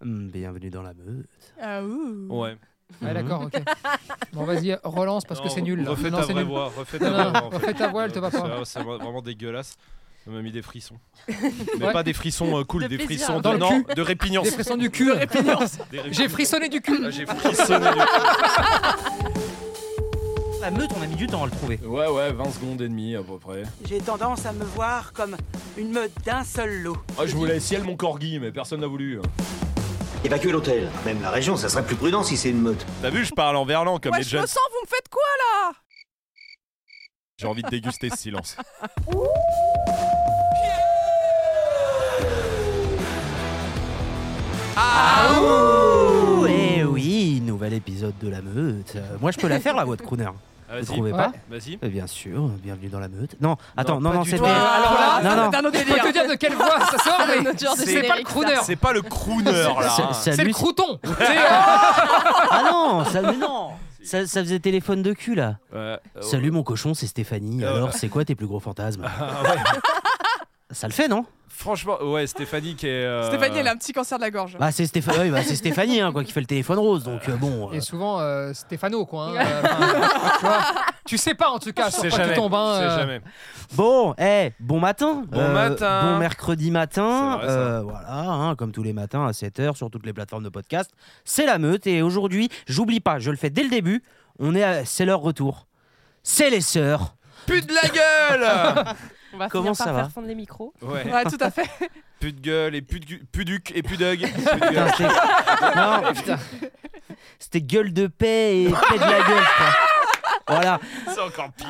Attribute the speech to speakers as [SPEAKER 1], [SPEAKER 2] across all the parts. [SPEAKER 1] Hmm, bienvenue dans la meute.
[SPEAKER 2] Ah ouh.
[SPEAKER 3] Ouais.
[SPEAKER 4] Ouais,
[SPEAKER 1] Mhm.
[SPEAKER 4] d'accord, ok. Bon, vas-y, relance parce que
[SPEAKER 3] Non,
[SPEAKER 4] c'est nul. là.
[SPEAKER 3] Refais
[SPEAKER 4] non,
[SPEAKER 3] ta
[SPEAKER 4] c'est
[SPEAKER 3] vraie
[SPEAKER 4] nul.
[SPEAKER 3] voix. Refais
[SPEAKER 4] Non,
[SPEAKER 3] ta
[SPEAKER 4] non,
[SPEAKER 3] vraie voix. en
[SPEAKER 4] refais
[SPEAKER 3] fait. Euh,
[SPEAKER 4] ta voix, elle te va
[SPEAKER 3] Parce que
[SPEAKER 4] pas.
[SPEAKER 3] là, C'est vra- vraiment dégueulasse. Ça m'a mis des frissons.
[SPEAKER 4] Ouais.
[SPEAKER 3] Mais pas des frissons euh, cool,
[SPEAKER 2] De
[SPEAKER 3] des
[SPEAKER 2] plaisir.
[SPEAKER 3] frissons
[SPEAKER 4] Dans
[SPEAKER 3] de,
[SPEAKER 4] le
[SPEAKER 3] non,
[SPEAKER 4] cul.
[SPEAKER 3] de répugnance.
[SPEAKER 4] Des frissons du cul.
[SPEAKER 3] Des ré-
[SPEAKER 4] J'ai frissonné du cul.
[SPEAKER 3] Ah, J'ai frissonné.
[SPEAKER 5] La meute, on a mis du temps à le trouver.
[SPEAKER 6] Ouais, ouais, 20 secondes et demie à peu près.
[SPEAKER 7] J'ai tendance à me voir comme une meute d'un seul lot.
[SPEAKER 6] Ah, je voulais ciel mon corgi, mais personne n'a voulu. hein.
[SPEAKER 8] Évacuer l'hôtel, même la région, ça serait plus prudent si c'est une meute.
[SPEAKER 3] T'as vu, je parle en verlan comme
[SPEAKER 2] Ouais,
[SPEAKER 3] les
[SPEAKER 2] je
[SPEAKER 3] jeunes.
[SPEAKER 2] me sens, vous me faites quoi
[SPEAKER 3] J'ai envie de déguster ce silence.
[SPEAKER 2] Ah,
[SPEAKER 1] Eh oui, nouvel épisode de la meute. Euh, moi, je peux la faire, la voix de crooner.
[SPEAKER 3] Ah,
[SPEAKER 1] Vous
[SPEAKER 3] Vas-y.
[SPEAKER 1] trouvez
[SPEAKER 4] Ouais.
[SPEAKER 1] pas
[SPEAKER 3] Vas-y.
[SPEAKER 1] Eh Bien sûr, bienvenue dans la meute. Non, attends, non,
[SPEAKER 3] pas
[SPEAKER 1] non,
[SPEAKER 3] du
[SPEAKER 1] c'était.
[SPEAKER 3] tout. Ah,
[SPEAKER 2] Ouais, alors là,
[SPEAKER 1] Ah, non, non.
[SPEAKER 2] d'un autre
[SPEAKER 4] Je peux te
[SPEAKER 2] délire.
[SPEAKER 4] dire de quelle voix ça sort,
[SPEAKER 2] Ah,
[SPEAKER 4] mais
[SPEAKER 2] notre genre de
[SPEAKER 4] c'est pas le
[SPEAKER 2] générique,
[SPEAKER 4] crooner.
[SPEAKER 2] ça.
[SPEAKER 3] C'est pas le crooner là.
[SPEAKER 1] C'est-
[SPEAKER 3] hein.
[SPEAKER 1] c'est
[SPEAKER 4] C'est le
[SPEAKER 1] halluc-
[SPEAKER 4] crouton.
[SPEAKER 1] Ah non, ça, mais non. ça, ça faisait téléphone de cul là.
[SPEAKER 3] Ouais. Euh,
[SPEAKER 1] Salut mon cochon, c'est Stéphanie.
[SPEAKER 3] Euh.
[SPEAKER 1] Alors, c'est quoi tes plus gros fantasmes
[SPEAKER 3] Ah, ouais.
[SPEAKER 1] Ça le fait, non
[SPEAKER 3] Franchement, ouais, Stéphanie qui est. euh,
[SPEAKER 2] Stéphanie, elle a un petit cancer de la gorge.
[SPEAKER 1] Bah, c'est Stéphanie, bah, c'est Stéphanie hein, quoi, qui fait le téléphone rose. Donc, euh, bon. euh,
[SPEAKER 4] Et souvent, euh, Stéphano, quoi. hein, euh, enfin, tu, vois, tu sais pas, en tout cas, sur
[SPEAKER 3] C'est
[SPEAKER 4] quoi
[SPEAKER 3] jamais.
[SPEAKER 4] tu tombes. hein,
[SPEAKER 3] c'est
[SPEAKER 4] euh,
[SPEAKER 3] jamais.
[SPEAKER 1] Bon, eh, bon matin.
[SPEAKER 3] Bon matin.
[SPEAKER 1] Bon mercredi matin.
[SPEAKER 3] C'est vrai, ça.
[SPEAKER 1] Euh, voilà, hein, comme tous les matins à 7h sur toutes les plateformes de podcast. C'est la meute et aujourd'hui, j'oublie pas, je le fais dès le début, on est à- c'est leur retour. C'est les sœurs.
[SPEAKER 3] Pute de la gueule
[SPEAKER 9] On va
[SPEAKER 1] Comment
[SPEAKER 9] finir par
[SPEAKER 1] ça va
[SPEAKER 9] faire fondre les micros.
[SPEAKER 3] Ouais.
[SPEAKER 2] Ouais, tout à fait.
[SPEAKER 3] Pute de gueule et pute de gu- puduc et pudug. Pute de gueule.
[SPEAKER 1] Putain, c'était- Non, putain. C'était gueule de paix et paix de la gueule. quoi. Voilà.
[SPEAKER 3] C'est encore pire.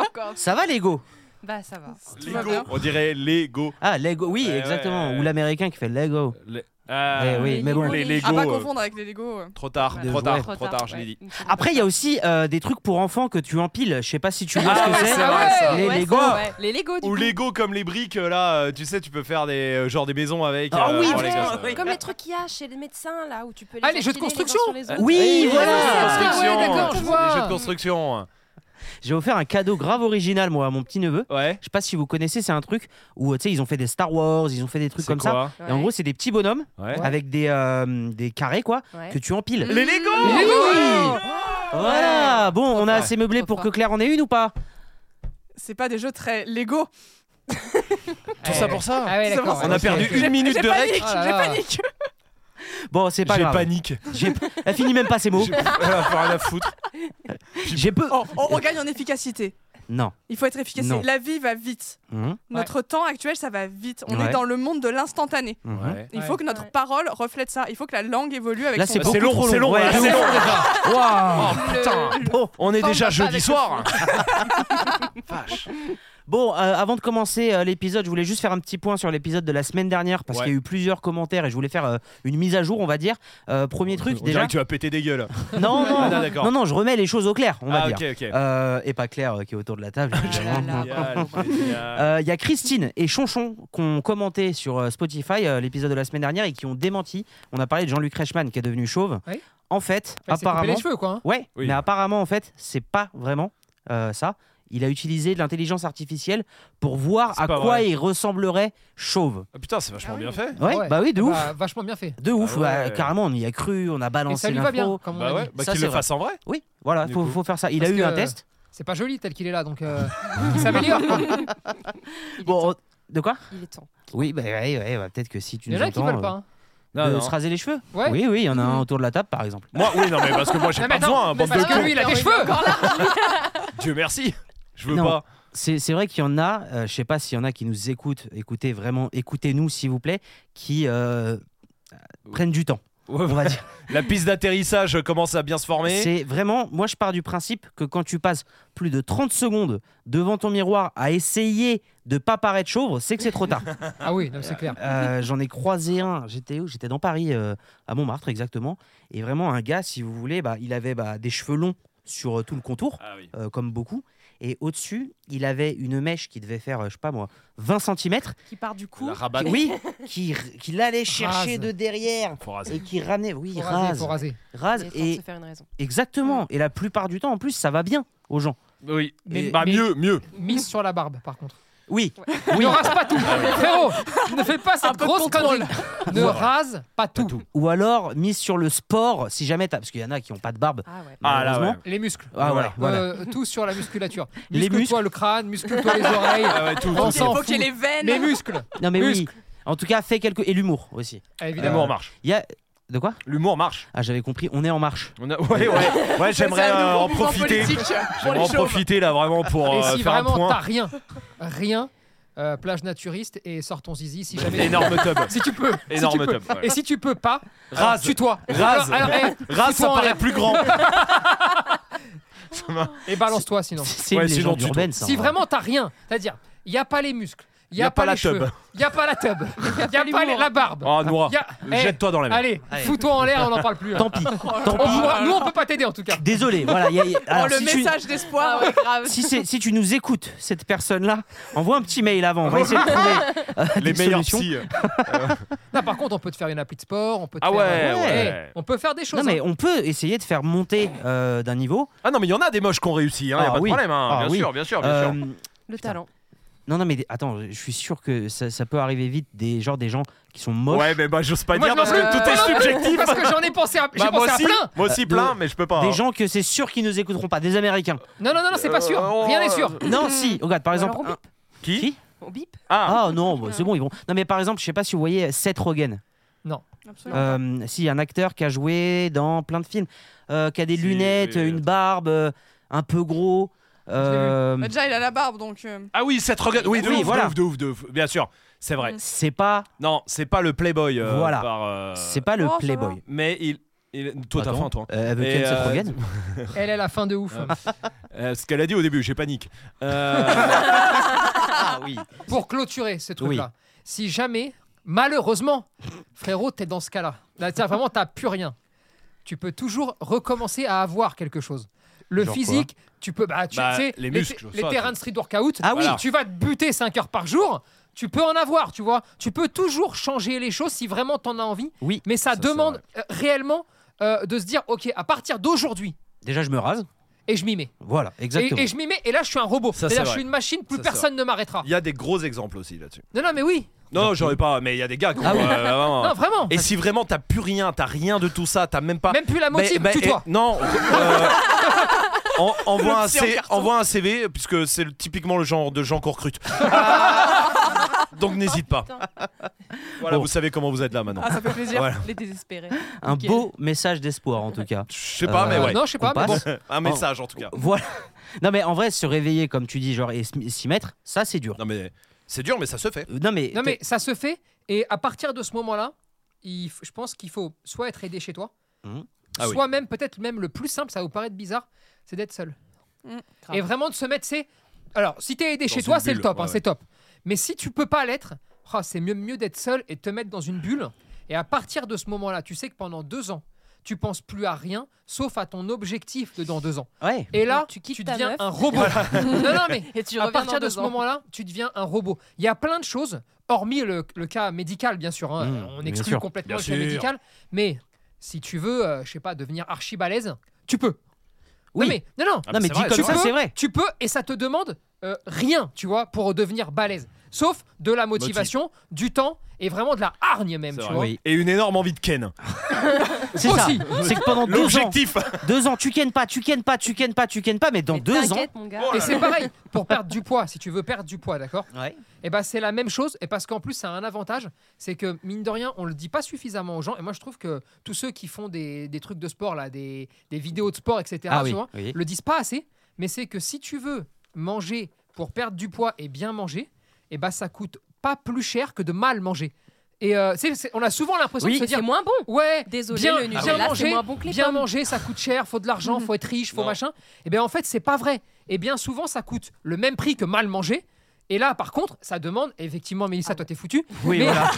[SPEAKER 2] Encore.
[SPEAKER 1] Ça va Lego
[SPEAKER 9] Bah ça va.
[SPEAKER 2] Tout va
[SPEAKER 3] Lego.
[SPEAKER 2] bien.
[SPEAKER 3] On dirait Lego.
[SPEAKER 1] Ah Lego, oui,
[SPEAKER 3] Ouais,
[SPEAKER 1] exactement.
[SPEAKER 3] ouais,
[SPEAKER 1] Ou
[SPEAKER 3] ouais.
[SPEAKER 1] l'américain qui fait Lego.
[SPEAKER 3] Les- Ah,
[SPEAKER 1] Eh oui, mais bon.
[SPEAKER 3] Les
[SPEAKER 2] À
[SPEAKER 3] Lego.
[SPEAKER 2] pas
[SPEAKER 3] euh,
[SPEAKER 2] confondre avec les Lego. euh.
[SPEAKER 3] Trop tard,
[SPEAKER 9] Voilà.
[SPEAKER 3] trop tard,
[SPEAKER 9] Trop
[SPEAKER 3] trop tard, je l'ai
[SPEAKER 9] ouais.
[SPEAKER 3] dit.
[SPEAKER 9] Une seconde.
[SPEAKER 1] Après, il y a aussi euh, des trucs pour enfants que tu empiles. Je sais pas si tu vois
[SPEAKER 3] Ah
[SPEAKER 1] ce que
[SPEAKER 3] ouais,
[SPEAKER 1] c'est.
[SPEAKER 3] c'est vrai, ça.
[SPEAKER 1] Les
[SPEAKER 9] euh, Ouais,
[SPEAKER 1] Lego.
[SPEAKER 9] ça, ouais. Les Lego du
[SPEAKER 3] Ou
[SPEAKER 9] coup.
[SPEAKER 3] Lego comme les briques, euh, là, euh, tu sais, tu peux faire des euh, genre des maisons avec.
[SPEAKER 1] Ah oui,
[SPEAKER 3] pour les
[SPEAKER 1] putain,
[SPEAKER 3] gosses,
[SPEAKER 9] Comme les trucs qu'il y a chez les médecins là où tu peux les
[SPEAKER 4] Ah, les jeux de
[SPEAKER 9] empiler uns
[SPEAKER 4] construction.
[SPEAKER 9] sur les autres.
[SPEAKER 1] Oui,
[SPEAKER 3] Et
[SPEAKER 1] voilà.
[SPEAKER 3] les jeux de construction,
[SPEAKER 4] Ah ouais, d'accord, je
[SPEAKER 3] les
[SPEAKER 4] vois.
[SPEAKER 3] jeux de construction. hein.
[SPEAKER 1] J'ai offert un cadeau grave original, moi, à mon petit neveu.
[SPEAKER 3] Ouais.
[SPEAKER 1] Je sais pas si vous connaissez, c'est un truc où euh, tu sais, ils ont fait des Star Wars, ils ont fait des trucs comme ça. Et en
[SPEAKER 9] Ouais.
[SPEAKER 1] gros, c'est des petits bonhommes
[SPEAKER 3] Ouais.
[SPEAKER 1] avec des, euh, des carrés, quoi,
[SPEAKER 9] Ouais.
[SPEAKER 1] que tu empiles.
[SPEAKER 3] Les Lego.
[SPEAKER 2] Mmh.
[SPEAKER 1] Oui
[SPEAKER 2] Oh,
[SPEAKER 1] Voilà Bon, on a
[SPEAKER 3] fort.
[SPEAKER 1] assez meublé
[SPEAKER 9] Trop
[SPEAKER 1] pour que
[SPEAKER 9] fort.
[SPEAKER 1] Claire en ait une ou pas
[SPEAKER 2] C'est pas des jeux très Lego.
[SPEAKER 3] Tout ça pour ça.
[SPEAKER 4] Ah ouais,
[SPEAKER 2] C'est
[SPEAKER 4] d'accord.
[SPEAKER 2] bon,
[SPEAKER 3] On
[SPEAKER 4] ouais,
[SPEAKER 3] a
[SPEAKER 4] ok.
[SPEAKER 3] perdu
[SPEAKER 2] J'ai-
[SPEAKER 3] une minute
[SPEAKER 2] j'ai
[SPEAKER 3] de rec.
[SPEAKER 2] panique,
[SPEAKER 4] Oh là
[SPEAKER 2] J'ai
[SPEAKER 4] là.
[SPEAKER 2] panique.
[SPEAKER 1] Bon, c'est pas
[SPEAKER 3] J'ai
[SPEAKER 1] grave.
[SPEAKER 3] panique.
[SPEAKER 1] J'ai- Elle finit même pas ses mots.
[SPEAKER 3] J'ai Faut rien à foutre.
[SPEAKER 1] J'ai peu.
[SPEAKER 2] Oh, on regagne en efficacité.
[SPEAKER 1] Non.
[SPEAKER 2] Il faut être efficace.
[SPEAKER 1] Non.
[SPEAKER 2] La vie va vite.
[SPEAKER 1] Hum,
[SPEAKER 2] Notre temps actuel, ça va vite. On
[SPEAKER 1] Ouais.
[SPEAKER 2] est dans le monde de l'instantané.
[SPEAKER 1] hum, hum.
[SPEAKER 3] Ouais.
[SPEAKER 2] Il
[SPEAKER 4] Ouais.
[SPEAKER 2] faut que notre
[SPEAKER 9] Ouais.
[SPEAKER 2] parole reflète ça. Il faut que la langue évolue avec
[SPEAKER 1] Là,
[SPEAKER 2] son
[SPEAKER 1] c'est
[SPEAKER 3] Bah,
[SPEAKER 2] temps.
[SPEAKER 1] beaucoup
[SPEAKER 3] c'est long,
[SPEAKER 1] trop long.
[SPEAKER 3] c'est long,
[SPEAKER 1] Ouais,
[SPEAKER 3] là,
[SPEAKER 1] de
[SPEAKER 3] c'est
[SPEAKER 1] ouf.
[SPEAKER 3] long déjà.
[SPEAKER 1] Waouh.
[SPEAKER 3] Oh putain.
[SPEAKER 1] Bon,
[SPEAKER 3] On est
[SPEAKER 9] Enfin,
[SPEAKER 3] déjà
[SPEAKER 9] on va pas
[SPEAKER 3] jeudi
[SPEAKER 9] avec
[SPEAKER 3] soir.
[SPEAKER 1] Bon, euh, avant de commencer euh, l'épisode, je voulais juste faire un petit point sur l'épisode de la semaine dernière parce
[SPEAKER 3] Ouais.
[SPEAKER 1] qu'il y a eu plusieurs commentaires et je voulais faire euh, une mise à jour, on va dire. Euh, premier truc,
[SPEAKER 3] On
[SPEAKER 1] déjà.
[SPEAKER 3] dirait que tu vas péter des gueules.
[SPEAKER 1] Non, non,
[SPEAKER 3] Ah,
[SPEAKER 1] non,
[SPEAKER 3] d'accord.
[SPEAKER 1] non, non, je remets les choses au clair, on va
[SPEAKER 3] ah
[SPEAKER 1] dire.
[SPEAKER 3] ok Oh ok.
[SPEAKER 1] Euh, et pas Claire euh, qui est autour de la table. évidemment.
[SPEAKER 9] là.
[SPEAKER 3] Génial, génial.
[SPEAKER 1] Euh, Il y a Christine et Chonchon qui ont commenté sur euh, Spotify euh, l'épisode de la semaine dernière et qui ont démenti. On a parlé de Jean-Luc Reichmann qui est devenu chauve.
[SPEAKER 4] Oui.
[SPEAKER 1] En fait,
[SPEAKER 4] Il s'est coupé
[SPEAKER 1] apparemment.
[SPEAKER 4] les cheveux, quoi. hein.
[SPEAKER 1] Ouais,
[SPEAKER 3] Oui.
[SPEAKER 1] mais apparemment, en fait, c'est pas vraiment euh, ça. Il a utilisé de l'intelligence artificielle pour voir
[SPEAKER 3] C'est
[SPEAKER 1] à
[SPEAKER 3] pas
[SPEAKER 1] quoi
[SPEAKER 3] vrai.
[SPEAKER 1] il ressemblerait chauve.
[SPEAKER 3] Ah, putain, c'est vachement
[SPEAKER 9] Ah oui.
[SPEAKER 3] bien fait.
[SPEAKER 1] Ouais,
[SPEAKER 4] ouais.
[SPEAKER 1] bah oui, de ouf.
[SPEAKER 4] Bah, vachement bien fait.
[SPEAKER 1] De ouf,
[SPEAKER 3] Ah ouais.
[SPEAKER 1] bah, carrément, on y a cru, on a
[SPEAKER 4] Et
[SPEAKER 1] balancé
[SPEAKER 4] ça lui va bien,
[SPEAKER 1] l'info.
[SPEAKER 4] comme on
[SPEAKER 3] Bah
[SPEAKER 4] a
[SPEAKER 3] ouais,
[SPEAKER 4] dit.
[SPEAKER 3] bah
[SPEAKER 1] Ça,
[SPEAKER 3] qu'il
[SPEAKER 1] c'est
[SPEAKER 3] le
[SPEAKER 1] vrai.
[SPEAKER 3] fasse en vrai.
[SPEAKER 1] Oui, voilà,
[SPEAKER 3] Du
[SPEAKER 1] faut,
[SPEAKER 3] coup.
[SPEAKER 1] faut faire ça. Il
[SPEAKER 4] Parce
[SPEAKER 1] a eu un
[SPEAKER 4] que-
[SPEAKER 1] test.
[SPEAKER 4] C'est pas joli tel qu'il est là, donc euh, il savait lire. quoi.
[SPEAKER 1] Bon, on- de quoi
[SPEAKER 9] Il est temps.
[SPEAKER 1] Oui, bah, ouais, ouais, bah, peut-être que si tu
[SPEAKER 4] Il y en
[SPEAKER 1] nous
[SPEAKER 4] a qui
[SPEAKER 1] entends,
[SPEAKER 4] veulent pas. hein.
[SPEAKER 1] euh, de se raser les cheveux.
[SPEAKER 4] Ouais. Mm-hmm.
[SPEAKER 1] Oui, oui, il y en a un autour de la table, par exemple.
[SPEAKER 3] Moi, oui, non, mais parce que moi, j'ai
[SPEAKER 4] Non,
[SPEAKER 3] pas
[SPEAKER 4] mais attends,
[SPEAKER 3] besoin, hein,
[SPEAKER 4] mais
[SPEAKER 3] bande de
[SPEAKER 4] parce que
[SPEAKER 3] cons.
[SPEAKER 4] lui, il a
[SPEAKER 9] Il
[SPEAKER 4] des
[SPEAKER 9] est
[SPEAKER 4] cheveux.
[SPEAKER 9] encore là.
[SPEAKER 3] Dieu merci. Je veux
[SPEAKER 1] Non.
[SPEAKER 3] pas.
[SPEAKER 1] C'est c'est vrai qu'il y en a, euh, je sais pas s'il y en a qui nous écoutent, écoutez vraiment, écoutez-nous s'il vous plaît, qui euh, prennent du temps, on va dire.
[SPEAKER 3] La piste d'atterrissage commence à bien se former.
[SPEAKER 1] C'est vraiment, moi je pars du principe que quand tu passes plus de 30 secondes devant ton miroir à essayer de pas paraître chauve, c'est que c'est trop tard.
[SPEAKER 4] Ah oui, non, c'est clair.
[SPEAKER 1] Euh, J'en ai croisé un, j'étais où J'étais dans Paris, euh, à Montmartre exactement, et vraiment un gars, si vous voulez, bah, il avait bah, des cheveux longs sur euh, tout le contour,
[SPEAKER 3] Ah oui.
[SPEAKER 1] euh, comme beaucoup, et au-dessus, il avait une mèche qui devait faire, euh, je sais pas moi, 20 cm,
[SPEAKER 9] Qui part du coup.
[SPEAKER 3] La rabat.
[SPEAKER 1] oui, qui, qui l'allait chercher
[SPEAKER 4] Rase.
[SPEAKER 1] de derrière
[SPEAKER 3] Faut raser.
[SPEAKER 1] et qui ramenait, oui,
[SPEAKER 4] Faut raser,
[SPEAKER 1] rase,
[SPEAKER 4] faut raser.
[SPEAKER 1] rase,
[SPEAKER 9] Il est temps de
[SPEAKER 1] et
[SPEAKER 9] se faire une raison.
[SPEAKER 3] Mm.
[SPEAKER 1] exactement. Et la plupart du temps, en plus, ça va bien aux gens.
[SPEAKER 3] Oui.
[SPEAKER 4] Mais-
[SPEAKER 3] bah
[SPEAKER 4] mais-
[SPEAKER 3] mieux, mieux.
[SPEAKER 4] Mise sur la barbe, par contre.
[SPEAKER 1] Oui.
[SPEAKER 4] Ne rase pas tout.
[SPEAKER 3] Ah
[SPEAKER 4] Frérot, ne fais pas cette
[SPEAKER 2] peu de
[SPEAKER 4] grosse
[SPEAKER 2] contrôle.
[SPEAKER 4] connerie. Ne rase pas tout.
[SPEAKER 1] Ou alors mise sur le sport, si jamais t'as. Parce qu'il y en a qui n'ont pas de barbe.
[SPEAKER 9] Ah ouais.
[SPEAKER 3] Ah là, ouais.
[SPEAKER 1] malheureusement.
[SPEAKER 4] Les muscles.
[SPEAKER 1] Ah, voilà,
[SPEAKER 4] Euh, tout sur la musculature.
[SPEAKER 1] Les
[SPEAKER 4] Muscle-toi
[SPEAKER 1] muscles.
[SPEAKER 4] le crâne, muscule-toi les oreilles.
[SPEAKER 3] Ah ouais, tout,
[SPEAKER 4] On
[SPEAKER 3] tout,
[SPEAKER 2] Il
[SPEAKER 3] tout.
[SPEAKER 4] s'en
[SPEAKER 2] faut qu'il y
[SPEAKER 4] fout.
[SPEAKER 2] ait les veines.
[SPEAKER 4] Les muscles.
[SPEAKER 1] Non mais oui.
[SPEAKER 4] Muscles.
[SPEAKER 1] En tout cas, fais quelque. Et l'humour aussi.
[SPEAKER 4] Ah, Évidemment.
[SPEAKER 3] L'humour marche.
[SPEAKER 1] Il y a. De quoi
[SPEAKER 3] L'humour marche.
[SPEAKER 1] Ah, j'avais compris, on est en marche.
[SPEAKER 3] On a- Ouais, ouais. Ouais,
[SPEAKER 2] C'est
[SPEAKER 3] j'aimerais
[SPEAKER 2] un
[SPEAKER 3] euh,
[SPEAKER 2] nouveau
[SPEAKER 3] en
[SPEAKER 2] mouvement
[SPEAKER 3] profiter.
[SPEAKER 2] politique pour
[SPEAKER 3] J'aimerais en
[SPEAKER 2] les chauves.
[SPEAKER 3] profiter là vraiment pour
[SPEAKER 4] Et
[SPEAKER 3] euh,
[SPEAKER 4] si
[SPEAKER 3] faire un
[SPEAKER 4] vraiment t'as
[SPEAKER 3] point.
[SPEAKER 4] rien, rien, euh, plage naturiste et sors ton zizi si jamais.
[SPEAKER 3] Énorme tub.
[SPEAKER 4] Si tu peux. si
[SPEAKER 3] Énorme
[SPEAKER 4] tu peux.
[SPEAKER 3] tub, ouais.
[SPEAKER 4] Et si tu peux pas,
[SPEAKER 3] Rase.
[SPEAKER 4] tue-toi.
[SPEAKER 3] Rase.
[SPEAKER 4] Alors, eh,
[SPEAKER 3] Race,
[SPEAKER 4] fous-toi
[SPEAKER 3] ça
[SPEAKER 4] en
[SPEAKER 3] paraît
[SPEAKER 4] l'air.
[SPEAKER 3] plus grand.
[SPEAKER 4] Et balance-toi sinon.
[SPEAKER 1] C'est
[SPEAKER 3] Ouais,
[SPEAKER 1] une
[SPEAKER 3] sinon
[SPEAKER 1] légende
[SPEAKER 3] tu
[SPEAKER 1] urbaine, ça. hein.
[SPEAKER 4] Si
[SPEAKER 1] en vrai.
[SPEAKER 4] vraiment t'as rien, c'est-à-dire, il n'y a pas les muscles, il n'y
[SPEAKER 3] Y
[SPEAKER 4] a,
[SPEAKER 3] a pas
[SPEAKER 4] pas,
[SPEAKER 3] la
[SPEAKER 4] les cheveux,
[SPEAKER 3] teub.
[SPEAKER 4] il n'y a pas la tub, il n'y a pas les- la barbe.
[SPEAKER 3] Oh, Noura,
[SPEAKER 4] Y a- eh,
[SPEAKER 3] jette-toi dans la mer.
[SPEAKER 4] Allez,
[SPEAKER 1] Allez.
[SPEAKER 4] fous-toi en l'air, on n'en parle plus. là.
[SPEAKER 1] Tant pis.
[SPEAKER 4] On
[SPEAKER 1] Tant pis.
[SPEAKER 4] pourra- nous, on peut pas t'aider en tout cas.
[SPEAKER 1] Désolé, voilà. y a- y a-
[SPEAKER 2] Oh,
[SPEAKER 1] alors,
[SPEAKER 2] le
[SPEAKER 1] si tu-
[SPEAKER 2] message d'espoir.
[SPEAKER 9] Ah grave.
[SPEAKER 1] si, c'est- si tu nous écoutes, cette personne-là, envoie un petit mail avant. On va essayer de trouver euh,
[SPEAKER 3] Les
[SPEAKER 1] des
[SPEAKER 3] meilleurs
[SPEAKER 1] solutions.
[SPEAKER 3] psy.
[SPEAKER 4] Non, par contre, on peut te faire une appli de sport, on peut te
[SPEAKER 3] Ah
[SPEAKER 4] faire-
[SPEAKER 3] ouais,
[SPEAKER 1] ouais.
[SPEAKER 4] Eh, on peut faire des choses.
[SPEAKER 1] Non, mais on peut essayer de faire monter euh, d'un niveau.
[SPEAKER 3] Ah non, mais il y en a des moches qui ont réussi, hein, y a
[SPEAKER 1] Ah
[SPEAKER 3] pas
[SPEAKER 1] oui.
[SPEAKER 3] de problème. Hein.
[SPEAKER 1] Ah
[SPEAKER 3] bien
[SPEAKER 1] oui.
[SPEAKER 3] sûr, bien sûr, bien
[SPEAKER 1] Euh,
[SPEAKER 3] sûr.
[SPEAKER 9] Le talent.
[SPEAKER 1] non, non, mais des- attends, je suis sûr que ça, ça peut arriver vite. Des, genre des gens qui sont moches.
[SPEAKER 3] Ouais, mais bah, j'ose pas
[SPEAKER 4] Moi,
[SPEAKER 3] dire
[SPEAKER 4] je m'en
[SPEAKER 3] parce que
[SPEAKER 4] fous.
[SPEAKER 3] tout est subjectif.
[SPEAKER 4] Parce que j'en ai pensé à, j'ai
[SPEAKER 3] Bah, moi
[SPEAKER 4] pensé à
[SPEAKER 3] aussi,
[SPEAKER 4] plein.
[SPEAKER 3] moi aussi
[SPEAKER 1] de-
[SPEAKER 3] plein, mais je peux pas. hein.
[SPEAKER 1] Des gens que c'est sûr qu'ils nous écouteront pas. Des Américains.
[SPEAKER 4] Non, non, non, non, c'est pas sûr.
[SPEAKER 3] Euh, on-
[SPEAKER 4] Rien n'est sûr.
[SPEAKER 1] Non, si. Regarde,
[SPEAKER 4] Bah,
[SPEAKER 1] par exemple.
[SPEAKER 9] alors on
[SPEAKER 1] un-
[SPEAKER 3] Qui
[SPEAKER 1] Qui
[SPEAKER 9] On bip
[SPEAKER 3] Ah,
[SPEAKER 1] Ah
[SPEAKER 4] hein.
[SPEAKER 1] non, bah, c'est bon, ils vont. Non, mais par exemple, je sais pas si vous voyez Seth Rogen.
[SPEAKER 2] Absolument.
[SPEAKER 4] Bah,
[SPEAKER 1] Euh, si, un acteur qui a joué dans plein de films, euh, qui a des
[SPEAKER 6] Si,
[SPEAKER 1] lunettes,
[SPEAKER 6] mais-
[SPEAKER 1] une barbe, euh, un peu gros. euh,
[SPEAKER 2] Bah, déjà, il a la barbe, donc. euh,
[SPEAKER 3] ah oui, cette regarde. Oui, de
[SPEAKER 1] Oui,
[SPEAKER 3] ouf,
[SPEAKER 1] voilà.
[SPEAKER 3] de ouf, de ouf, de ouf. Bien sûr, c'est vrai.
[SPEAKER 1] c'est pas,
[SPEAKER 3] Non, c'est pas le Playboy. euh,
[SPEAKER 1] Voilà.
[SPEAKER 3] par, euh,
[SPEAKER 1] c'est pas le
[SPEAKER 2] oh, ça
[SPEAKER 1] Playboy.
[SPEAKER 3] Mais il. il- Toi, t'as
[SPEAKER 1] Attends,
[SPEAKER 3] faim, toi.
[SPEAKER 1] euh, avec
[SPEAKER 3] Et,
[SPEAKER 1] Ken Seth
[SPEAKER 3] euh,
[SPEAKER 1] Rogen
[SPEAKER 4] Elle est la fin de ouf.
[SPEAKER 3] Euh, ce qu'elle a dit au début, j'ai panique. Euh,
[SPEAKER 1] Ah oui.
[SPEAKER 4] Pour clôturer ce truc-là, si jamais, malheureusement, frérot, t'es dans ce cas-là, là, t'as- vraiment, t'as plus rien, tu peux toujours recommencer à avoir quelque chose. Le
[SPEAKER 3] Genre quoi
[SPEAKER 4] physique, tu peux, bah, tu
[SPEAKER 3] Bah,
[SPEAKER 4] sais,
[SPEAKER 3] les
[SPEAKER 4] les,
[SPEAKER 3] muscles,
[SPEAKER 4] les
[SPEAKER 3] ça,
[SPEAKER 4] terrains
[SPEAKER 3] tu-
[SPEAKER 4] de street workout,
[SPEAKER 1] Ah oui.
[SPEAKER 4] si tu vas te buter 5 heures par jour, tu peux en avoir, tu vois. Tu peux toujours changer les choses si vraiment t'en as envie,
[SPEAKER 1] Oui,
[SPEAKER 4] mais
[SPEAKER 3] ça,
[SPEAKER 4] ça,
[SPEAKER 3] c'est
[SPEAKER 4] demande euh, réellement euh, de se dire, ok, à partir d'aujourd'hui,
[SPEAKER 1] Déjà, je me rase.
[SPEAKER 4] et je m'y mets.
[SPEAKER 1] Voilà, exactement.
[SPEAKER 4] Et, et je m'y mets, et là, je suis un robot.
[SPEAKER 3] Ça, c'est
[SPEAKER 4] C'est-à-dire, je
[SPEAKER 3] vrai.
[SPEAKER 4] suis une machine, plus
[SPEAKER 3] Ça, c'est
[SPEAKER 4] personne ne m'arrêtera.
[SPEAKER 3] Il y a des gros exemples aussi là-dessus.
[SPEAKER 4] Non, non, mais oui.
[SPEAKER 3] Non, j'aurais pas, mais il y a des gars qui ont,
[SPEAKER 1] Ah oui.
[SPEAKER 3] euh, vraiment.
[SPEAKER 4] Non, vraiment.
[SPEAKER 3] Et si vraiment t'as plus rien, t'as rien de tout ça, t'as même pas.
[SPEAKER 4] Même plus la
[SPEAKER 3] Mais-
[SPEAKER 4] motive,
[SPEAKER 3] mais-
[SPEAKER 4] tue-toi.
[SPEAKER 3] eh, Non. euh, en- envoie, un
[SPEAKER 2] psy en
[SPEAKER 3] C-
[SPEAKER 2] carton.
[SPEAKER 3] envoie un CV, puisque c'est le- typiquement le genre de gens qu'on recrute. Ah, Donc n'hésite pas. Voilà,
[SPEAKER 1] Bon.
[SPEAKER 3] vous savez comment vous êtes là maintenant.
[SPEAKER 2] Ah, ça fait plaisir.
[SPEAKER 3] Voilà.
[SPEAKER 9] Les désespérés.
[SPEAKER 1] Un
[SPEAKER 9] Ok.
[SPEAKER 1] beau message d'espoir, en tout cas.
[SPEAKER 3] Je sais pas,
[SPEAKER 1] Euh,
[SPEAKER 3] Ah, mais
[SPEAKER 4] Euh,
[SPEAKER 3] ouais.
[SPEAKER 4] non, je sais
[SPEAKER 1] Qu'on
[SPEAKER 4] pas, mais bon.
[SPEAKER 1] passe.
[SPEAKER 3] Un message en tout cas.
[SPEAKER 1] Voilà. Non, mais en vrai, se réveiller, comme tu dis, genre, et s- s'y mettre, ça, c'est dur.
[SPEAKER 3] Non mais c'est dur, mais ça se fait.
[SPEAKER 1] Euh, Non, mais.
[SPEAKER 4] Non, mais ça se fait. Et à partir de ce moment-là, il f- je pense qu'il faut soit être aidé chez toi,
[SPEAKER 1] Mhm.
[SPEAKER 3] Ah oui.
[SPEAKER 4] soit même, peut-être même le plus simple, ça va vous paraître bizarre, c'est d'être seul.
[SPEAKER 9] Mmh,
[SPEAKER 2] Mhm,
[SPEAKER 4] Et vraiment de se mettre, c'est. Alors, si t'es aidé
[SPEAKER 3] Dans
[SPEAKER 4] chez
[SPEAKER 3] une
[SPEAKER 4] toi, c'est le
[SPEAKER 3] bulle,
[SPEAKER 4] top, hein,
[SPEAKER 3] ouais,
[SPEAKER 4] c'est top. Mais si tu peux pas l'être, oh, c'est mieux, mieux d'être seul et de te mettre dans une bulle. Et à partir de ce moment-là, tu sais que pendant deux ans, tu penses plus à rien sauf à ton objectif de dans deux ans.
[SPEAKER 1] Ouais.
[SPEAKER 4] Et là,
[SPEAKER 9] Donc, Mmh, tu quittes ta
[SPEAKER 4] deviens
[SPEAKER 9] meuf.
[SPEAKER 4] un robot. non, non, mais
[SPEAKER 9] Et tu
[SPEAKER 4] à
[SPEAKER 9] reviens
[SPEAKER 4] partir
[SPEAKER 9] dans
[SPEAKER 4] de
[SPEAKER 9] deux
[SPEAKER 4] ce
[SPEAKER 9] ans.
[SPEAKER 4] moment-là, tu deviens un robot. Il y a plein de choses, hormis le, le cas médical, bien sûr. hein,
[SPEAKER 1] Mmh,
[SPEAKER 4] on
[SPEAKER 1] bien
[SPEAKER 4] exclut
[SPEAKER 1] sûr.
[SPEAKER 3] Bien
[SPEAKER 4] complètement le
[SPEAKER 3] sûr.
[SPEAKER 4] cas médical. Mais si tu veux, euh, je sais pas, devenir archi balèze, tu peux.
[SPEAKER 1] Oui.
[SPEAKER 4] Non, mais, non, non.
[SPEAKER 3] Ah,
[SPEAKER 1] non, mais
[SPEAKER 3] c'est
[SPEAKER 1] dit
[SPEAKER 3] vrai,
[SPEAKER 1] comme
[SPEAKER 3] c'est
[SPEAKER 1] ça,
[SPEAKER 4] vrai.
[SPEAKER 1] c'est vrai.
[SPEAKER 4] Tu peux et ça te demande euh, rien, tu vois, pour devenir balèze. Sauf de la motivation, du temps et vraiment de la hargne même,
[SPEAKER 3] C'est
[SPEAKER 4] tu
[SPEAKER 3] vrai.
[SPEAKER 4] vois.
[SPEAKER 1] Oui.
[SPEAKER 3] Et une énorme envie de Ken.
[SPEAKER 1] C'est ça.
[SPEAKER 4] Aussi.
[SPEAKER 1] C'est que pendant Oh, deux ans,
[SPEAKER 3] L'objectif.
[SPEAKER 1] deux ans, tu kennes pas, tu kennes pas, tu kennes pas, tu kennes pas, mais dans
[SPEAKER 9] Mais
[SPEAKER 1] deux ans.
[SPEAKER 9] t'inquiète, mon gars.
[SPEAKER 4] Et c'est pareil, pour perdre du poids, si tu veux perdre du poids, d'accord
[SPEAKER 1] Ouais.
[SPEAKER 4] Et ben c'est la même chose, et parce qu'en plus ça a un avantage, c'est que mine de rien, on le dit pas suffisamment aux gens, et moi je trouve que tous ceux qui font des, des trucs de sport, là, des, des vidéos de sport, etc.,
[SPEAKER 1] Ah oui,
[SPEAKER 4] souvent,
[SPEAKER 1] oui.
[SPEAKER 4] le disent pas assez, mais c'est que si tu veux manger pour perdre du poids et bien manger, et ben ça coûte pas plus cher que de mal manger. Et euh, c'est- c'est- on a souvent l'impression
[SPEAKER 9] Oui,
[SPEAKER 4] de se
[SPEAKER 9] c'est
[SPEAKER 4] dire,
[SPEAKER 9] moins bon.
[SPEAKER 4] ouais,
[SPEAKER 9] Désolé,
[SPEAKER 4] bien,
[SPEAKER 9] le
[SPEAKER 4] bien
[SPEAKER 9] Nutella, c'est
[SPEAKER 4] manger,
[SPEAKER 9] moins bon que les
[SPEAKER 4] bien
[SPEAKER 9] pommes. Mhm.
[SPEAKER 4] manger, ça coûte cher, faut de l'argent, faut être riche, faut
[SPEAKER 3] Non.
[SPEAKER 4] machin. Et bien en fait, c'est pas vrai. Et bien souvent, ça coûte le même prix que mal manger. Et là, par contre, ça demande, effectivement, Mélissa,
[SPEAKER 9] Ah
[SPEAKER 4] toi, t'es foutu,
[SPEAKER 1] Oui,
[SPEAKER 4] Mais-
[SPEAKER 1] voilà.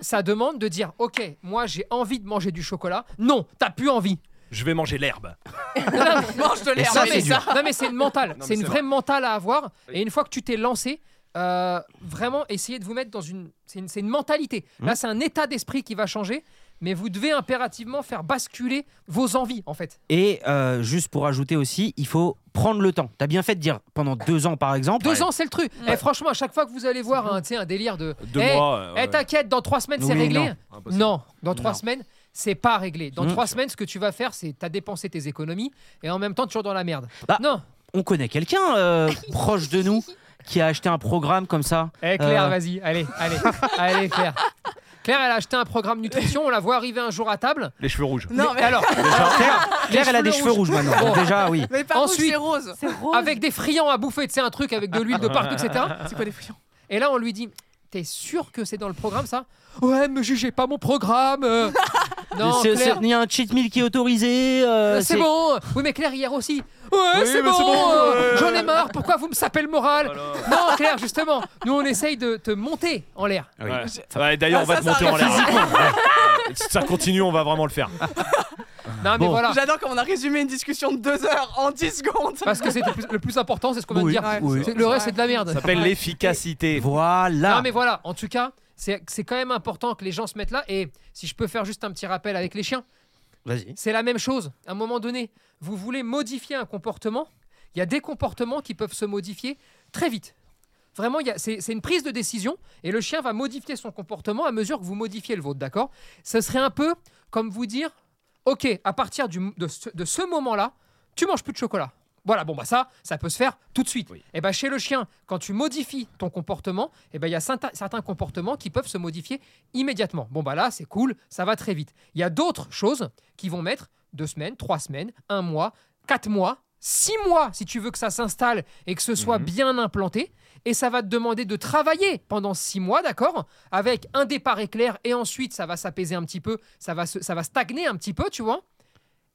[SPEAKER 4] ça demande de dire, ok, moi, j'ai envie de manger du chocolat. Non, t'as plus envie.
[SPEAKER 3] Je vais manger l'herbe.
[SPEAKER 2] Mange de
[SPEAKER 1] Et
[SPEAKER 2] l'air.
[SPEAKER 1] ça,
[SPEAKER 4] non,
[SPEAKER 1] c'est
[SPEAKER 4] mais,
[SPEAKER 1] dur.
[SPEAKER 4] non, mais c'est une mentale.
[SPEAKER 3] mais
[SPEAKER 4] C'est une
[SPEAKER 3] c'est
[SPEAKER 4] vraie mentale à avoir.
[SPEAKER 3] Oui.
[SPEAKER 4] Et une fois que tu t'es lancé, euh, vraiment, essayez de vous mettre dans une. C'est une, c'est une mentalité. Là, c'est un état d'esprit qui va changer. mais vous devez impérativement faire basculer vos envies, en fait.
[SPEAKER 1] Et euh, juste pour ajouter aussi, il faut prendre le temps. T'as bien fait de dire pendant deux ans, par exemple.
[SPEAKER 4] Deux ans, c'est le truc.
[SPEAKER 2] Ouais.
[SPEAKER 4] Et franchement, à chaque fois que vous allez voir un, tu sais, un délire de.
[SPEAKER 3] Deux
[SPEAKER 4] Eh,
[SPEAKER 3] mois. euh,
[SPEAKER 4] Eh,
[SPEAKER 3] ouais.
[SPEAKER 4] t'inquiète, dans trois semaines, c'est
[SPEAKER 1] Oui,
[SPEAKER 4] réglé.
[SPEAKER 1] non.
[SPEAKER 6] Impossible.
[SPEAKER 4] Non, dans trois
[SPEAKER 1] Non.
[SPEAKER 4] semaines, c'est pas réglé. Dans
[SPEAKER 1] Mm.
[SPEAKER 4] trois semaines, ce que tu vas faire, c'est t'as dépensé tes économies et en même temps, toujours dans la merde.
[SPEAKER 1] Bah.
[SPEAKER 4] Non.
[SPEAKER 1] On connaît quelqu'un euh, proche de nous qui a acheté un programme comme ça.
[SPEAKER 4] Eh, Claire,
[SPEAKER 1] Euh.
[SPEAKER 4] vas-y, allez, allez, allez, Claire. Claire, elle a acheté un programme nutrition, on la voit arriver un jour à table.
[SPEAKER 3] Les cheveux rouges.
[SPEAKER 2] Non, mais,
[SPEAKER 4] Alors,
[SPEAKER 1] Claire, Claire, elle a des cheveux rouges maintenant.
[SPEAKER 4] Bon.
[SPEAKER 1] Donc Déjà, oui.
[SPEAKER 2] mais par
[SPEAKER 4] Ensuite-
[SPEAKER 2] contre, c'est rose.
[SPEAKER 9] C'est rose.
[SPEAKER 4] avec des friands à bouffer, tu sais, un truc avec de l'huile de partout, etc.
[SPEAKER 2] C'est quoi des friands
[SPEAKER 4] Et là, on lui dit T'es sûr que c'est dans le programme ça Ouais, mais j'ai- j'ai pas mon programme. euh. non,
[SPEAKER 1] C'est- c'est-
[SPEAKER 4] Claire,
[SPEAKER 1] Il y a un cheat meal qui est autorisé. euh,
[SPEAKER 4] c'est bon. Oui, mais Claire, hier aussi. Ouais, c'est
[SPEAKER 3] mais
[SPEAKER 4] bon.
[SPEAKER 3] c'est bon,
[SPEAKER 4] euh,
[SPEAKER 3] ouais.
[SPEAKER 4] J'en ai marre. Pourquoi vous me sapez le moral Non, Claire, justement, nous, on essaye de te monter en l'air.
[SPEAKER 1] Oui.
[SPEAKER 3] Ouais. Ouais, D'ailleurs,
[SPEAKER 2] Ah,
[SPEAKER 3] on va
[SPEAKER 2] ça,
[SPEAKER 3] te
[SPEAKER 2] ça
[SPEAKER 3] monter en
[SPEAKER 2] arrive.
[SPEAKER 3] l'air. Ouais. Si ça continue, on va vraiment le faire.
[SPEAKER 4] Non, mais
[SPEAKER 1] Bon.
[SPEAKER 4] voilà.
[SPEAKER 2] J'adore quand on a résumé une discussion de deux heures en 10 secondes.
[SPEAKER 1] Bah,
[SPEAKER 4] Parce que c'est le plus, le plus important, c'est ce qu'on vient
[SPEAKER 1] Oui,
[SPEAKER 4] de dire.
[SPEAKER 1] oui.
[SPEAKER 4] C'est- Le reste, c'est de la merde.
[SPEAKER 3] Ça s'appelle l'efficacité.
[SPEAKER 1] Voilà.
[SPEAKER 4] Non, mais voilà, en tout cas, c'est c'est quand même important que les gens se mettent là. Et si je peux faire juste un petit rappel avec les chiens,
[SPEAKER 1] Vas-y.
[SPEAKER 4] c'est la même chose. À un moment donné, vous voulez modifier un comportement, il y a des comportements qui peuvent se modifier très vite. Vraiment, il y a- c'est c'est une prise de décision et le chien va modifier son comportement à mesure que vous modifiez le vôtre, d'accord Ce serait un peu comme vous dire, ok, à partir du- de ce, de ce moment-là, tu manges plus de chocolat. Voilà, bon bah ça, ça peut se faire tout de suite. Et ben chez le chien, quand tu modifies ton comportement, et ben il y a certains certains comportements qui peuvent se modifier immédiatement. Bon bah là, c'est cool, ça va très vite. Il y a d'autres choses qui vont mettre deux semaines, trois semaines, un mois, quatre mois, six mois si tu veux que ça s'installe et que ce soit
[SPEAKER 6] Mhm.
[SPEAKER 4] bien implanté. Et ça va te demander de travailler pendant six mois, d'accord Avec un départ éclair et ensuite ça va s'apaiser un petit peu, ça va, se- ça va stagner un petit peu, tu vois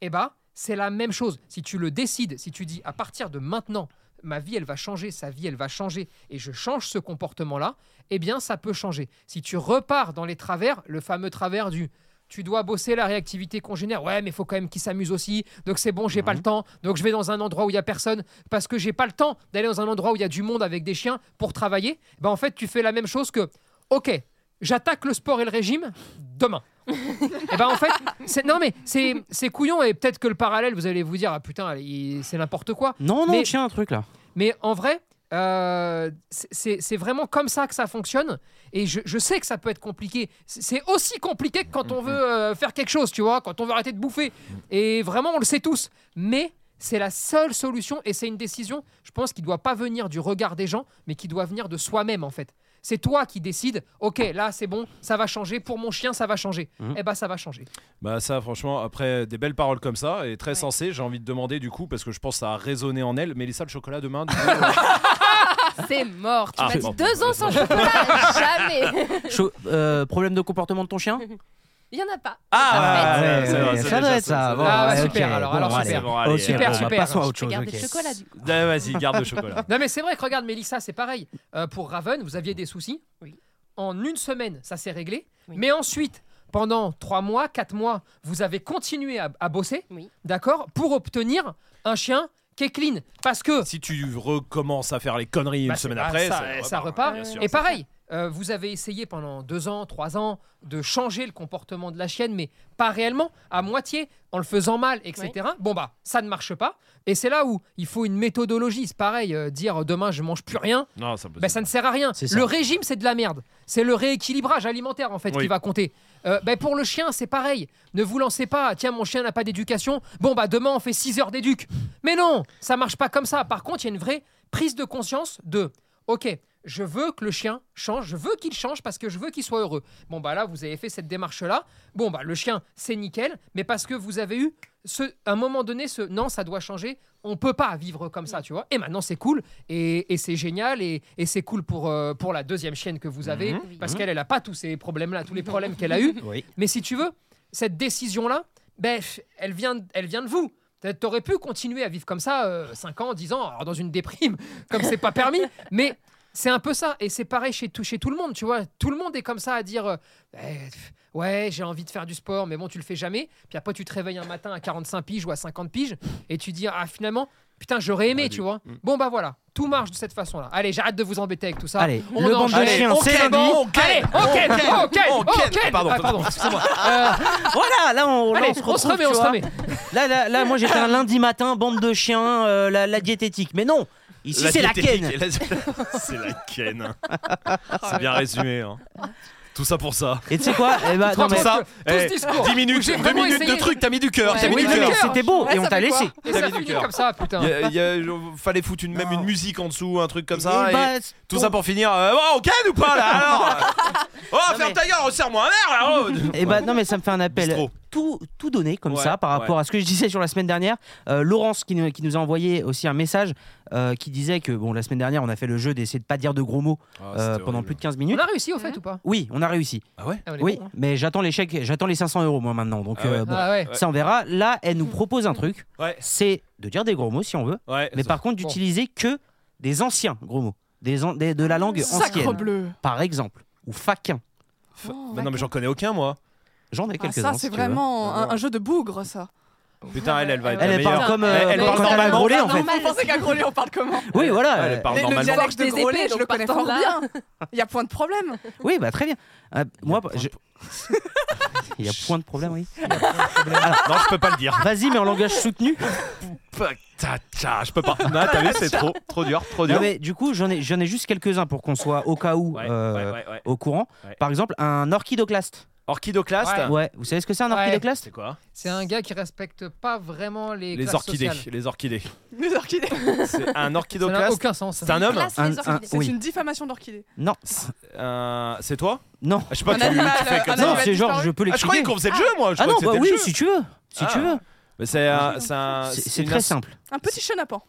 [SPEAKER 4] Eh bah, c'est la même chose. Si tu le décides, si tu dis à partir de maintenant, ma vie elle va changer, sa vie elle va changer et je change ce comportement-là, eh bien ça peut changer. Si tu repars dans les travers, le fameux travers du tu dois bosser la réactivité congénère. Ouais, mais il faut quand même qu'il s'amuse aussi. Donc c'est bon, j'ai pas le temps. Donc je vais dans un endroit où il y a personne parce que j'ai pas le temps d'aller dans un endroit où il y a du monde avec des chiens pour travailler. Ben en fait, tu fais la même chose que OK, j'attaque le sport et le régime demain. et ben en fait, c'est non mais c'est c'est couillon et peut-être que le parallèle vous allez vous dire ah putain, il- c'est n'importe quoi.
[SPEAKER 1] Non, non,
[SPEAKER 4] Mais-
[SPEAKER 1] tiens, un truc là.
[SPEAKER 4] Mais en vrai, euh, c'est- c'est c'est vraiment comme ça que ça fonctionne. Et je, je sais que ça peut être compliqué. C'est- C'est aussi compliqué que quand on veut euh, faire quelque chose, tu vois, quand on veut arrêter de bouffer. Et vraiment, on le sait tous. Mais c'est la seule solution et c'est une décision, je pense, qui doit pas venir du regard des gens, mais qui doit venir de soi-même, en fait. C'est toi qui décides, ok, là c'est bon, ça va changer, pour mon chien ça va changer.
[SPEAKER 1] Mhm.
[SPEAKER 4] Eh ben ça va changer.
[SPEAKER 3] Bah ça franchement après des belles paroles comme ça et très
[SPEAKER 9] Ouais.
[SPEAKER 3] sensées j'ai envie de demander du coup parce que je pense que ça a résonné en elle mais Mélissa le chocolat demain du coup, euh,
[SPEAKER 9] C'est mort. Tu
[SPEAKER 3] Ah,
[SPEAKER 9] m'as
[SPEAKER 3] c'est
[SPEAKER 9] dit
[SPEAKER 3] mort.
[SPEAKER 9] deux ans sans chocolat. Jamais.
[SPEAKER 1] Cho- euh, problème de comportement de ton chien
[SPEAKER 9] Il y en a pas.
[SPEAKER 1] bah,
[SPEAKER 3] Ah,
[SPEAKER 9] Parfait.
[SPEAKER 3] ouais, ouais, ouais,
[SPEAKER 1] ça
[SPEAKER 3] ça
[SPEAKER 1] doit
[SPEAKER 3] déjà,
[SPEAKER 1] être
[SPEAKER 3] ça,
[SPEAKER 1] ça. Ah,
[SPEAKER 3] ça
[SPEAKER 1] Bon,
[SPEAKER 4] doit être
[SPEAKER 1] ouais,
[SPEAKER 4] ça.
[SPEAKER 1] ok,
[SPEAKER 4] Ah, Super, alors,
[SPEAKER 1] bon,
[SPEAKER 4] alors,
[SPEAKER 1] allez.
[SPEAKER 4] super.
[SPEAKER 3] Bon, allez,
[SPEAKER 1] Ok,
[SPEAKER 4] Super,
[SPEAKER 1] bon, bah,
[SPEAKER 4] super.
[SPEAKER 1] passons à autre
[SPEAKER 9] Je peux
[SPEAKER 1] chose.
[SPEAKER 9] garder
[SPEAKER 1] ok.
[SPEAKER 9] le chocolat du coup.
[SPEAKER 3] Ouais, vas-y garde le chocolat
[SPEAKER 4] Non mais c'est vrai que regarde Mélissa, c'est pareil. Euh, pour Raven, vous aviez des soucis.
[SPEAKER 9] Oui.
[SPEAKER 4] En une semaine, ça s'est réglé.
[SPEAKER 9] Oui.
[SPEAKER 4] Mais ensuite, pendant trois mois, quatre mois, vous avez continué à, à bosser,
[SPEAKER 9] Oui.
[SPEAKER 4] d'accord, pour obtenir un chien qui est clean. Parce que
[SPEAKER 3] si tu recommences à faire les conneries
[SPEAKER 4] Bah,
[SPEAKER 3] une
[SPEAKER 4] c'est-
[SPEAKER 3] semaine
[SPEAKER 4] bah,
[SPEAKER 3] après
[SPEAKER 4] ça-
[SPEAKER 3] ouais,
[SPEAKER 4] ça
[SPEAKER 3] bah,
[SPEAKER 4] repart.
[SPEAKER 3] bien sûr.
[SPEAKER 4] et pareil, euh, vous avez essayé pendant deux ans, trois ans de changer le comportement de la chienne, mais pas réellement, à moitié, en le faisant mal, etc. Bon, bah, ça ne marche pas. Et c'est là où il faut une méthodologie. C'est pareil, euh, dire demain je mange plus rien,
[SPEAKER 3] non ça peut
[SPEAKER 4] ben, ça ne sert à rien.
[SPEAKER 1] C'est ça.
[SPEAKER 4] Le régime, c'est de la merde. C'est le rééquilibrage alimentaire, en fait,
[SPEAKER 3] Oui.
[SPEAKER 4] qui va compter. Euh, ben, pour le chien, c'est pareil. Ne vous lancez pas. Tiens, mon chien n'a pas d'éducation. Bon, bah, demain, on fait 6 heures d'éduc. Mais non, ça marche pas comme ça. Par contre, il y a une vraie prise de conscience de OK, je veux que le chien change. Je veux qu'il change parce que je veux qu'il soit heureux. Bon, bah, là, vous avez fait cette démarche-là. Bon, bah, le chien, c'est nickel. Mais parce que vous avez eu. Ce, à un moment donné, ce non, ça doit changer. On peut pas vivre comme ça, tu vois. Et maintenant, c'est cool et, et c'est génial et, et c'est cool pour, euh, pour la deuxième chienne que vous avez
[SPEAKER 3] Mhm.
[SPEAKER 4] parce qu'elle elle a pas tous ces problèmes là tous les problèmes qu'elle a eu
[SPEAKER 1] Oui.
[SPEAKER 4] mais si tu veux cette décision là ben, pff, elle vient elle vient de vous Peut-être T'aurais euh, pu continuer à vivre comme ça 5 ans, 10 ans, alors dans une déprime, comme c'est pas permis, mais C'est un peu ça, et c'est pareil chez tout, chez tout le monde, tu vois. Tout le monde est comme ça à dire euh, Eh, pff, Ouais, j'ai envie de faire du sport, mais bon, tu le fais jamais. Puis après, tu te réveilles un matin à 45 piges ou à 50 piges, et tu dis Ah, finalement, putain, j'aurais aimé, tu vois.
[SPEAKER 1] Mm.
[SPEAKER 4] Bon, bah voilà, tout marche de cette façon-là. Allez, j'arrête de vous embêter avec tout ça.
[SPEAKER 1] Allez,
[SPEAKER 4] On
[SPEAKER 1] le
[SPEAKER 4] enchaîne.
[SPEAKER 1] bande de chiens,
[SPEAKER 3] on
[SPEAKER 1] c'est
[SPEAKER 3] ken,
[SPEAKER 1] lundi.
[SPEAKER 3] on ken,
[SPEAKER 4] Allez,
[SPEAKER 3] on
[SPEAKER 4] ok,
[SPEAKER 3] ken,
[SPEAKER 4] ok,
[SPEAKER 3] on ken.
[SPEAKER 4] ok.
[SPEAKER 3] Pardon,
[SPEAKER 4] Ah, pardon, excusez-moi. Euh,
[SPEAKER 1] Voilà, là on, là,
[SPEAKER 4] allez,
[SPEAKER 1] on se
[SPEAKER 4] on se
[SPEAKER 1] retrouve,
[SPEAKER 4] remet,
[SPEAKER 1] tu
[SPEAKER 4] on se
[SPEAKER 1] vois.
[SPEAKER 4] remet.
[SPEAKER 1] Là, là, là, moi j'étais un lundi matin, bande de chiens, euh, la, la diététique. Mais non, ici c'est la
[SPEAKER 3] diététique
[SPEAKER 1] ken.
[SPEAKER 3] et la- C'est la ken. C'est bien résumé. hein. Tout ça pour ça.
[SPEAKER 1] Et tu sais quoi Eh ben,
[SPEAKER 4] Tu te
[SPEAKER 1] non,
[SPEAKER 4] rends
[SPEAKER 1] mais-
[SPEAKER 4] compte
[SPEAKER 3] ça,
[SPEAKER 4] que tout
[SPEAKER 3] eh,
[SPEAKER 4] ce discours.
[SPEAKER 3] 10 minutes,
[SPEAKER 4] j'ai
[SPEAKER 3] 2
[SPEAKER 4] vraiment
[SPEAKER 3] minutes
[SPEAKER 4] essayé.
[SPEAKER 3] de trucs, t'as mis du
[SPEAKER 2] Bah
[SPEAKER 3] cœur,
[SPEAKER 9] Ouais.
[SPEAKER 3] t'as
[SPEAKER 1] Mais
[SPEAKER 3] mis
[SPEAKER 1] oui,
[SPEAKER 3] du
[SPEAKER 4] le
[SPEAKER 1] mais
[SPEAKER 3] cœur.
[SPEAKER 4] cœur.
[SPEAKER 1] C'était beau
[SPEAKER 9] Ouais,
[SPEAKER 1] et on
[SPEAKER 9] ça
[SPEAKER 1] t'a
[SPEAKER 9] fait quoi
[SPEAKER 1] laissé.
[SPEAKER 4] Et
[SPEAKER 3] T'as
[SPEAKER 4] ça
[SPEAKER 3] mis du
[SPEAKER 4] finit
[SPEAKER 3] cœur.
[SPEAKER 4] comme ça, putain.
[SPEAKER 3] Il y a- il y a- fallait foutre une, même une musique en dessous, un truc comme ça.
[SPEAKER 1] Et
[SPEAKER 3] et-
[SPEAKER 1] bah,
[SPEAKER 3] Tout
[SPEAKER 1] ton-
[SPEAKER 3] ça pour finir, euh, oh, on ken ou pas là alors Oh,
[SPEAKER 1] Non,
[SPEAKER 3] ferme
[SPEAKER 1] mais-
[SPEAKER 3] ta gueule, resserre-moi un verre là oh.
[SPEAKER 1] Eh ben, non, mais ça me fait un appel.
[SPEAKER 3] Bistrot.
[SPEAKER 1] Tout, tout donné comme
[SPEAKER 3] Ouais,
[SPEAKER 1] ça par rapport à ce que je disais sur la semaine dernière. Euh, Laurence qui nous, qui nous a envoyé aussi un message euh, qui disait que bon la semaine dernière on a fait le jeu d'essayer de pas dire de gros mots
[SPEAKER 6] Ah,
[SPEAKER 1] euh,
[SPEAKER 6] c'était
[SPEAKER 1] pendant
[SPEAKER 6] horrible.
[SPEAKER 1] plus de 15
[SPEAKER 4] On
[SPEAKER 1] minutes.
[SPEAKER 4] a réussi au fait ou pas
[SPEAKER 1] Oui, on a réussi.
[SPEAKER 3] Oh, Ah ouais
[SPEAKER 4] Ah, on est
[SPEAKER 1] Oui,
[SPEAKER 4] bon, hein.
[SPEAKER 1] mais j'attends les chèques, j'attends les 500 euros moi maintenant. Donc
[SPEAKER 3] Ah ouais.
[SPEAKER 1] euh, bon,
[SPEAKER 4] Ah ouais.
[SPEAKER 1] ça on verra. Là, elle nous propose un truc,
[SPEAKER 3] Ouais,
[SPEAKER 1] c'est de dire des gros mots si on veut,
[SPEAKER 3] ouais.
[SPEAKER 1] mais par contre
[SPEAKER 4] bon.
[SPEAKER 1] d'utiliser que des anciens gros mots, des, an- des- de la langue
[SPEAKER 2] Sacre
[SPEAKER 1] ancienne, bah,
[SPEAKER 2] bleu. Oh,
[SPEAKER 1] par exemple, ou faquin.
[SPEAKER 3] Mais Bah non, mais j'en connais aucun moi.
[SPEAKER 1] J'en ai
[SPEAKER 2] Ah,
[SPEAKER 1] quelques-uns.
[SPEAKER 2] ça,
[SPEAKER 1] si
[SPEAKER 2] c'est
[SPEAKER 1] tu veux. hein.
[SPEAKER 2] vraiment un, un jeu de bougre, ça.
[SPEAKER 3] Putain, elle, elle va être
[SPEAKER 1] Elle,
[SPEAKER 3] la
[SPEAKER 1] elle parle
[SPEAKER 3] meilleure.
[SPEAKER 1] comme euh,
[SPEAKER 3] Elle- elle
[SPEAKER 1] quand
[SPEAKER 3] parle
[SPEAKER 1] elle a
[SPEAKER 3] normalement.
[SPEAKER 1] brûlé, en fait.
[SPEAKER 9] Normal.
[SPEAKER 2] Vous pensez qu'à Grolet, on parle comment
[SPEAKER 1] Oui, voilà.
[SPEAKER 3] Elle
[SPEAKER 1] euh,
[SPEAKER 3] parle
[SPEAKER 2] Mais Le
[SPEAKER 3] normalement.
[SPEAKER 2] dialecte de
[SPEAKER 9] Des
[SPEAKER 2] Grolet,
[SPEAKER 9] épées,
[SPEAKER 2] je le
[SPEAKER 9] donc
[SPEAKER 2] connais fort
[SPEAKER 9] partons de là.
[SPEAKER 2] bien. Il y a point de problème.
[SPEAKER 1] Oui, bah très bien. Euh, moi, je- il y a point de problème, oui. Alors,
[SPEAKER 3] Non, je peux pas le dire.
[SPEAKER 1] Vas-y, mais en langage soutenu.
[SPEAKER 3] Fuck, ta, ta, je peux pas. Non, t'as vu, c'est trop, trop dur, trop dur.
[SPEAKER 1] Non, mais du coup, j'en ai, j'en ai juste quelques-uns pour qu'on soit au cas où
[SPEAKER 3] Ouais,
[SPEAKER 1] euh,
[SPEAKER 3] ouais, ouais, ouais.
[SPEAKER 1] au courant.
[SPEAKER 3] Ouais. Ah.
[SPEAKER 1] Par exemple, un orchidoclaste.
[SPEAKER 3] Orchidoclaste
[SPEAKER 4] Ouais.
[SPEAKER 1] Ouais, vous savez ce que c'est un
[SPEAKER 4] Ouais.
[SPEAKER 1] orchidoclaste
[SPEAKER 3] C'est quoi
[SPEAKER 4] C'est un gars qui respecte pas vraiment les,
[SPEAKER 3] Les
[SPEAKER 4] classes
[SPEAKER 3] orchidées.
[SPEAKER 4] sociales.
[SPEAKER 3] Les orchidées.
[SPEAKER 2] Les orchidées.
[SPEAKER 3] C'est un
[SPEAKER 4] Ça n'a
[SPEAKER 3] orchidoclaste.
[SPEAKER 4] aucun sens.
[SPEAKER 3] C'est un homme
[SPEAKER 9] Classe, les
[SPEAKER 1] Un-
[SPEAKER 9] orchidées.
[SPEAKER 2] C'est
[SPEAKER 1] Oui.
[SPEAKER 2] une diffamation d'orchidées.
[SPEAKER 1] Non,
[SPEAKER 3] Euh, C'est toi
[SPEAKER 1] non.
[SPEAKER 3] Je sais pas,
[SPEAKER 2] Un
[SPEAKER 3] tu, tu
[SPEAKER 2] animal,
[SPEAKER 3] fais comme
[SPEAKER 2] un
[SPEAKER 1] Non,
[SPEAKER 3] ça.
[SPEAKER 2] animal.
[SPEAKER 1] c'est genre,
[SPEAKER 2] disparu.
[SPEAKER 1] je peux
[SPEAKER 3] Ah, je croyais
[SPEAKER 1] l'expliquer.
[SPEAKER 3] qu'on faisait le jeu, moi. Je
[SPEAKER 1] Ah
[SPEAKER 3] croyais
[SPEAKER 1] non,
[SPEAKER 3] que
[SPEAKER 1] bah
[SPEAKER 3] c'était
[SPEAKER 1] oui,
[SPEAKER 3] le jeu.
[SPEAKER 1] si tu veux. Si
[SPEAKER 3] Ah.
[SPEAKER 1] tu veux.
[SPEAKER 3] Mais c'est un- c'est un-
[SPEAKER 1] C'est-
[SPEAKER 3] c'est
[SPEAKER 1] C'est
[SPEAKER 3] une
[SPEAKER 1] très
[SPEAKER 3] asso-
[SPEAKER 1] simple.
[SPEAKER 2] Un petit chenapan.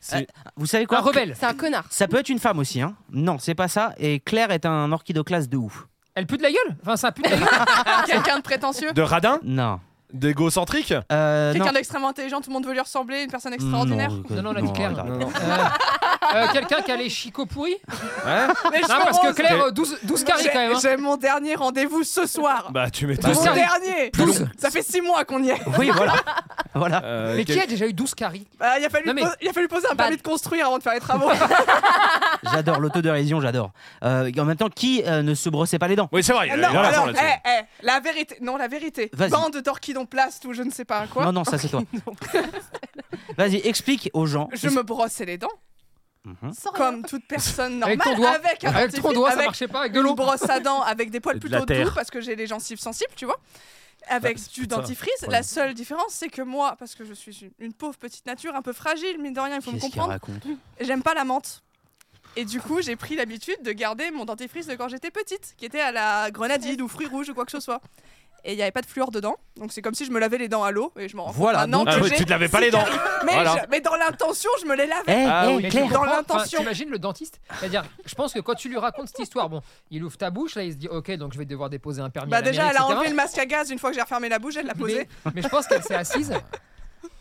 [SPEAKER 3] c'est-
[SPEAKER 1] Vous savez
[SPEAKER 4] Un
[SPEAKER 1] quoi
[SPEAKER 4] rebelle.
[SPEAKER 9] C'est un connard.
[SPEAKER 1] Ça peut être une femme aussi, hein. Non, c'est pas ça. Et Claire est un orchidoclaste de ouf.
[SPEAKER 4] Elle pue de la gueule Enfin, ça pue de la gueule.
[SPEAKER 1] Ah,
[SPEAKER 2] Quelqu'un de prétentieux.
[SPEAKER 3] De radin
[SPEAKER 1] Non.
[SPEAKER 3] D'égocentrique
[SPEAKER 1] Euh, non.
[SPEAKER 2] Quelqu'un d'extrêmement intelligent, tout le monde veut lui ressembler, une personne extraordinaire.
[SPEAKER 1] Non,
[SPEAKER 4] Non, non, on a dit Claire.
[SPEAKER 1] regarde.
[SPEAKER 3] Non, non.
[SPEAKER 4] Euh, euh, Quelqu'un qui a les chicots
[SPEAKER 3] Ouais
[SPEAKER 4] pourris
[SPEAKER 2] Les
[SPEAKER 4] Non,
[SPEAKER 2] cheveux
[SPEAKER 4] parce que
[SPEAKER 2] roses.
[SPEAKER 4] Claire, euh, 12, 12 carrés
[SPEAKER 2] J'ai-
[SPEAKER 4] quand même. hein.
[SPEAKER 2] J'ai mon dernier rendez-vous ce soir.
[SPEAKER 3] Bah, tu
[SPEAKER 4] Bah,
[SPEAKER 3] m'étonnes. Bah,
[SPEAKER 2] mon
[SPEAKER 4] c'est-
[SPEAKER 2] dernier.
[SPEAKER 4] Plus long.
[SPEAKER 2] Ça fait six mois qu'on y est.
[SPEAKER 1] Oui, voilà. voilà.
[SPEAKER 3] Euh,
[SPEAKER 4] Mais
[SPEAKER 3] quel-
[SPEAKER 4] qui a déjà eu 12 caries
[SPEAKER 2] Bah, il, a fallu
[SPEAKER 4] Non, mais-
[SPEAKER 2] poser, il a fallu poser un
[SPEAKER 9] Bah-
[SPEAKER 2] permis de construire avant de faire les travaux.
[SPEAKER 1] J'adore l'autodérision, j'adore. Euh, en même temps, qui euh, ne se brossait pas les dents
[SPEAKER 3] Oui, c'est vrai, il y
[SPEAKER 2] non,
[SPEAKER 3] a- il y a raison
[SPEAKER 2] alors,
[SPEAKER 3] là-dessus. Ah,
[SPEAKER 2] eh, eh, la vérité. Non, la vérité.
[SPEAKER 1] Vas-y.
[SPEAKER 2] Bande d'orchidonplastes ou je ne sais pas quoi. euh,
[SPEAKER 1] Non, non, ça c'est toi. Vas-y, explique aux gens.
[SPEAKER 2] Je me brossais les dents,
[SPEAKER 1] Mhm.
[SPEAKER 9] Sans rien.
[SPEAKER 2] comme toute personne
[SPEAKER 4] Avec
[SPEAKER 2] normale,
[SPEAKER 4] ton doigt.
[SPEAKER 2] avec un
[SPEAKER 4] Avec
[SPEAKER 2] petit
[SPEAKER 4] ton
[SPEAKER 2] fil,
[SPEAKER 4] doigt, ça
[SPEAKER 2] avec
[SPEAKER 4] marchait pas. Avec de l'eau.
[SPEAKER 2] une brosse à dents, avec des poils
[SPEAKER 3] Et de
[SPEAKER 2] plutôt
[SPEAKER 3] la terre.
[SPEAKER 2] doux parce que j'ai les gencives sensibles, tu vois. Avec
[SPEAKER 3] Bah, c'est
[SPEAKER 2] du
[SPEAKER 3] pour ça,
[SPEAKER 2] dentifrice.
[SPEAKER 3] problème.
[SPEAKER 2] La seule différence, c'est que moi, parce que je suis une, une pauvre petite nature, un peu fragile, mine de rien, il faut me
[SPEAKER 1] Qu'est-ce qu'il
[SPEAKER 2] comprendre,
[SPEAKER 1] raconte
[SPEAKER 2] j'aime pas la menthe. Et du coup, j'ai pris l'habitude de garder mon dentifrice de quand j'étais petite, qui était à la grenadine ou fruits rouges ou quoi que ce soit. Et il n'y avait pas de fluor dedans, donc c'est comme si je me lavais les dents à l'eau. Et je m'en rends compte
[SPEAKER 1] Voilà,
[SPEAKER 2] maintenant
[SPEAKER 1] donc-
[SPEAKER 2] que
[SPEAKER 3] Ah oui,
[SPEAKER 2] j'ai-
[SPEAKER 3] tu te lavais pas les dents.
[SPEAKER 2] Mais,
[SPEAKER 3] Voilà.
[SPEAKER 2] je- mais dans l'intention, je me les lave.
[SPEAKER 1] Eh,
[SPEAKER 3] Ah
[SPEAKER 1] eh,
[SPEAKER 4] Ah Mais tu
[SPEAKER 1] Claire.
[SPEAKER 4] comprends
[SPEAKER 2] Dans l'intention.
[SPEAKER 4] Enfin, T'imagines le dentiste C'est-à-dire, je pense que quand tu lui racontes cette histoire, bon, il ouvre ta bouche, là, il se dit, ok, donc je vais devoir déposer un permis. à
[SPEAKER 2] Bah
[SPEAKER 4] la
[SPEAKER 2] déjà, elle
[SPEAKER 4] mairie,
[SPEAKER 2] a
[SPEAKER 4] Eh, etc..
[SPEAKER 2] enlevé le masque à gaz une fois que j'ai refermé la bouche, elle l'a posé.
[SPEAKER 4] Mais, mais je pense qu'elle s'est assise.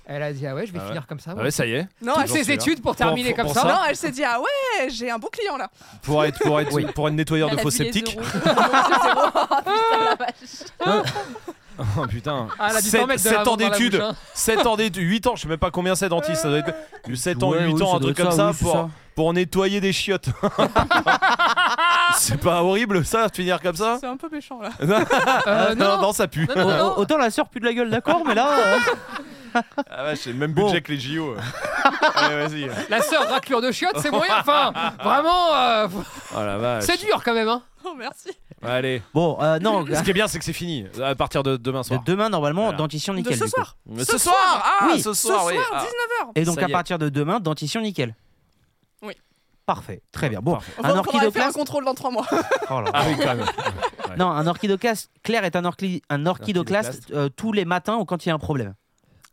[SPEAKER 4] Elle a dit, ah ouais, je vais
[SPEAKER 3] Ah ouais.
[SPEAKER 4] finir comme ça.
[SPEAKER 3] Ah
[SPEAKER 4] moi.
[SPEAKER 3] ouais, ça y est.
[SPEAKER 2] Non,
[SPEAKER 4] Toutes
[SPEAKER 2] elle,
[SPEAKER 3] Toujours
[SPEAKER 4] ses
[SPEAKER 3] celui-là.
[SPEAKER 4] études pour terminer
[SPEAKER 3] pour-
[SPEAKER 4] comme
[SPEAKER 3] pour
[SPEAKER 4] ça.
[SPEAKER 2] non, elle s'est dit ah ouais, j'ai un bon client là.
[SPEAKER 3] Pour être, pour être, pour être nettoyeur
[SPEAKER 9] Elle
[SPEAKER 3] de
[SPEAKER 9] a
[SPEAKER 3] faux
[SPEAKER 9] vu les
[SPEAKER 3] sceptiques.
[SPEAKER 9] euros. Putain, la vache.
[SPEAKER 3] Oh putain.
[SPEAKER 4] Ah, elle a dû t'en mettre de
[SPEAKER 3] 7
[SPEAKER 4] l'avant
[SPEAKER 3] ans
[SPEAKER 4] dans la
[SPEAKER 3] d'études.
[SPEAKER 4] bouche, hein.
[SPEAKER 3] 7 ans d'études. 8 ans, je sais même pas combien c'est dentiste. Ça doit être 7 ans,
[SPEAKER 1] Ouais,
[SPEAKER 3] 8
[SPEAKER 1] oui,
[SPEAKER 3] ans,
[SPEAKER 1] ça
[SPEAKER 3] un
[SPEAKER 1] doit
[SPEAKER 3] truc
[SPEAKER 1] être
[SPEAKER 3] comme
[SPEAKER 1] ça,
[SPEAKER 3] ça,
[SPEAKER 1] oui, c'est
[SPEAKER 3] pour,
[SPEAKER 1] ça.
[SPEAKER 3] pour nettoyer des chiottes. c'est pas horrible ça, de finir comme ça
[SPEAKER 2] C'est un peu méchant là.
[SPEAKER 4] Euh, non,
[SPEAKER 3] non, ça pue.
[SPEAKER 4] non,
[SPEAKER 1] Au-
[SPEAKER 4] non,
[SPEAKER 2] Oh,
[SPEAKER 4] non.
[SPEAKER 1] au- Autant la sœur pue de la gueule, d'accord, mais là. euh,
[SPEAKER 3] Ah ouais, c'est le même
[SPEAKER 1] Bon.
[SPEAKER 3] budget que les JO. Allez, vas-y.
[SPEAKER 4] La sœur raclure de chiottes, c'est moyen. Enfin, vraiment, euh,
[SPEAKER 3] Oh la vache.
[SPEAKER 4] c'est dur quand même. Hein.
[SPEAKER 2] Oh merci.
[SPEAKER 3] Allez.
[SPEAKER 1] Bon, euh, non.
[SPEAKER 3] Ce qui est bien, c'est que c'est fini à partir de demain
[SPEAKER 1] de
[SPEAKER 3] soir.
[SPEAKER 1] demain, normalement,
[SPEAKER 3] Voilà.
[SPEAKER 1] dentition nickel.
[SPEAKER 2] de ce
[SPEAKER 1] du coup.
[SPEAKER 2] soir.
[SPEAKER 3] Mais
[SPEAKER 2] Ce
[SPEAKER 3] ce soir,
[SPEAKER 2] soir.
[SPEAKER 3] Ah,
[SPEAKER 1] Oui.
[SPEAKER 3] ce
[SPEAKER 2] Ce
[SPEAKER 3] soir,
[SPEAKER 2] soir,
[SPEAKER 3] oui. Ah.
[SPEAKER 2] 19h.
[SPEAKER 1] Et donc,
[SPEAKER 3] Ça
[SPEAKER 1] à
[SPEAKER 3] y est.
[SPEAKER 1] partir de demain, dentition nickel.
[SPEAKER 2] Oui.
[SPEAKER 1] Parfait, très bien. Bon,
[SPEAKER 2] Enfin,
[SPEAKER 1] un
[SPEAKER 2] on pourra faire un
[SPEAKER 1] orchidoclaste.
[SPEAKER 2] contrôle dans 3 mois.
[SPEAKER 1] Oh là là.
[SPEAKER 3] Ah oui, quand même. Ouais.
[SPEAKER 1] Non, un orchidoclaste. Claire est un, orchli- un orchidoclaste euh, tous les matins ou quand il y a un problème.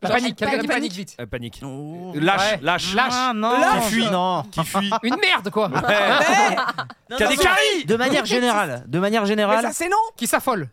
[SPEAKER 4] La
[SPEAKER 9] Genre,
[SPEAKER 4] panique,
[SPEAKER 9] elle
[SPEAKER 4] quelqu'un qui
[SPEAKER 9] panique.
[SPEAKER 4] panique vite.
[SPEAKER 3] Euh, panique.
[SPEAKER 2] Oh.
[SPEAKER 1] Ouais.
[SPEAKER 3] Lâche,
[SPEAKER 4] Ouais.
[SPEAKER 3] lâche,
[SPEAKER 1] Ah, non,
[SPEAKER 3] Lâche. Qui fuit.
[SPEAKER 1] non.
[SPEAKER 3] qui fuit.
[SPEAKER 4] Une merde
[SPEAKER 2] Eh,
[SPEAKER 4] quoi,
[SPEAKER 1] Non,
[SPEAKER 3] Qui a
[SPEAKER 1] non,
[SPEAKER 3] des
[SPEAKER 1] non.
[SPEAKER 3] caries
[SPEAKER 1] De manière générale, de manière
[SPEAKER 2] Mais
[SPEAKER 1] générale,
[SPEAKER 2] ça
[SPEAKER 1] ça...
[SPEAKER 2] c'est non.
[SPEAKER 4] qui s'affole,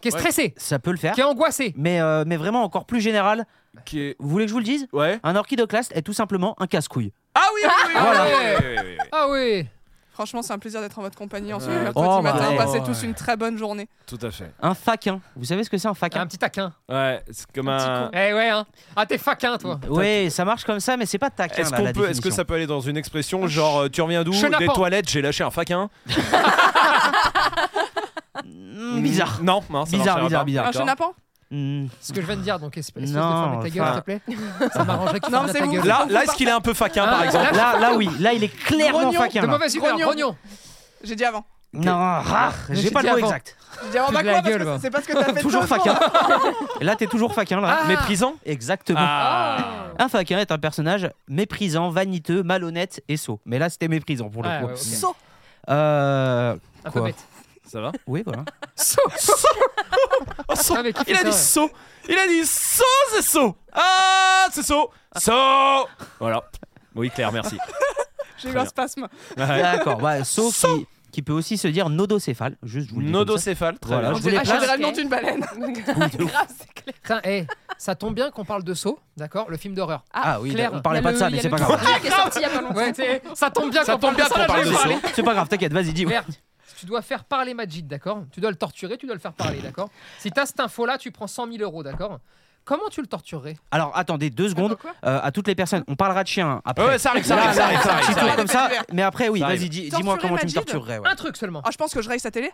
[SPEAKER 4] qui est stressée,
[SPEAKER 1] peut le faire.
[SPEAKER 4] qui est angoissée.
[SPEAKER 1] Mais, euh, mais vraiment encore plus général,
[SPEAKER 3] Qui est-
[SPEAKER 1] vous voulez que je vous le dise
[SPEAKER 3] Ouais.
[SPEAKER 1] Un orchidoclaste est tout simplement un casse-couille.
[SPEAKER 2] Ah oui. oui, oui, oui.
[SPEAKER 4] Ah
[SPEAKER 1] Voilà.
[SPEAKER 4] ouais.
[SPEAKER 3] Ouais, ouais, ouais, ouais.
[SPEAKER 4] Ah ouais.
[SPEAKER 2] Franchement, c'est un plaisir d'être en votre compagnie en ce
[SPEAKER 3] Ouais.
[SPEAKER 2] mercredi
[SPEAKER 1] Oh, bah
[SPEAKER 2] matin.
[SPEAKER 1] ouais.
[SPEAKER 2] Passez
[SPEAKER 6] Oh,
[SPEAKER 2] tous
[SPEAKER 6] ouais.
[SPEAKER 2] une très bonne journée.
[SPEAKER 6] Tout à fait.
[SPEAKER 1] Un faquin. Vous savez ce que c'est un faquin
[SPEAKER 4] Un petit taquin.
[SPEAKER 6] Ouais, c'est comme
[SPEAKER 2] Un petit
[SPEAKER 6] un.
[SPEAKER 4] Eh ouais, hein. Ah, t'es faquin, toi.
[SPEAKER 1] Oui, ça marche comme ça, mais c'est pas taquin.
[SPEAKER 3] Est-ce
[SPEAKER 1] là,
[SPEAKER 3] qu'on
[SPEAKER 1] la
[SPEAKER 3] peut- est-ce que
[SPEAKER 1] définition.
[SPEAKER 3] ça peut aller dans une expression genre euh, tu reviens d'où Des
[SPEAKER 4] Chenapan.
[SPEAKER 3] toilettes, j'ai lâché un faquin.
[SPEAKER 1] Mm, Bizarre.
[SPEAKER 3] Non, non, ça
[SPEAKER 1] Bizarre,
[SPEAKER 3] marchera
[SPEAKER 1] bizarre,
[SPEAKER 3] pas.
[SPEAKER 1] bizarre.
[SPEAKER 2] Un chenapan
[SPEAKER 1] Mm.
[SPEAKER 4] Ce que je viens de dire, donc esp- espèce de
[SPEAKER 1] Non,
[SPEAKER 4] ferme ta gueule, s'il
[SPEAKER 1] enfin-
[SPEAKER 4] te plaît. Ça m'arrangerait que tu
[SPEAKER 2] Non,
[SPEAKER 4] fermes
[SPEAKER 2] c'est
[SPEAKER 4] ta
[SPEAKER 2] vous.
[SPEAKER 4] gueule.
[SPEAKER 3] Là, là est-ce qu'il est un peu faquin par
[SPEAKER 4] Ah,
[SPEAKER 3] exemple
[SPEAKER 4] là,
[SPEAKER 1] Là, là, oui, là, il est clairement
[SPEAKER 2] Grognon,
[SPEAKER 1] faquin.
[SPEAKER 4] de
[SPEAKER 1] là.
[SPEAKER 4] mauvaise humeur,
[SPEAKER 2] Grognon.
[SPEAKER 4] grognon.
[SPEAKER 2] J'ai dit avant.
[SPEAKER 1] Non, rare,
[SPEAKER 4] Mais
[SPEAKER 1] j'ai
[SPEAKER 4] j'ai
[SPEAKER 1] pas le
[SPEAKER 4] dit
[SPEAKER 1] mot
[SPEAKER 4] avant.
[SPEAKER 1] exact.
[SPEAKER 2] J'ai dit avant
[SPEAKER 4] Fous de
[SPEAKER 2] bah
[SPEAKER 4] la
[SPEAKER 2] quoi Parce
[SPEAKER 4] gueule, va.
[SPEAKER 2] que c'est pas ce que t'as fait.
[SPEAKER 1] Toujours
[SPEAKER 2] deux jours.
[SPEAKER 1] faquin. Et là, t'es toujours faquin, là.
[SPEAKER 4] Ah.
[SPEAKER 3] Méprisant
[SPEAKER 1] Exactement.
[SPEAKER 3] Ah.
[SPEAKER 1] Un faquin est un personnage méprisant, vaniteux, malhonnête et sot. Mais là, c'était méprisant pour le
[SPEAKER 4] Ouais,
[SPEAKER 1] coup.
[SPEAKER 4] ouais, ok.
[SPEAKER 2] Saut.
[SPEAKER 1] Euh,
[SPEAKER 4] Un peu
[SPEAKER 1] Quoi
[SPEAKER 4] bête.
[SPEAKER 3] Ça va
[SPEAKER 1] oui, voilà.
[SPEAKER 3] Oh, saut.
[SPEAKER 4] Ah, mais qui
[SPEAKER 3] Il
[SPEAKER 4] fait
[SPEAKER 3] a dit
[SPEAKER 4] ça,
[SPEAKER 3] saut Il a dit saut, c'est saut Ah, c'est saut Saut Voilà. Oui, Claire, merci.
[SPEAKER 2] J'ai eu
[SPEAKER 3] Très
[SPEAKER 2] un
[SPEAKER 3] bien.
[SPEAKER 2] spasme.
[SPEAKER 3] Ouais.
[SPEAKER 1] D'accord. Bah, sot qui, qui peut aussi se dire nodocéphale. Juste, je vous le dis comme ça.
[SPEAKER 3] Nodocéphale, très
[SPEAKER 1] Voilà,
[SPEAKER 3] bien.
[SPEAKER 2] On
[SPEAKER 1] je vous
[SPEAKER 2] dirait
[SPEAKER 1] les place.
[SPEAKER 4] Ah,
[SPEAKER 2] généralement d'une baleine.
[SPEAKER 4] Putain, eh, ça tombe bien qu'on parle de Saw, d'accord Le film d'horreur.
[SPEAKER 1] Ah oui,
[SPEAKER 4] Claire,
[SPEAKER 1] on parlait
[SPEAKER 4] il y a
[SPEAKER 1] pas de
[SPEAKER 4] le-
[SPEAKER 1] ça,
[SPEAKER 4] il y
[SPEAKER 1] mais
[SPEAKER 4] a
[SPEAKER 1] c'est
[SPEAKER 4] le
[SPEAKER 1] pas
[SPEAKER 4] truc.
[SPEAKER 1] grave.
[SPEAKER 9] Ah, qui est sorti il y a pas longtemps.
[SPEAKER 4] Ouais, t'sais, ça tombe bien
[SPEAKER 3] Ça
[SPEAKER 4] qu'on
[SPEAKER 3] tombe
[SPEAKER 4] parle de
[SPEAKER 3] bien
[SPEAKER 4] ça,
[SPEAKER 3] qu'on
[SPEAKER 4] là,
[SPEAKER 3] parle
[SPEAKER 4] je
[SPEAKER 3] de
[SPEAKER 4] vais parler.
[SPEAKER 3] saut.
[SPEAKER 1] C'est pas grave, t'inquiète, vas-y, dis.
[SPEAKER 4] Claire, tu dois faire parler Majid, d'accord Tu dois le torturer, tu dois le faire parler, d'accord Si t'as cette info-là, tu prends 100 000 euros, d'accord Comment tu le torturerais
[SPEAKER 1] Alors, attendez deux secondes. Euh, à toutes les personnes, on parlera de chien après.
[SPEAKER 3] Ouais, ça arrive, ça arrive, ça arrive, ça
[SPEAKER 1] Petit
[SPEAKER 3] arrive. ça
[SPEAKER 1] tour
[SPEAKER 3] arrive.
[SPEAKER 1] comme ça, mais après, oui,
[SPEAKER 3] Ça arrive.
[SPEAKER 1] vas-y, dis-
[SPEAKER 2] Torturer
[SPEAKER 1] dis-moi comment tu me
[SPEAKER 2] Majid
[SPEAKER 1] torturerais. ouais.
[SPEAKER 4] Un truc seulement.
[SPEAKER 2] Ah, je pense que je raye sa télé.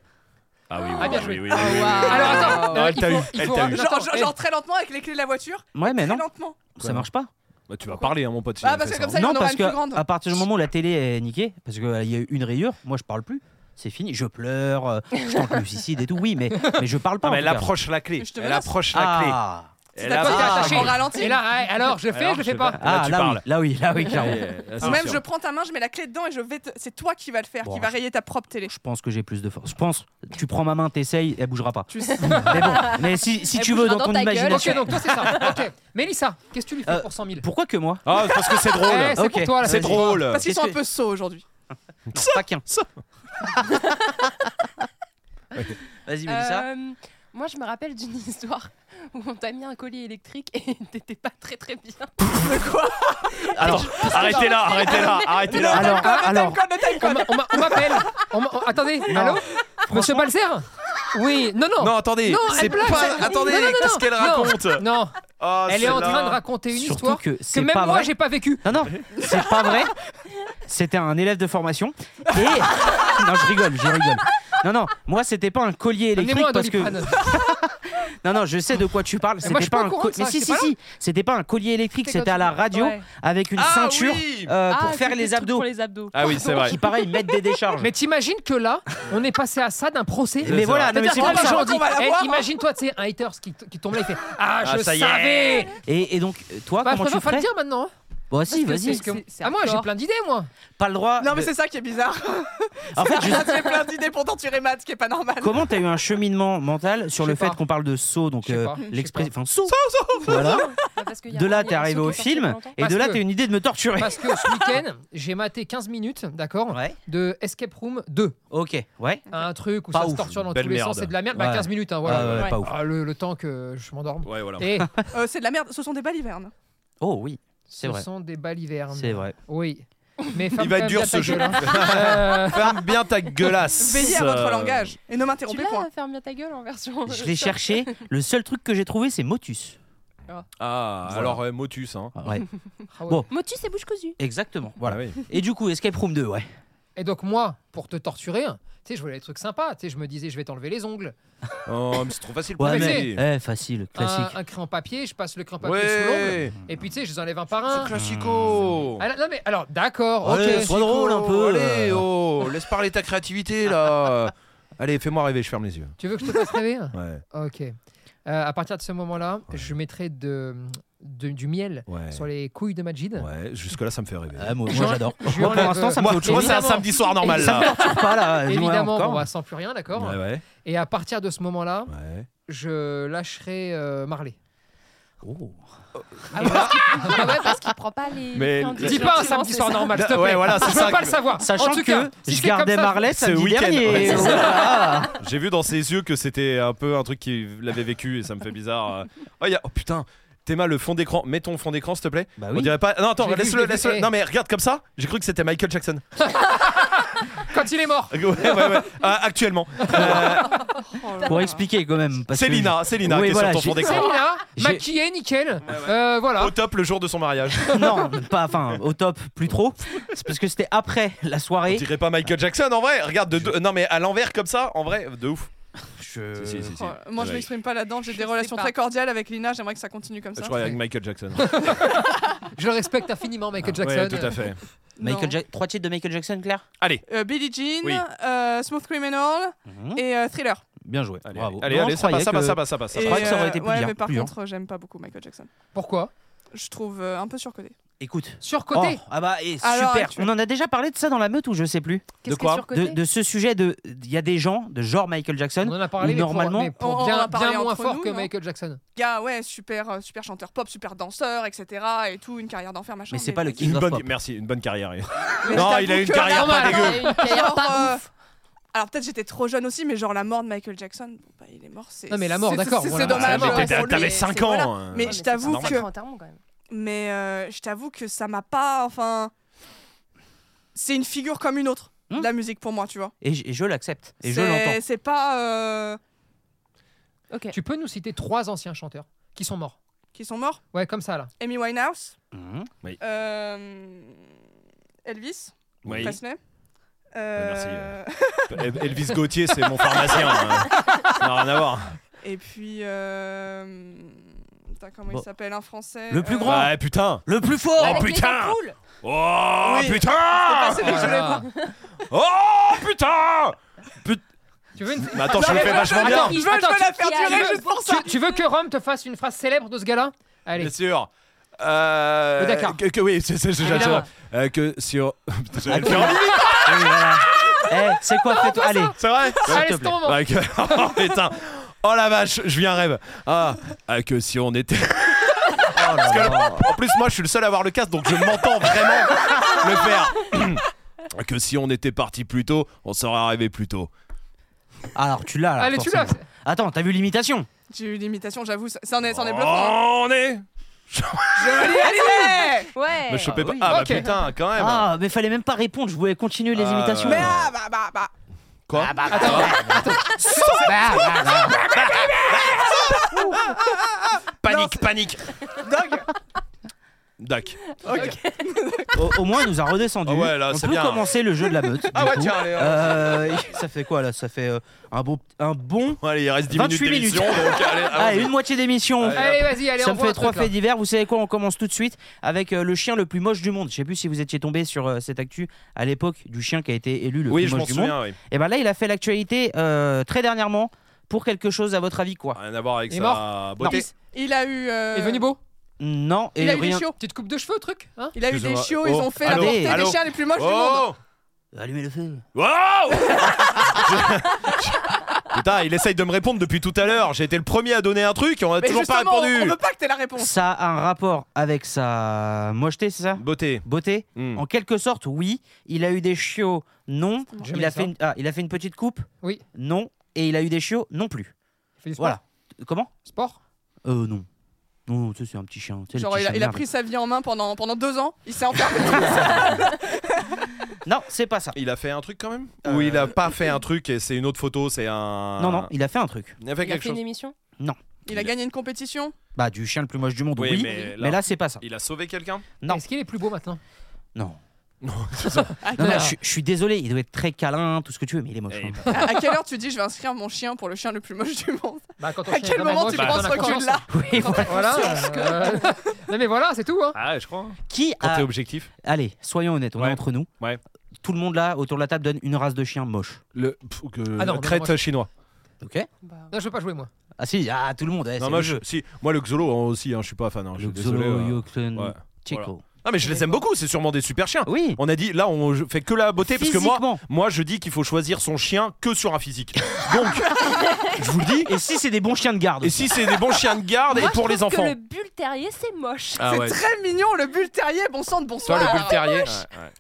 [SPEAKER 3] Ah oui, oui,
[SPEAKER 4] Ah, bien
[SPEAKER 3] oui,
[SPEAKER 4] joué.
[SPEAKER 3] oui, oui,
[SPEAKER 9] Oh,
[SPEAKER 3] oui, oui, oui.
[SPEAKER 9] waouh.
[SPEAKER 4] Alors attends,
[SPEAKER 3] Ah,
[SPEAKER 4] euh,
[SPEAKER 3] elle
[SPEAKER 4] il
[SPEAKER 3] t'a
[SPEAKER 4] faut-
[SPEAKER 3] eu,
[SPEAKER 4] il
[SPEAKER 3] elle
[SPEAKER 4] faut-
[SPEAKER 3] t'a eu.
[SPEAKER 4] non,
[SPEAKER 2] Genre,
[SPEAKER 4] attends,
[SPEAKER 2] genre,
[SPEAKER 4] eh,
[SPEAKER 2] genre très lentement avec les clés de la voiture.
[SPEAKER 1] Ouais, mais
[SPEAKER 2] Très
[SPEAKER 1] non,
[SPEAKER 2] lentement.
[SPEAKER 1] ça marche pas.
[SPEAKER 3] Bah, tu vas parler à mon pote. s'il
[SPEAKER 2] Ah,
[SPEAKER 3] a
[SPEAKER 2] parce
[SPEAKER 3] fait
[SPEAKER 2] que comme
[SPEAKER 3] ça. hein.
[SPEAKER 2] ça, il en
[SPEAKER 1] Non,
[SPEAKER 2] aura
[SPEAKER 1] parce
[SPEAKER 2] une
[SPEAKER 1] que
[SPEAKER 2] plus grande.
[SPEAKER 1] à partir du moment où la télé est niquée, parce qu'il y a eu une rayure, moi je parle plus. C'est fini, je pleure, euh, je tente le suicide et tout, oui, mais, mais je parle pas.
[SPEAKER 3] Ah, mais
[SPEAKER 1] en
[SPEAKER 3] elle
[SPEAKER 1] tout cas.
[SPEAKER 3] approche la clé.
[SPEAKER 2] Mais je te
[SPEAKER 3] Elle
[SPEAKER 2] menace.
[SPEAKER 3] approche la clé.
[SPEAKER 1] Ah,
[SPEAKER 3] Elle
[SPEAKER 2] C'est à toi qui
[SPEAKER 3] approche
[SPEAKER 2] est
[SPEAKER 3] la
[SPEAKER 2] attaché.
[SPEAKER 3] clé.
[SPEAKER 2] On ralentit.
[SPEAKER 4] Et là, eh, alors, je fais,
[SPEAKER 3] Alors,
[SPEAKER 4] je le fais
[SPEAKER 3] je-
[SPEAKER 4] pas.
[SPEAKER 3] Là,
[SPEAKER 1] Ah,
[SPEAKER 3] tu
[SPEAKER 1] là,
[SPEAKER 3] parles. euh,
[SPEAKER 1] oui, là oui, là oui, clairement.
[SPEAKER 3] Là, c'est
[SPEAKER 2] Ou même
[SPEAKER 3] sûr.
[SPEAKER 2] je prends ta main, je mets la clé dedans et je vais. te- C'est toi qui vas le faire,
[SPEAKER 1] Bon.
[SPEAKER 2] qui va rayer ta propre télé.
[SPEAKER 1] Je pense que j'ai plus de force. Je pense, tu prends ma main, t'essayes, elle bougera pas.
[SPEAKER 2] Tu sais.
[SPEAKER 1] Mais bon, mais si, si
[SPEAKER 9] Elle
[SPEAKER 1] tu veux,
[SPEAKER 9] bougera
[SPEAKER 1] dans
[SPEAKER 9] dans
[SPEAKER 1] ton
[SPEAKER 9] ta gueule.
[SPEAKER 1] imagination.
[SPEAKER 4] Ok, donc toi, c'est ça. Ok. Mélissa, qu'est-ce que tu lui fais
[SPEAKER 1] Euh,
[SPEAKER 4] pour 100 000
[SPEAKER 1] Pourquoi que moi
[SPEAKER 3] Ah, parce que c'est drôle.
[SPEAKER 4] Eh, c'est
[SPEAKER 1] ok.
[SPEAKER 4] pour toi, là,
[SPEAKER 3] C'est
[SPEAKER 4] pour toi.
[SPEAKER 3] drôle.
[SPEAKER 2] Parce qu'ils sont
[SPEAKER 1] Qu'est-ce
[SPEAKER 2] un peu sots aujourd'hui.
[SPEAKER 1] Pas qu'un.
[SPEAKER 3] ça.
[SPEAKER 1] Vas-y, Mélissa.
[SPEAKER 9] Euh, moi, je me rappelle d'une histoire où on t'a mis un collier électrique et t'étais pas très très bien.
[SPEAKER 3] Alors, arrêtez là, arrêtez là, arrêtez là.
[SPEAKER 1] Alors, alors,
[SPEAKER 2] Timecode, le
[SPEAKER 4] On
[SPEAKER 2] timecode.
[SPEAKER 4] m'a- on m'a- on m'appelle. On m'a- on- Attendez, allô Monsieur Balzer Oui, non, non.
[SPEAKER 3] Non, attendez,
[SPEAKER 4] Non,
[SPEAKER 3] c'est
[SPEAKER 4] elle blague,
[SPEAKER 3] pas.
[SPEAKER 4] c'est-
[SPEAKER 3] Attendez,
[SPEAKER 4] Non, non, non,
[SPEAKER 3] qu'est-ce
[SPEAKER 4] non.
[SPEAKER 3] qu'elle
[SPEAKER 4] Non.
[SPEAKER 3] raconte
[SPEAKER 4] Non,
[SPEAKER 3] Oh,
[SPEAKER 4] elle est en
[SPEAKER 3] celle-là.
[SPEAKER 4] train de raconter une
[SPEAKER 1] Ah, surtout
[SPEAKER 4] histoire
[SPEAKER 1] que
[SPEAKER 4] que
[SPEAKER 1] c'est
[SPEAKER 4] même
[SPEAKER 1] pas
[SPEAKER 4] moi,
[SPEAKER 1] vrai.
[SPEAKER 4] j'ai pas vécu.
[SPEAKER 1] Non, non, c'est pas vrai. C'était un élève de formation. Et. Non, je rigole, je rigole. Non, non, moi, c'était pas un collier électrique
[SPEAKER 4] Donnez-moi un
[SPEAKER 1] parce que.
[SPEAKER 4] doliprane.
[SPEAKER 1] Non, non, je sais de quoi tu parles.
[SPEAKER 4] Mais moi,
[SPEAKER 1] C'était
[SPEAKER 4] je suis
[SPEAKER 1] pas
[SPEAKER 4] pas au
[SPEAKER 1] un
[SPEAKER 4] courant
[SPEAKER 1] co-
[SPEAKER 4] de ça,
[SPEAKER 1] Mais si,
[SPEAKER 4] j'étais
[SPEAKER 1] si,
[SPEAKER 4] pas là.
[SPEAKER 1] si. C'était pas un collier électrique,
[SPEAKER 9] C'était
[SPEAKER 1] c'était à
[SPEAKER 9] quand
[SPEAKER 1] la
[SPEAKER 9] tu-
[SPEAKER 1] radio
[SPEAKER 9] Ouais.
[SPEAKER 1] avec une
[SPEAKER 3] Ah,
[SPEAKER 1] ceinture
[SPEAKER 3] oui.
[SPEAKER 1] euh, pour
[SPEAKER 9] Ah,
[SPEAKER 1] faire
[SPEAKER 9] des
[SPEAKER 1] les
[SPEAKER 9] trucs
[SPEAKER 1] abdos.
[SPEAKER 9] Pour les abdos.
[SPEAKER 3] Ah oui, c'est vrai.
[SPEAKER 1] Qui, pareil, mettent des décharges.
[SPEAKER 4] Mais t'imagines que là, on est passé à ça d'un procès
[SPEAKER 1] Mais
[SPEAKER 3] c'est
[SPEAKER 1] voilà,
[SPEAKER 3] vrai.
[SPEAKER 1] non, mais c'est
[SPEAKER 4] Quand
[SPEAKER 1] pour
[SPEAKER 4] les
[SPEAKER 1] ça.
[SPEAKER 4] gens
[SPEAKER 2] qu'on
[SPEAKER 4] disent,
[SPEAKER 2] va la
[SPEAKER 4] Eh,
[SPEAKER 2] voir.
[SPEAKER 4] imagine-toi, tu sais, un haters qui, qui tombe là, il fait Ah,
[SPEAKER 3] Ah,
[SPEAKER 4] je
[SPEAKER 3] ça y est.
[SPEAKER 4] savais
[SPEAKER 1] Et, et donc, euh, toi,
[SPEAKER 4] Bah, je
[SPEAKER 1] comment tu
[SPEAKER 4] préfère pas
[SPEAKER 1] ferais
[SPEAKER 4] le dire maintenant. hein.
[SPEAKER 1] Bon, si,
[SPEAKER 4] Parce que-
[SPEAKER 1] vas-y.
[SPEAKER 4] parce que-
[SPEAKER 9] C'est- c'est
[SPEAKER 4] Ah, moi, j'ai
[SPEAKER 9] hardcore.
[SPEAKER 4] plein d'idées, moi.
[SPEAKER 1] Pas le droit.
[SPEAKER 2] Non, mais
[SPEAKER 1] de-
[SPEAKER 2] c'est ça qui est bizarre.
[SPEAKER 1] En fait, je-
[SPEAKER 2] J'ai plein d'idées pour torturer Matt, ce qui est pas normal.
[SPEAKER 1] Comment t'as eu un cheminement mental sur
[SPEAKER 4] Je sais
[SPEAKER 1] le fait
[SPEAKER 4] pas.
[SPEAKER 1] qu'on parle de saut, donc
[SPEAKER 4] Je sais
[SPEAKER 1] euh,
[SPEAKER 4] pas. Je sais
[SPEAKER 1] l'expression, enfin saut,
[SPEAKER 9] Ouais, Ah, parce qu'il y a
[SPEAKER 1] De
[SPEAKER 9] un-
[SPEAKER 1] là,
[SPEAKER 9] il y a
[SPEAKER 1] t'es
[SPEAKER 9] un
[SPEAKER 1] arrivé
[SPEAKER 9] saut qui
[SPEAKER 1] au
[SPEAKER 9] est sorti il y a
[SPEAKER 1] film,
[SPEAKER 9] pas longtemps.
[SPEAKER 1] et
[SPEAKER 4] Parce
[SPEAKER 1] de là,
[SPEAKER 4] que-
[SPEAKER 1] t'as une idée de me torturer.
[SPEAKER 4] Parce que ce week-end, j'ai maté 15 minutes, d'accord,
[SPEAKER 1] Ouais.
[SPEAKER 4] de Escape Room 2.
[SPEAKER 1] Ok, ouais.
[SPEAKER 4] Un truc où
[SPEAKER 1] Pas
[SPEAKER 4] ça se
[SPEAKER 1] ouf,
[SPEAKER 4] torture dans
[SPEAKER 3] belle
[SPEAKER 4] tous les
[SPEAKER 3] merde.
[SPEAKER 4] sens, c'est de la merde.
[SPEAKER 1] Ouais.
[SPEAKER 4] Bah, 15 minutes, hein, voilà.
[SPEAKER 1] Ah ouais,
[SPEAKER 9] ouais.
[SPEAKER 1] Pas ouf.
[SPEAKER 4] Ah, le, le temps que je m'endorme. Eh,
[SPEAKER 3] Ouais, voilà.
[SPEAKER 4] Et
[SPEAKER 2] Euh, c'est de la merde, ce sont des balivernes.
[SPEAKER 1] Oh oui, c'est
[SPEAKER 4] ce
[SPEAKER 1] vrai.
[SPEAKER 4] sont des balivernes.
[SPEAKER 1] C'est vrai.
[SPEAKER 4] Oui. Mais ferme
[SPEAKER 3] Il va être
[SPEAKER 4] quand même
[SPEAKER 3] dur
[SPEAKER 4] bien ta
[SPEAKER 3] ce jeu.
[SPEAKER 4] gueule, hein. Euh,
[SPEAKER 3] Ferme bien ta gueulasse.
[SPEAKER 2] Veillez à votre
[SPEAKER 3] Euh,
[SPEAKER 2] langage et ne
[SPEAKER 9] Tu
[SPEAKER 2] m'interrompez point.
[SPEAKER 9] l'as ferme bien ta gueule en version. euh,
[SPEAKER 1] Je l'ai cherché. Le seul truc que j'ai trouvé, c'est motus.
[SPEAKER 3] Ah,
[SPEAKER 1] Voilà.
[SPEAKER 3] alors euh, motus, hein.
[SPEAKER 1] Ouais,
[SPEAKER 4] ah ouais.
[SPEAKER 1] Bon.
[SPEAKER 9] Motus et bouche cousue.
[SPEAKER 1] exactement. Voilà.
[SPEAKER 3] Ah oui.
[SPEAKER 1] Et du coup, Escape Room 2, ouais.
[SPEAKER 4] Et donc, moi, pour te torturer, tu sais, je voulais des trucs sympas. Tu sais, je me disais, je vais t'enlever les ongles.
[SPEAKER 3] Oh, mais c'est trop facile pour
[SPEAKER 1] Ouais,
[SPEAKER 4] mais
[SPEAKER 3] lui.
[SPEAKER 1] mais eh, facile,
[SPEAKER 4] Un,
[SPEAKER 1] classique.
[SPEAKER 4] un crayon papier, je passe le crayon papier sous l'ongle.
[SPEAKER 3] Ouais.
[SPEAKER 4] Et puis, tu sais, je les enlève un par
[SPEAKER 3] C'est
[SPEAKER 4] un.
[SPEAKER 3] classico.
[SPEAKER 4] Ah, non, mais alors, d'accord, ok.
[SPEAKER 3] Allez,
[SPEAKER 1] sois drôle un peu,
[SPEAKER 3] Allez,
[SPEAKER 1] euh.
[SPEAKER 3] oh, laisse parler ta créativité là. Allez, fais-moi rêver, je ferme les yeux.
[SPEAKER 4] Tu veux que je te fasse rêver
[SPEAKER 3] Ouais,
[SPEAKER 4] Ok. Euh, à partir de ce moment-là,
[SPEAKER 3] Ouais.
[SPEAKER 4] je mettrai de, de- du miel
[SPEAKER 3] ouais.
[SPEAKER 4] sur les couilles de Majid.
[SPEAKER 3] Ouais, jusque-là, ça me fait rêver.
[SPEAKER 1] Ah, moi, moi,
[SPEAKER 4] Jean-
[SPEAKER 1] j'adore.
[SPEAKER 4] je lui
[SPEAKER 1] Moi, pour
[SPEAKER 4] enlève,
[SPEAKER 1] l'instant, ça me fait
[SPEAKER 3] moi,
[SPEAKER 1] autre
[SPEAKER 3] moi,
[SPEAKER 1] chose.
[SPEAKER 3] c'est un
[SPEAKER 4] Évidemment.
[SPEAKER 3] samedi soir normal
[SPEAKER 1] Ça me
[SPEAKER 3] là.
[SPEAKER 1] torture pas là. dis-moi
[SPEAKER 4] Évidemment,
[SPEAKER 1] encore.
[SPEAKER 4] on va sans plus rien, d'accord
[SPEAKER 3] Ouais, ouais.
[SPEAKER 4] Et à partir de ce moment-là,
[SPEAKER 3] ouais.
[SPEAKER 4] je lâcherai euh, Marley.
[SPEAKER 1] Oh.
[SPEAKER 4] Et là-
[SPEAKER 9] Ah ouais, parce qu'il prend pas les.
[SPEAKER 3] Mais-
[SPEAKER 9] les
[SPEAKER 4] dis
[SPEAKER 9] gentils,
[SPEAKER 4] pas un
[SPEAKER 9] gentiment,
[SPEAKER 4] samedi
[SPEAKER 9] c'est
[SPEAKER 4] soir
[SPEAKER 9] ça.
[SPEAKER 4] normal, s'il te
[SPEAKER 3] Ouais,
[SPEAKER 4] plaît.
[SPEAKER 3] voilà, c'est
[SPEAKER 4] je veux
[SPEAKER 3] ça
[SPEAKER 4] pas
[SPEAKER 3] que-
[SPEAKER 4] le savoir. en
[SPEAKER 1] Sachant
[SPEAKER 4] tout
[SPEAKER 1] que
[SPEAKER 4] cas, si
[SPEAKER 1] je
[SPEAKER 4] c'est comme
[SPEAKER 1] gardais
[SPEAKER 4] ça,
[SPEAKER 1] Marley
[SPEAKER 3] ce
[SPEAKER 1] samedi
[SPEAKER 3] week-end.
[SPEAKER 1] dernier. Oh
[SPEAKER 3] Ouais, c'est ça.
[SPEAKER 1] Voilà.
[SPEAKER 3] J'ai vu dans ses yeux que c'était un peu un truc qu'il l'avait vécu et ça me fait bizarre. Euh, Oh, y a- oh, putain, Théma, le fond d'écran, mets ton fond d'écran s'il te plaît.
[SPEAKER 1] Bah
[SPEAKER 3] On
[SPEAKER 1] oui.
[SPEAKER 3] dirait pas. Non, attends,
[SPEAKER 4] Je l'ai vu,
[SPEAKER 3] laisse-le,
[SPEAKER 4] je l'ai vu,
[SPEAKER 3] laisse-le.
[SPEAKER 4] eh.
[SPEAKER 3] Non, mais regarde comme ça, j'ai cru que c'était Michael Jackson.
[SPEAKER 4] Quand il est mort.
[SPEAKER 3] Ouais, ouais, ouais. Euh, actuellement,
[SPEAKER 2] Oh
[SPEAKER 1] Pour expliquer quand même. parce
[SPEAKER 3] c'est
[SPEAKER 1] que-
[SPEAKER 3] Lina, c'est Lina
[SPEAKER 1] Oui,
[SPEAKER 3] qui est
[SPEAKER 1] voilà,
[SPEAKER 3] sur ton fond
[SPEAKER 1] j'ai-
[SPEAKER 3] d'écran.
[SPEAKER 4] C'est Lina,
[SPEAKER 1] J'ai-
[SPEAKER 4] maquillée, nickel. Euh, voilà.
[SPEAKER 3] Au top le jour de son mariage.
[SPEAKER 1] Non, pas, enfin, au top, plus trop. C'est parce que c'était après la
[SPEAKER 3] On
[SPEAKER 1] soirée.
[SPEAKER 3] dirait pas Michael Jackson en vrai. Regarde, de, de- non mais à l'envers comme ça, en vrai, de ouf.
[SPEAKER 1] Je-
[SPEAKER 3] Si, si, si, si.
[SPEAKER 2] Oh, Moi, je
[SPEAKER 3] Ouais.
[SPEAKER 2] m'exprime pas là-dedans. J'ai
[SPEAKER 9] Je
[SPEAKER 2] des
[SPEAKER 9] sais
[SPEAKER 2] relations
[SPEAKER 9] pas.
[SPEAKER 2] très cordiales avec Lina. J'aimerais que ça continue comme
[SPEAKER 3] Je
[SPEAKER 2] ça.
[SPEAKER 3] crois avec Michael Jackson.
[SPEAKER 4] Je le respecte infiniment, Michael Jackson.
[SPEAKER 3] Ah Ouais, tout à fait.
[SPEAKER 1] Michael
[SPEAKER 2] Non.
[SPEAKER 1] Ja- Trois titres de Michael Jackson, Mhm. Claire
[SPEAKER 2] Euh, Billie Jean,
[SPEAKER 3] Oui.
[SPEAKER 2] euh, Smooth Criminal et euh, Thriller.
[SPEAKER 1] Bien joué.
[SPEAKER 3] Allez,
[SPEAKER 1] Bravo.
[SPEAKER 3] allez,
[SPEAKER 1] Non,
[SPEAKER 3] allez,
[SPEAKER 1] je
[SPEAKER 3] ça passe,
[SPEAKER 1] croyais
[SPEAKER 3] ça passe,
[SPEAKER 1] que-
[SPEAKER 3] ça passe, ça passe. ça
[SPEAKER 2] Et,
[SPEAKER 3] passe.
[SPEAKER 1] crois que ça aurait
[SPEAKER 2] euh,
[SPEAKER 1] été plus
[SPEAKER 2] ouais,
[SPEAKER 1] dur,
[SPEAKER 2] mais par
[SPEAKER 1] plus hein. dur.
[SPEAKER 2] contre, j'aime pas beaucoup Michael Jackson.
[SPEAKER 4] Pourquoi
[SPEAKER 2] Je trouve euh, un peu surcoté.
[SPEAKER 1] Écoute.
[SPEAKER 4] Surcoté.
[SPEAKER 1] Oh, ah bah, et
[SPEAKER 2] Alors,
[SPEAKER 1] super.
[SPEAKER 2] actuel-
[SPEAKER 1] On en a déjà parlé de ça dans la meute ou je sais plus.
[SPEAKER 9] Qu'est-ce
[SPEAKER 3] quoi
[SPEAKER 9] que
[SPEAKER 1] De,
[SPEAKER 9] surcoté
[SPEAKER 1] de ce sujet de. Il y a des gens, de genre Michael
[SPEAKER 4] On
[SPEAKER 1] Jackson.
[SPEAKER 4] en a parlé,
[SPEAKER 1] Ou
[SPEAKER 4] mais pour-
[SPEAKER 1] normalement-
[SPEAKER 4] mais pour
[SPEAKER 2] On- on en
[SPEAKER 4] bien,
[SPEAKER 2] a parlé
[SPEAKER 4] bien moins
[SPEAKER 2] entre
[SPEAKER 4] fort
[SPEAKER 2] nous,
[SPEAKER 4] que
[SPEAKER 2] non
[SPEAKER 4] Michael Jackson.
[SPEAKER 2] Gars, ouais, super, euh, super chanteur pop, super danseur, etc. Et tout, une carrière d'enfer, machin.
[SPEAKER 1] Mais c'est pas le King
[SPEAKER 3] Une
[SPEAKER 1] of
[SPEAKER 3] bonne-
[SPEAKER 1] Pop.
[SPEAKER 3] Merci, une bonne carrière.
[SPEAKER 2] Mais
[SPEAKER 3] Non,
[SPEAKER 2] je t'avoue
[SPEAKER 3] il a une
[SPEAKER 2] que
[SPEAKER 1] Ah,
[SPEAKER 3] carrière
[SPEAKER 2] là,
[SPEAKER 3] pas
[SPEAKER 9] Normal,
[SPEAKER 3] dégueu.
[SPEAKER 9] hein, une carrière
[SPEAKER 2] Genre,
[SPEAKER 9] pas
[SPEAKER 2] euh,
[SPEAKER 9] ouf.
[SPEAKER 2] Alors peut-être j'étais trop jeune aussi, mais genre la mort de Michael Jackson, bon, bah, il est mort, c'est.
[SPEAKER 4] Non, mais la mort,
[SPEAKER 2] c'est-
[SPEAKER 4] d'accord,
[SPEAKER 2] C'est
[SPEAKER 4] voilà.
[SPEAKER 2] c'est
[SPEAKER 4] Ah,
[SPEAKER 2] dommage.
[SPEAKER 4] mais
[SPEAKER 2] euh,
[SPEAKER 3] t'étais-
[SPEAKER 2] pour lui,
[SPEAKER 3] t'avais
[SPEAKER 2] c'est-
[SPEAKER 3] 5
[SPEAKER 2] voilà.
[SPEAKER 3] ans. hein.
[SPEAKER 2] Mais
[SPEAKER 9] Ouais,
[SPEAKER 2] je
[SPEAKER 9] c'est
[SPEAKER 2] t'avoue
[SPEAKER 9] normal.
[SPEAKER 2] que-
[SPEAKER 9] C'est un enterrement, quand même.
[SPEAKER 3] Oh,
[SPEAKER 2] Mais euh, je t'avoue que ça m'a pas, enfin. C'est une figure comme une autre
[SPEAKER 1] Hmm.
[SPEAKER 2] de la musique pour moi, tu vois.
[SPEAKER 1] Et, j- et je l'accepte. Et je
[SPEAKER 2] C'est-
[SPEAKER 1] l'entends.
[SPEAKER 2] C'est pas euh,
[SPEAKER 9] Ok.
[SPEAKER 4] Tu peux nous citer trois anciens chanteurs qui sont morts
[SPEAKER 2] qui sont morts.
[SPEAKER 4] Ouais, comme ça là.
[SPEAKER 2] Amy Winehouse,
[SPEAKER 1] Mhm.
[SPEAKER 2] euh, Elvis
[SPEAKER 3] Oui.
[SPEAKER 2] Presley.
[SPEAKER 1] Bah,
[SPEAKER 2] Euh,
[SPEAKER 1] euh.
[SPEAKER 3] merci, El- Elvis Gauthier, c'est mon pharmacien. hein. Ça n'a rien à voir.
[SPEAKER 2] Et puis, euh, putain, comment
[SPEAKER 1] Bon.
[SPEAKER 2] il s'appelle Un Français. euh,
[SPEAKER 1] Le plus grand.
[SPEAKER 3] Ouais, putain.
[SPEAKER 1] Le plus fort
[SPEAKER 3] Oh,
[SPEAKER 9] Avec les
[SPEAKER 3] putain.
[SPEAKER 9] gens cool.
[SPEAKER 3] Oh
[SPEAKER 2] Oui.
[SPEAKER 3] putain.
[SPEAKER 2] C'est pas celui que je voulais
[SPEAKER 4] Voilà.
[SPEAKER 3] Oh putain.
[SPEAKER 4] Tu veux, une-
[SPEAKER 3] Mais attends, je le fais vachement bien.
[SPEAKER 9] Attends,
[SPEAKER 2] Je veux,
[SPEAKER 9] qui-
[SPEAKER 2] je veux
[SPEAKER 4] attends,
[SPEAKER 2] la
[SPEAKER 4] qui-
[SPEAKER 2] faire
[SPEAKER 9] qui a-
[SPEAKER 2] durer juste pour ça.
[SPEAKER 4] tu- tu veux que Rome te fasse une phrase célèbre de ce gars-là Allez.
[SPEAKER 3] Bien sûr. Euh,
[SPEAKER 4] Le Dakar.
[SPEAKER 3] Que, que- oui, c'est c'est- c'est-
[SPEAKER 4] Évidemment.
[SPEAKER 3] c'est- euh, que sur. Putain, j'allais le
[SPEAKER 1] Attends.
[SPEAKER 3] faire.
[SPEAKER 1] Oh, Oui, voilà. Eh, c'est quoi faites- Allez.
[SPEAKER 3] C'est vrai.
[SPEAKER 1] te plaît.
[SPEAKER 4] Allez, c'est ton moment.
[SPEAKER 3] Ouais, que- Oh putain. Oh la vache, je viens rêve. Ah, ah, que si on était.
[SPEAKER 1] Oh là
[SPEAKER 3] que-
[SPEAKER 1] là.
[SPEAKER 3] En plus, moi, je suis le seul à avoir le casque, donc je m'entends vraiment le faire. que si on était parti plus tôt, on serait arrivé plus tôt.
[SPEAKER 1] Alors tu l'as. là,
[SPEAKER 4] Allez, tu l'as.
[SPEAKER 1] forcément. Attends, t'as vu l'imitation
[SPEAKER 2] J'ai eu l'imitation, j'avoue, ça, ça en est, ça en est bluffant. hein.
[SPEAKER 3] Oh, on est.
[SPEAKER 2] Joli, allez
[SPEAKER 9] Ouais.
[SPEAKER 3] Mais je chopais
[SPEAKER 1] Ah
[SPEAKER 3] pas.
[SPEAKER 1] oui.
[SPEAKER 3] Ah
[SPEAKER 4] Ok.
[SPEAKER 3] bah putain, quand même.
[SPEAKER 1] Ah, mais fallait même pas répondre. Je voulais continuer les
[SPEAKER 3] Ah,
[SPEAKER 1] imitations.
[SPEAKER 3] ouais.
[SPEAKER 2] Mais ah, bah, bah, bah.
[SPEAKER 3] Quoi
[SPEAKER 4] Bah, bah, bah.
[SPEAKER 3] Panique, panique. Dac.
[SPEAKER 1] Au, au moins, il nous a redescendu.
[SPEAKER 3] Ah ouais, là,
[SPEAKER 1] on
[SPEAKER 3] c'est
[SPEAKER 1] peut
[SPEAKER 3] bien.
[SPEAKER 1] commencer le jeu de la meute.
[SPEAKER 3] Ah
[SPEAKER 1] du
[SPEAKER 3] ouais,
[SPEAKER 1] coup.
[SPEAKER 3] tiens, allez, ouais.
[SPEAKER 1] Euh, ça fait quoi là Ça fait euh, un, beau, un bon.
[SPEAKER 3] Bon, Allez, il reste 10 minutes
[SPEAKER 1] 28
[SPEAKER 3] d'émission,
[SPEAKER 1] minutes.
[SPEAKER 3] donc allez.
[SPEAKER 1] Allez,
[SPEAKER 3] allons-y.
[SPEAKER 1] une moitié d'émission.
[SPEAKER 3] Ah, Allez,
[SPEAKER 4] Allez, vas-y, allez,
[SPEAKER 1] ça
[SPEAKER 4] on
[SPEAKER 1] me
[SPEAKER 4] voit
[SPEAKER 1] fait
[SPEAKER 4] un
[SPEAKER 1] trois
[SPEAKER 4] truc, là.
[SPEAKER 1] faits divers. Vous savez quoi On commence tout de suite avec euh, le chien le plus moche du monde. Je sais plus si vous étiez tombé sur euh, cette actu à l'époque du chien qui a été élu le
[SPEAKER 3] Oui,
[SPEAKER 1] plus
[SPEAKER 3] je
[SPEAKER 1] moche
[SPEAKER 3] m'en
[SPEAKER 1] du monde.
[SPEAKER 3] souviens, oui.
[SPEAKER 1] Et ben là, il a fait l'actualité euh, très dernièrement pour quelque chose. À votre avis, quoi
[SPEAKER 3] Rien à voir avec
[SPEAKER 4] Il est
[SPEAKER 3] sa beauté.
[SPEAKER 2] Il a eu. euh,
[SPEAKER 4] Et venu beau
[SPEAKER 1] Non.
[SPEAKER 2] Il
[SPEAKER 1] et
[SPEAKER 2] a eu
[SPEAKER 1] rien.
[SPEAKER 2] des chiots.
[SPEAKER 4] Petite coupe de cheveux, truc hein
[SPEAKER 2] Il a eu des
[SPEAKER 3] Excusez-moi.
[SPEAKER 2] chiots, ils
[SPEAKER 3] Oh,
[SPEAKER 2] ont fait
[SPEAKER 1] allô,
[SPEAKER 2] la portée
[SPEAKER 3] allô.
[SPEAKER 2] des chiens les plus moches du monde.
[SPEAKER 3] Oh
[SPEAKER 1] Allumez le feu.
[SPEAKER 3] Wow Putain, il essaye de me répondre depuis tout à l'heure. J'ai été le premier à donner un truc et on a
[SPEAKER 2] Mais
[SPEAKER 3] toujours pas
[SPEAKER 2] justement,
[SPEAKER 3] répondu.
[SPEAKER 2] on veut pas que t'aies la réponse.
[SPEAKER 1] Ça a un rapport avec sa mocheté, c'est ça
[SPEAKER 3] Beauté.
[SPEAKER 1] Beauté
[SPEAKER 3] Hmm.
[SPEAKER 1] En quelque sorte, oui. Il a eu des chiots, non.
[SPEAKER 4] J'aimais
[SPEAKER 1] Il a,
[SPEAKER 4] ça.
[SPEAKER 1] fait une... ah, il a fait une petite coupe
[SPEAKER 4] Oui.
[SPEAKER 1] Non. Et il a eu des chiots Non plus.
[SPEAKER 4] Il fait du sport.
[SPEAKER 1] Voilà. Comment
[SPEAKER 4] Sport
[SPEAKER 1] Euh, non. Non, non, ça, c'est un petit chien. tu sais, le
[SPEAKER 2] Genre,
[SPEAKER 1] petit
[SPEAKER 2] il a,
[SPEAKER 1] chien
[SPEAKER 2] il a
[SPEAKER 1] de
[SPEAKER 2] pris sa vie en main pendant, pendant deux ans, il s'est enfermé.
[SPEAKER 1] merde. Non, c'est pas ça.
[SPEAKER 3] Il a fait un truc quand même Euh, Ou il a pas fait un truc et c'est une autre photo, c'est un.
[SPEAKER 1] Non, non, il a fait un truc.
[SPEAKER 3] Il a fait
[SPEAKER 9] Il a
[SPEAKER 3] quelque
[SPEAKER 9] fait une
[SPEAKER 3] chose.
[SPEAKER 9] émission
[SPEAKER 2] Il a gagné une compétition.
[SPEAKER 1] Bah, du chien le plus moche du monde, oui. mais,
[SPEAKER 3] mais
[SPEAKER 1] là, c'est pas ça.
[SPEAKER 3] Il a sauvé quelqu'un
[SPEAKER 1] Non.
[SPEAKER 4] Est-ce qu'il est plus beau maintenant
[SPEAKER 1] Non.
[SPEAKER 2] À
[SPEAKER 1] Non,
[SPEAKER 2] quelle,
[SPEAKER 1] non,
[SPEAKER 4] Ah.
[SPEAKER 1] je, suis- je suis désolé, il doit être très câlin, tout ce que tu veux, mais il est moche.
[SPEAKER 3] Eh,
[SPEAKER 1] hein.
[SPEAKER 2] à- à quelle heure tu dis je vais inscrire mon chien pour le chien le plus moche du monde
[SPEAKER 4] Bah, quand on
[SPEAKER 2] À
[SPEAKER 4] chien est
[SPEAKER 2] quel
[SPEAKER 4] vraiment
[SPEAKER 2] moment
[SPEAKER 4] moche,
[SPEAKER 2] tu
[SPEAKER 4] bah,
[SPEAKER 2] prends
[SPEAKER 4] on
[SPEAKER 2] ce
[SPEAKER 4] a
[SPEAKER 2] recul
[SPEAKER 4] conscience.
[SPEAKER 2] là
[SPEAKER 1] Oui, voilà.
[SPEAKER 4] Voilà. euh, non mais voilà, c'est tout. Hein.
[SPEAKER 3] Ah, je crois. hein.
[SPEAKER 1] Qui
[SPEAKER 3] Quand
[SPEAKER 1] a.
[SPEAKER 3] t'es objectif.
[SPEAKER 1] Allez, soyons honnêtes, on
[SPEAKER 3] Ouais.
[SPEAKER 1] est entre nous.
[SPEAKER 3] Ouais.
[SPEAKER 1] Tout le monde là, autour de la table, donne une race de chien moche.
[SPEAKER 3] Le. pff, que-
[SPEAKER 4] Ah non, non,
[SPEAKER 3] crête
[SPEAKER 4] moi,
[SPEAKER 3] chinois.
[SPEAKER 1] Ok
[SPEAKER 9] Bah,
[SPEAKER 4] Non, je veux pas jouer moi.
[SPEAKER 1] Ah si, ah, tout le monde. eh,
[SPEAKER 3] Non,
[SPEAKER 1] c'est
[SPEAKER 3] moi,
[SPEAKER 1] le
[SPEAKER 3] je...
[SPEAKER 1] jeu.
[SPEAKER 3] si, moi le Xolo hein, aussi, hein, je suis pas fan. hein, je suis
[SPEAKER 1] Le
[SPEAKER 3] désolé,
[SPEAKER 1] Xolo,
[SPEAKER 3] euh,
[SPEAKER 1] Yoklen,
[SPEAKER 3] ouais.
[SPEAKER 1] Chico.
[SPEAKER 3] Non, mais je les aime beaucoup, c'est sûrement des super chiens.
[SPEAKER 1] Oui.
[SPEAKER 3] On a dit, là, on je- fait que la beauté, parce que moi,
[SPEAKER 1] Physiquement.
[SPEAKER 3] moi je dis qu'il faut choisir son chien que sur un physique. Donc, je vous le dis.
[SPEAKER 1] Et si c'est des bons chiens de garde
[SPEAKER 3] Et si c'est des bons chiens de garde
[SPEAKER 9] Moi,
[SPEAKER 3] et pour
[SPEAKER 9] je
[SPEAKER 3] les
[SPEAKER 9] trouve
[SPEAKER 3] enfants
[SPEAKER 9] que le bull terrier, c'est moche.
[SPEAKER 3] Ah
[SPEAKER 2] C'est
[SPEAKER 3] ouais.
[SPEAKER 2] très mignon, le bull terrier, bon sang de bonsoir.
[SPEAKER 3] Toi, le bull terrier. ouais, ouais.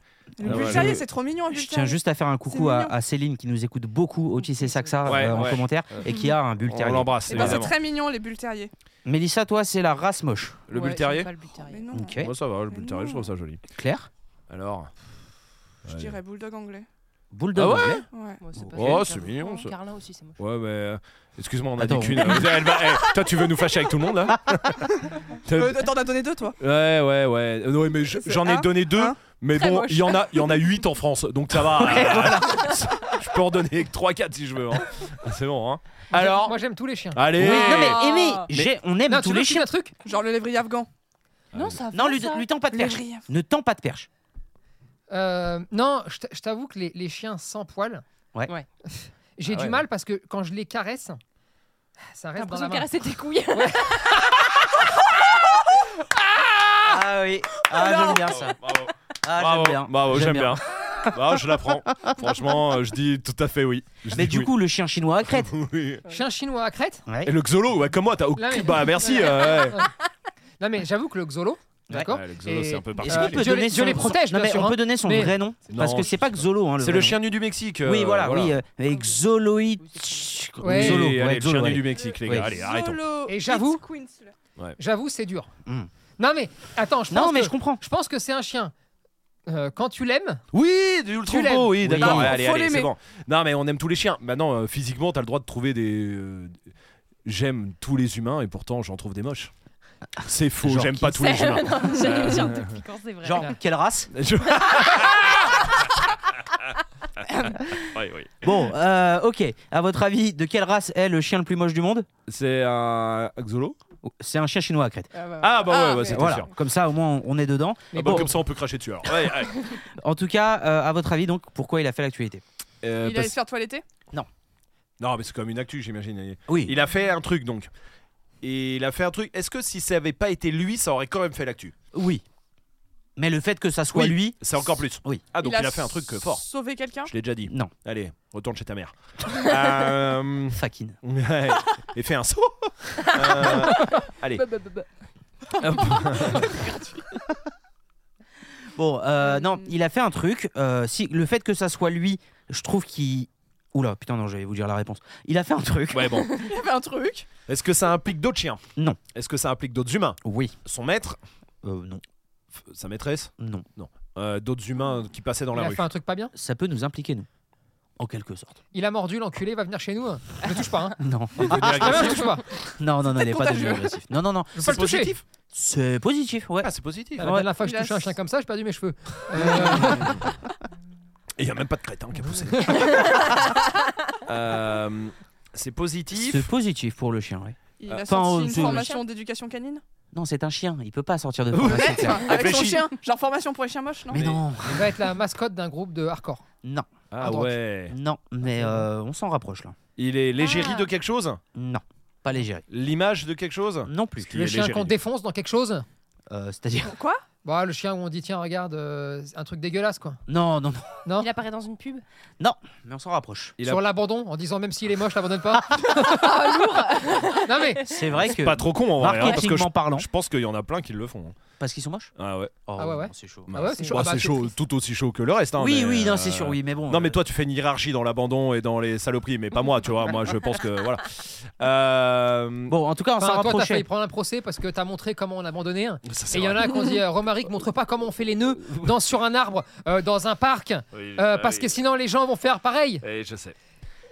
[SPEAKER 2] Le
[SPEAKER 3] Ah
[SPEAKER 2] bull
[SPEAKER 3] ouais.
[SPEAKER 2] terrier,
[SPEAKER 1] Je-
[SPEAKER 2] c'est trop mignon, un bull
[SPEAKER 1] Je tiens
[SPEAKER 2] terrier.
[SPEAKER 1] juste à faire un coucou à,
[SPEAKER 2] mignon.
[SPEAKER 1] à Céline qui nous écoute beaucoup, Otis et Saxa
[SPEAKER 3] Ouais,
[SPEAKER 1] euh, en
[SPEAKER 3] ouais.
[SPEAKER 1] commentaire, et qui a un bull
[SPEAKER 3] On
[SPEAKER 1] terrier.
[SPEAKER 3] l'embrasse,
[SPEAKER 2] Eh ben, c'est
[SPEAKER 3] évidemment.
[SPEAKER 2] très mignon, les bulles terriers.
[SPEAKER 1] Mélissa, toi, c'est la race moche.
[SPEAKER 3] Le
[SPEAKER 9] Ouais,
[SPEAKER 3] bull terrier
[SPEAKER 9] j'aime pas le bull terrier.
[SPEAKER 2] Mais non,
[SPEAKER 1] Ok.
[SPEAKER 3] Moi, ça va, le
[SPEAKER 2] Mais
[SPEAKER 3] bull terrier, je
[SPEAKER 2] non.
[SPEAKER 3] trouve ça joli.
[SPEAKER 1] Claire
[SPEAKER 3] Alors.
[SPEAKER 2] je dirais bulldog anglais.
[SPEAKER 1] Boule de
[SPEAKER 3] Ah ouais
[SPEAKER 1] Mowgli.
[SPEAKER 2] Ouais.
[SPEAKER 9] Moi,
[SPEAKER 3] Oh,
[SPEAKER 9] pas joli,
[SPEAKER 3] c'est
[SPEAKER 9] Carlin.
[SPEAKER 3] mignon, ça.
[SPEAKER 9] Carlin aussi, c'est moche.
[SPEAKER 3] Ouais, mais. euh, Excuse-moi, on a
[SPEAKER 1] Attends,
[SPEAKER 3] dit qu'une. Elle va- eh, toi, tu veux nous fâcher avec tout le monde là
[SPEAKER 2] Euh, T'en as donné deux, toi
[SPEAKER 3] Ouais, ouais, ouais. Euh, ouais, mais je-
[SPEAKER 2] C'est
[SPEAKER 3] j'en ai
[SPEAKER 2] un,
[SPEAKER 3] donné deux,
[SPEAKER 2] un,
[SPEAKER 3] mais
[SPEAKER 9] très
[SPEAKER 3] bon,
[SPEAKER 9] moche.
[SPEAKER 3] il y en a, il y en a huit en France, donc ça va. euh, Je peux en donner trois, quatre si je veux. hein. C'est bon. Hein. Alors, eh
[SPEAKER 4] Moi j'aime tous les chiens.
[SPEAKER 3] allez.
[SPEAKER 1] Oui, non
[SPEAKER 9] Ah.
[SPEAKER 1] mais Aimé, j'ai- on aime
[SPEAKER 4] non, tu
[SPEAKER 1] tous
[SPEAKER 4] veux
[SPEAKER 1] les
[SPEAKER 4] que je dise
[SPEAKER 1] chiens.
[SPEAKER 4] un truc
[SPEAKER 2] Genre le lévrier afghan.
[SPEAKER 3] Ah,
[SPEAKER 9] Non, ça va.
[SPEAKER 1] Non, lui,
[SPEAKER 9] ça.
[SPEAKER 1] lui tends pas de perche.
[SPEAKER 2] lévrier afghan.
[SPEAKER 1] Ne tends pas de perche.
[SPEAKER 4] Euh, Non, je t- je t'avoue que les, les chiens sans poils,
[SPEAKER 1] Ouais.
[SPEAKER 9] Ouais.
[SPEAKER 4] j'ai
[SPEAKER 3] Ah
[SPEAKER 4] du
[SPEAKER 3] ouais.
[SPEAKER 4] mal parce que quand je les caresse, ça
[SPEAKER 9] T'as
[SPEAKER 4] reste dans la
[SPEAKER 9] l'impression de
[SPEAKER 4] main.
[SPEAKER 9] caresser tes couilles.
[SPEAKER 1] Ah oui. Ah j'aime bien ça.
[SPEAKER 3] Bravo,
[SPEAKER 1] Ah
[SPEAKER 3] bravo,
[SPEAKER 1] j'aime bien.
[SPEAKER 3] bravo, j'aime bien. Bravo, je l'apprends. Franchement, euh, je dis tout à fait oui. Je
[SPEAKER 1] Mais
[SPEAKER 3] dis
[SPEAKER 1] du
[SPEAKER 3] oui.
[SPEAKER 1] coup, le chien chinois à crête.
[SPEAKER 3] Oui.
[SPEAKER 4] Chien chinois à crête
[SPEAKER 3] Et le Xolo, ouais, comme moi, t'as aucune.
[SPEAKER 4] Là, mais-
[SPEAKER 3] Bah, merci. euh, ouais.
[SPEAKER 4] Non mais j'avoue que le Xolo, d'accord
[SPEAKER 3] Ouais, le Xolo,
[SPEAKER 4] Et-
[SPEAKER 3] c'est un peu
[SPEAKER 1] Est-ce
[SPEAKER 4] Euh,
[SPEAKER 1] qu'on
[SPEAKER 4] je
[SPEAKER 3] particulier.
[SPEAKER 1] peut
[SPEAKER 4] les-
[SPEAKER 1] donner
[SPEAKER 4] je
[SPEAKER 1] son-
[SPEAKER 4] les protège,
[SPEAKER 1] Non,
[SPEAKER 4] bien
[SPEAKER 1] mais
[SPEAKER 4] sûr,
[SPEAKER 1] on
[SPEAKER 4] hein.
[SPEAKER 1] peut donner son
[SPEAKER 4] Mais-
[SPEAKER 1] vrai nom parce que c'est pas Xolo. hein,
[SPEAKER 3] C'est le
[SPEAKER 1] vrai nom.
[SPEAKER 3] chien nu du Mexique. euh,
[SPEAKER 1] Oui, voilà, oui. euh,
[SPEAKER 9] Oui,
[SPEAKER 1] avec
[SPEAKER 9] oui.
[SPEAKER 1] Xoloïd.
[SPEAKER 4] Ouais.
[SPEAKER 1] Xolo,
[SPEAKER 3] Allez,
[SPEAKER 1] ouais,
[SPEAKER 3] allez, le
[SPEAKER 1] Xolo,
[SPEAKER 3] chien nu
[SPEAKER 1] ouais.
[SPEAKER 3] du Mexique, les
[SPEAKER 1] Oui.
[SPEAKER 3] gars. Allez, arrêtons.
[SPEAKER 2] Solo.
[SPEAKER 4] Et j'avoue-
[SPEAKER 2] It's Queen, celui-là.
[SPEAKER 4] j'avoue c'est dur.
[SPEAKER 1] Hmm.
[SPEAKER 4] Non mais attends, je pense
[SPEAKER 1] Non, mais
[SPEAKER 4] que-
[SPEAKER 1] je comprends.
[SPEAKER 4] je pense que c'est un chien. Euh, quand tu l'aimes,
[SPEAKER 3] Oui, du
[SPEAKER 4] Tu
[SPEAKER 3] ultra
[SPEAKER 4] l'aimes.
[SPEAKER 3] beau, oui, d'accord.
[SPEAKER 2] Non,
[SPEAKER 3] allez,
[SPEAKER 2] faut
[SPEAKER 3] allez, c'est
[SPEAKER 2] l'aimer.
[SPEAKER 3] bon. Non, mais on aime tous les chiens. Maintenant, euh, physiquement, t'as le droit de trouver des. euh, J'aime tous les humains et pourtant j'en trouve des moches. C'est faux,
[SPEAKER 1] Genre
[SPEAKER 3] j'aime
[SPEAKER 1] qui
[SPEAKER 3] pas tous les
[SPEAKER 9] C'est-
[SPEAKER 3] humains.
[SPEAKER 9] Non, j'ai-
[SPEAKER 3] Euh,
[SPEAKER 9] j'ai un peu piquant, c'est vrai.
[SPEAKER 1] Genre, quelle race
[SPEAKER 3] Je- Oui, oui.
[SPEAKER 1] Bon, euh, ok. À votre avis, de quelle race est le chien le plus moche du monde
[SPEAKER 3] C'est un Axolo
[SPEAKER 1] C'est un chien chinois à crête.
[SPEAKER 3] Ah, bah ouais,
[SPEAKER 2] Ah,
[SPEAKER 3] bah,
[SPEAKER 2] mais-
[SPEAKER 3] c'était
[SPEAKER 1] Voilà,
[SPEAKER 3] sûr.
[SPEAKER 1] comme ça au moins on- on est dedans.
[SPEAKER 4] mais
[SPEAKER 3] Ah bah,
[SPEAKER 4] bon,
[SPEAKER 3] Comme ça, on peut cracher dessus. alors. Ouais, ouais.
[SPEAKER 1] En tout cas, euh, à votre avis, donc, pourquoi il a fait l'actualité
[SPEAKER 2] Il
[SPEAKER 3] Euh,
[SPEAKER 2] allait
[SPEAKER 3] parce-
[SPEAKER 2] se faire toiletter
[SPEAKER 3] Non, mais c'est comme une actu, j'imagine. Il-
[SPEAKER 1] Oui.
[SPEAKER 3] Il a fait un truc donc. Et il a fait un truc. Est-ce que si ça avait pas été lui, ça aurait quand même fait l'actu
[SPEAKER 1] Oui. Mais le fait que ça soit
[SPEAKER 3] Oui,
[SPEAKER 1] lui.
[SPEAKER 3] c'est encore plus.
[SPEAKER 1] Oui.
[SPEAKER 3] Ah, donc il a fait un truc euh, fort.
[SPEAKER 2] Sauver quelqu'un
[SPEAKER 3] Je l'ai déjà dit.
[SPEAKER 1] Non,
[SPEAKER 3] Allez, retourne chez ta mère. Euh,
[SPEAKER 1] Fakin.
[SPEAKER 3] ouais. Et fais un saut. Euh,
[SPEAKER 9] Bah,
[SPEAKER 3] allez.
[SPEAKER 1] Bon, euh,
[SPEAKER 2] Euh,
[SPEAKER 1] non, il a fait un truc. euh, si le fait que ça soit lui, je trouve qu'il. Oula, putain, non, j'allais vous dire la réponse. Il a fait un truc.
[SPEAKER 3] Ouais, bon.
[SPEAKER 2] Il y avait un truc.
[SPEAKER 3] Est-ce que ça implique d'autres chiens
[SPEAKER 1] Non.
[SPEAKER 3] Est-ce que ça implique d'autres humains
[SPEAKER 1] Oui.
[SPEAKER 3] Son maître
[SPEAKER 1] Euh, non,
[SPEAKER 3] f- Sa maîtresse
[SPEAKER 1] non.
[SPEAKER 3] Euh, D'autres humains qui passaient dans
[SPEAKER 4] il
[SPEAKER 3] la
[SPEAKER 4] a
[SPEAKER 3] rue
[SPEAKER 4] fait un truc pas bien.
[SPEAKER 1] Ça peut nous impliquer, nous. En quelque sorte.
[SPEAKER 4] Il a mordu l'enculé, il va venir chez nous. Ne touche pas. Hein.
[SPEAKER 1] Non,
[SPEAKER 3] Devenir
[SPEAKER 4] Ah,
[SPEAKER 3] agressif.
[SPEAKER 4] non, touche pas.
[SPEAKER 1] non, non, non, il n'est pas devenu
[SPEAKER 2] contagieux.
[SPEAKER 1] agressif. Non, non, non.
[SPEAKER 4] Faut pas
[SPEAKER 3] C'est
[SPEAKER 4] le toucher.
[SPEAKER 3] positif
[SPEAKER 1] C'est positif, ouais.
[SPEAKER 3] Ah, c'est positif.
[SPEAKER 4] La
[SPEAKER 1] Ouais.
[SPEAKER 4] dernière fois que je
[SPEAKER 2] Il a
[SPEAKER 4] touchais un
[SPEAKER 2] s-
[SPEAKER 4] chien comme ça, j'ai perdu mes cheveux. Euh,
[SPEAKER 3] Et il n'y a même pas de crétin qui a poussé. Euh, c'est positif.
[SPEAKER 1] C'est positif pour le chien, ouais.
[SPEAKER 2] Il
[SPEAKER 3] Ah.
[SPEAKER 2] a
[SPEAKER 1] Enfin,
[SPEAKER 2] sorti une
[SPEAKER 1] c'est-
[SPEAKER 2] formation d'éducation canine.
[SPEAKER 1] Non, c'est un chien. Il peut pas sortir de
[SPEAKER 2] Ouais,
[SPEAKER 1] formation.
[SPEAKER 2] enfin, avec son
[SPEAKER 3] Réfléchis.
[SPEAKER 2] chien. Genre formation pour les chiens moches, non
[SPEAKER 1] Mais non,
[SPEAKER 4] il va être la mascotte d'un groupe de hardcore.
[SPEAKER 1] non,
[SPEAKER 3] Ah
[SPEAKER 4] À droite.
[SPEAKER 3] ouais.
[SPEAKER 1] non.
[SPEAKER 3] Ah,
[SPEAKER 1] Mais euh, on s'en rapproche là.
[SPEAKER 3] Il est l'égérie
[SPEAKER 9] Ah.
[SPEAKER 3] de quelque chose
[SPEAKER 1] Non, pas légéré.
[SPEAKER 3] L'image de quelque chose
[SPEAKER 1] Non plus.
[SPEAKER 3] Parce qu'il
[SPEAKER 4] Le
[SPEAKER 3] est
[SPEAKER 4] chien
[SPEAKER 3] l'égérie
[SPEAKER 4] qu'on
[SPEAKER 3] du-
[SPEAKER 4] défonce dans quelque chose.
[SPEAKER 1] Euh, C'est-à-dire.
[SPEAKER 2] Quoi
[SPEAKER 4] Bah, le chien où on dit tiens regarde euh, un truc dégueulasse quoi.
[SPEAKER 1] Non, non, non.
[SPEAKER 4] Non.
[SPEAKER 9] Il apparaît dans une pub.
[SPEAKER 1] Mais on s'en rapproche.
[SPEAKER 3] Il a-
[SPEAKER 4] Sur l'abandon en disant même s'il est moche l'abandonne pas.
[SPEAKER 1] Ah,
[SPEAKER 4] non mais
[SPEAKER 3] Oh.
[SPEAKER 1] C'est vrai que.
[SPEAKER 3] Pas trop con en vrai. hein, parce que je,
[SPEAKER 1] Marketingment parlant.
[SPEAKER 3] je pense qu'il y en a plein qui le font. hein.
[SPEAKER 1] Parce qu'ils sont moches
[SPEAKER 3] Ah ouais.
[SPEAKER 1] Oh,
[SPEAKER 4] Ah ouais, ouais.
[SPEAKER 1] non, C'est chaud.
[SPEAKER 4] Ah ouais, c'est chaud.
[SPEAKER 3] Bah,
[SPEAKER 4] Ah bah,
[SPEAKER 3] c'est
[SPEAKER 4] c'est
[SPEAKER 3] chaud,
[SPEAKER 4] triste.
[SPEAKER 3] tout aussi chaud que le reste. hein,
[SPEAKER 1] oui,
[SPEAKER 3] mais,
[SPEAKER 1] oui, non,
[SPEAKER 3] euh,
[SPEAKER 1] c'est sûr, oui, mais bon.
[SPEAKER 3] Non, mais toi, tu fais une hiérarchie dans l'abandon et dans les saloperies, mais pas moi, tu vois. Moi, je pense que. Voilà. Euh,
[SPEAKER 1] Bon, en tout cas, on s'en
[SPEAKER 4] Enfin, toi t'as
[SPEAKER 1] rapprochait.
[SPEAKER 4] failli prendre un procès parce que t'as montré comment on abandonnait. un.
[SPEAKER 3] ça,
[SPEAKER 4] Et
[SPEAKER 3] c'est
[SPEAKER 4] il y en
[SPEAKER 3] vrai.
[SPEAKER 4] a qu'on dit euh, Romaric montre pas comment on fait les nœuds dans, sur un arbre, euh, dans un parc, euh,
[SPEAKER 3] Ah Oui,
[SPEAKER 4] parce
[SPEAKER 3] oui.
[SPEAKER 4] que sinon les gens vont faire pareil.
[SPEAKER 3] Eh, je sais.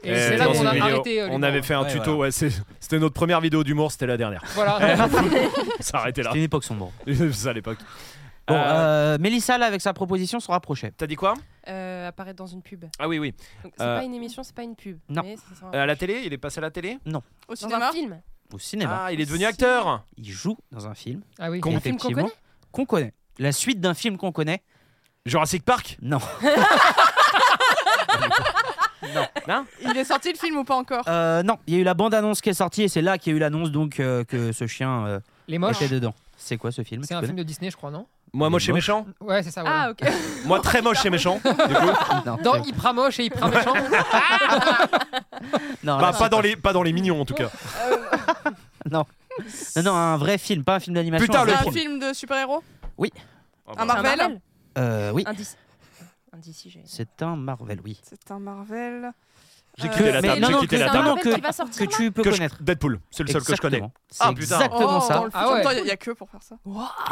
[SPEAKER 4] Et
[SPEAKER 3] Eh,
[SPEAKER 4] c'est là
[SPEAKER 3] dans
[SPEAKER 4] qu'on
[SPEAKER 3] une
[SPEAKER 4] a
[SPEAKER 3] vidéo,
[SPEAKER 4] arrêté. euh,
[SPEAKER 3] on
[SPEAKER 4] l'humour.
[SPEAKER 3] avait fait un
[SPEAKER 6] Ouais,
[SPEAKER 3] tuto,
[SPEAKER 6] voilà.
[SPEAKER 3] ouais, c'est- c'était notre première vidéo d'humour, c'était la dernière.
[SPEAKER 4] Voilà.
[SPEAKER 3] Ça Euh, arrêtait là.
[SPEAKER 1] C'était une époque sombre.
[SPEAKER 3] ça à l'époque.
[SPEAKER 1] Bon,
[SPEAKER 3] Euh,
[SPEAKER 1] euh, Mélissa, là, avec sa proposition, s'en rapprochait.
[SPEAKER 3] T'as dit quoi
[SPEAKER 9] Euh, apparaît dans une pub.
[SPEAKER 3] Ah oui, oui.
[SPEAKER 9] Donc, c'est
[SPEAKER 3] Euh,
[SPEAKER 9] pas une émission, c'est pas une pub.
[SPEAKER 1] non.
[SPEAKER 9] Mais ça sera-
[SPEAKER 3] Euh, À la télé Il est passé à la télé
[SPEAKER 2] Au
[SPEAKER 9] dans un
[SPEAKER 3] Euh,
[SPEAKER 2] cinéma
[SPEAKER 9] film.
[SPEAKER 1] Au cinéma,
[SPEAKER 3] Ah, il est devenu acteur
[SPEAKER 1] il joue dans un film.
[SPEAKER 4] Ah oui.
[SPEAKER 1] Con-
[SPEAKER 9] Un film qu'on
[SPEAKER 1] effectivement,
[SPEAKER 9] connaît.
[SPEAKER 1] Qu'on connaît. La suite d'un film qu'on connaît
[SPEAKER 3] Jurassic Park
[SPEAKER 1] Non.
[SPEAKER 2] Il est sorti le film ou pas encore
[SPEAKER 1] Euh, non, il y a eu la bande-annonce qui est sortie et c'est là qu'il y a eu l'annonce donc euh, que ce chien euh,
[SPEAKER 4] Les moches.
[SPEAKER 1] était dedans. C'est quoi ce film
[SPEAKER 4] C'est
[SPEAKER 1] tu
[SPEAKER 4] un
[SPEAKER 1] connais
[SPEAKER 4] film de Disney, je crois, non
[SPEAKER 3] Moi,
[SPEAKER 1] Il
[SPEAKER 3] moche
[SPEAKER 1] est
[SPEAKER 3] et
[SPEAKER 1] moche.
[SPEAKER 3] méchant
[SPEAKER 4] Ouais, c'est ça. ouais.
[SPEAKER 9] Ah, ok.
[SPEAKER 3] Moi, très moche et méchant. Du coup.
[SPEAKER 1] Non,
[SPEAKER 4] Dans
[SPEAKER 1] c'est-
[SPEAKER 4] Hypra moche et Hypra méchant.
[SPEAKER 1] non, là,
[SPEAKER 3] Bah, pas
[SPEAKER 1] c'est
[SPEAKER 3] dans, les, pas dans les mignons en tout cas.
[SPEAKER 1] Non, non, un vrai film, pas un film d'animation.
[SPEAKER 3] Putain,
[SPEAKER 1] un
[SPEAKER 3] le
[SPEAKER 1] vrai
[SPEAKER 2] C'est
[SPEAKER 1] film.
[SPEAKER 2] un film de super-héros
[SPEAKER 3] Ah,
[SPEAKER 2] bah.
[SPEAKER 9] Un
[SPEAKER 2] Marvel
[SPEAKER 9] Marvel.
[SPEAKER 1] Euh, oui,
[SPEAKER 9] Indice. Indice, si j'ai.
[SPEAKER 1] c'est un Marvel, oui.
[SPEAKER 2] C'est un Marvel.
[SPEAKER 3] J'ai
[SPEAKER 2] Euh,
[SPEAKER 3] quitté la
[SPEAKER 1] mais
[SPEAKER 3] table.
[SPEAKER 1] non,
[SPEAKER 3] Ah, J'ai
[SPEAKER 1] non,
[SPEAKER 3] quitté
[SPEAKER 1] que-
[SPEAKER 3] la
[SPEAKER 1] non,
[SPEAKER 3] table.
[SPEAKER 1] non,
[SPEAKER 9] que,
[SPEAKER 1] que-
[SPEAKER 9] qui va sortir
[SPEAKER 1] que
[SPEAKER 9] là
[SPEAKER 1] tu peux
[SPEAKER 3] Que je-
[SPEAKER 1] connaître.
[SPEAKER 3] Deadpool, c'est le seul que je connais.
[SPEAKER 1] Exactement. C'est
[SPEAKER 3] Ah, putain.
[SPEAKER 1] exactement
[SPEAKER 2] Oh,
[SPEAKER 1] ça.
[SPEAKER 2] dans le
[SPEAKER 4] Ah
[SPEAKER 2] film, en
[SPEAKER 4] ouais.
[SPEAKER 2] même temps, il n'y a, que pour faire ça.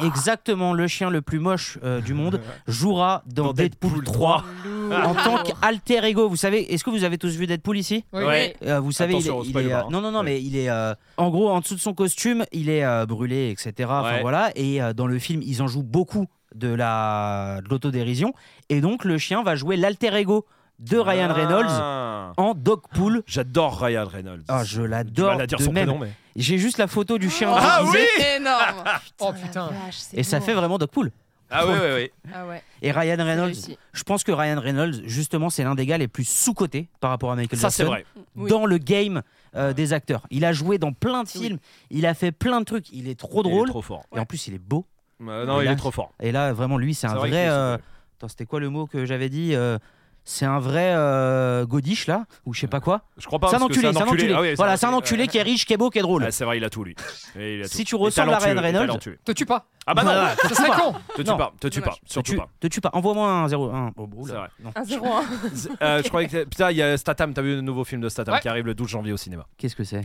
[SPEAKER 1] Exactement, le chien le plus moche euh, du monde jouera dans,
[SPEAKER 3] Dans
[SPEAKER 1] Deadpool,
[SPEAKER 3] Deadpool
[SPEAKER 1] 3
[SPEAKER 9] Lourd.
[SPEAKER 1] en tant qu'alter ego. Vous savez, est-ce que vous avez tous vu Deadpool ici
[SPEAKER 4] Oui.
[SPEAKER 3] Ouais.
[SPEAKER 1] Euh, Vous savez,
[SPEAKER 6] Attention au
[SPEAKER 1] il est,
[SPEAKER 6] spoiler,
[SPEAKER 1] euh,
[SPEAKER 6] hein.
[SPEAKER 1] non, non, non,
[SPEAKER 6] Ouais.
[SPEAKER 1] mais il est euh, en gros en dessous de son costume, il est euh, brûlé, etc. Enfin
[SPEAKER 3] Ouais.
[SPEAKER 1] voilà. Et euh, dans le film, ils en jouent beaucoup de la de l'autodérision. Et donc le chien va jouer l'alter ego de Ryan Reynolds
[SPEAKER 3] Ah.
[SPEAKER 1] en Dogpool.
[SPEAKER 3] J'adore Ryan Reynolds.
[SPEAKER 1] Ah, je
[SPEAKER 3] Du mal
[SPEAKER 1] l'adore
[SPEAKER 3] à dire
[SPEAKER 1] de
[SPEAKER 3] son
[SPEAKER 1] même.
[SPEAKER 3] prénom, mais.
[SPEAKER 1] J'ai juste la photo du chien.
[SPEAKER 3] Ah
[SPEAKER 1] déguisé,
[SPEAKER 3] oui Oh.
[SPEAKER 2] Énorme. Euh,
[SPEAKER 4] Oh putain.
[SPEAKER 9] la vache, c'est
[SPEAKER 1] Et ça
[SPEAKER 9] lourd.
[SPEAKER 1] fait vraiment Dogpool.
[SPEAKER 3] Ah, oui, oui, oui.
[SPEAKER 9] Ah ouais.
[SPEAKER 1] Et Ryan Reynolds,
[SPEAKER 9] réussi.
[SPEAKER 1] je pense que Ryan Reynolds, justement, c'est l'un des gars les plus sous-cotés par rapport à Michael
[SPEAKER 3] Ça,
[SPEAKER 1] Jackson
[SPEAKER 3] c'est vrai.
[SPEAKER 9] Oui.
[SPEAKER 1] dans le game euh, des acteurs. Il a joué dans plein de films, il a fait plein de trucs, il est trop
[SPEAKER 3] Il est
[SPEAKER 1] drôle.
[SPEAKER 3] trop fort.
[SPEAKER 1] Et en plus, il est beau.
[SPEAKER 3] Euh, Non,
[SPEAKER 1] Et
[SPEAKER 3] il
[SPEAKER 1] là-
[SPEAKER 3] est trop fort.
[SPEAKER 1] Et là, vraiment, lui, c'est un
[SPEAKER 3] C'est
[SPEAKER 1] vrai.
[SPEAKER 3] vrai qu'il est
[SPEAKER 1] euh,
[SPEAKER 3] sous-coté.
[SPEAKER 1] Attends, c'était quoi le mot que j'avais dit euh, C'est un vrai euh, godiche, là Ou je sais pas quoi
[SPEAKER 3] Je crois pas.
[SPEAKER 1] C'est un
[SPEAKER 3] parce que
[SPEAKER 1] enculé, c'est un enculé.
[SPEAKER 3] Ah oui,
[SPEAKER 1] voilà, c'est un enculé qui est riche, qui est beau, qui est drôle.
[SPEAKER 3] Ah, c'est vrai, il a tout, lui. Et il a
[SPEAKER 1] Si
[SPEAKER 3] tout.
[SPEAKER 1] tu
[SPEAKER 3] Et
[SPEAKER 1] ressembles à Ryan
[SPEAKER 3] talentueux, et
[SPEAKER 1] Reynolds-
[SPEAKER 3] talentueux.
[SPEAKER 4] Te tue pas.
[SPEAKER 3] Ah bah non,
[SPEAKER 1] Voilà,
[SPEAKER 4] Ce serait con.
[SPEAKER 3] te tue
[SPEAKER 1] Non.
[SPEAKER 3] pas, te tue pas,
[SPEAKER 1] te
[SPEAKER 3] surtout
[SPEAKER 1] tue,
[SPEAKER 3] pas.
[SPEAKER 1] te tue pas. Envoie-moi un 0 1. Oh, oh,
[SPEAKER 3] C'est
[SPEAKER 1] là.
[SPEAKER 3] vrai.
[SPEAKER 1] Non.
[SPEAKER 9] Un 0-1.
[SPEAKER 3] Z- euh, je croyais que putain, il y a Statham. T'as vu le nouveau film de Statham
[SPEAKER 4] Ouais.
[SPEAKER 3] qui arrive le 12 janvier au cinéma.
[SPEAKER 1] Qu'est-ce que c'est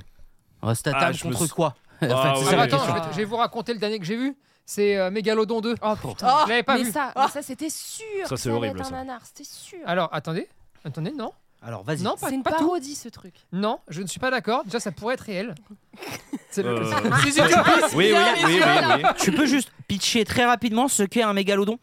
[SPEAKER 1] Rastatam
[SPEAKER 3] Ah, je me
[SPEAKER 1] contre
[SPEAKER 3] sou-
[SPEAKER 1] quoi En fait,
[SPEAKER 3] Ah,
[SPEAKER 1] c'est
[SPEAKER 3] oui,
[SPEAKER 1] ça
[SPEAKER 4] Ah bah
[SPEAKER 1] la
[SPEAKER 4] attends,
[SPEAKER 1] question.
[SPEAKER 4] je vais, te- je vais vous raconter le dernier que j'ai vu. C'est euh, Mégalodon 2.
[SPEAKER 9] Oh putain.
[SPEAKER 2] Ah,
[SPEAKER 4] je l'avais pas
[SPEAKER 9] mais
[SPEAKER 4] vu.
[SPEAKER 9] ça, mais ça c'était sûr.
[SPEAKER 3] Ça,
[SPEAKER 9] que
[SPEAKER 3] c'est
[SPEAKER 9] allait
[SPEAKER 3] horrible,
[SPEAKER 9] être un
[SPEAKER 3] ça.
[SPEAKER 9] nanar, c'était sûr.
[SPEAKER 4] Alors, attendez. Attendez, non.
[SPEAKER 1] Alors, vas-y.
[SPEAKER 4] Non, pas,
[SPEAKER 9] C'est une
[SPEAKER 4] pas tout.
[SPEAKER 9] parodie ce truc.
[SPEAKER 4] Non, je ne suis pas d'accord. Déjà, ça pourrait être réel. C'est le-
[SPEAKER 3] Euh,
[SPEAKER 2] Si, si, tu pisses
[SPEAKER 3] Oui, oui,
[SPEAKER 2] bien,
[SPEAKER 3] oui,
[SPEAKER 2] mais
[SPEAKER 3] oui,
[SPEAKER 2] voilà.
[SPEAKER 3] oui.
[SPEAKER 1] Tu peux juste pitcher très rapidement ce qu'est un mégalodon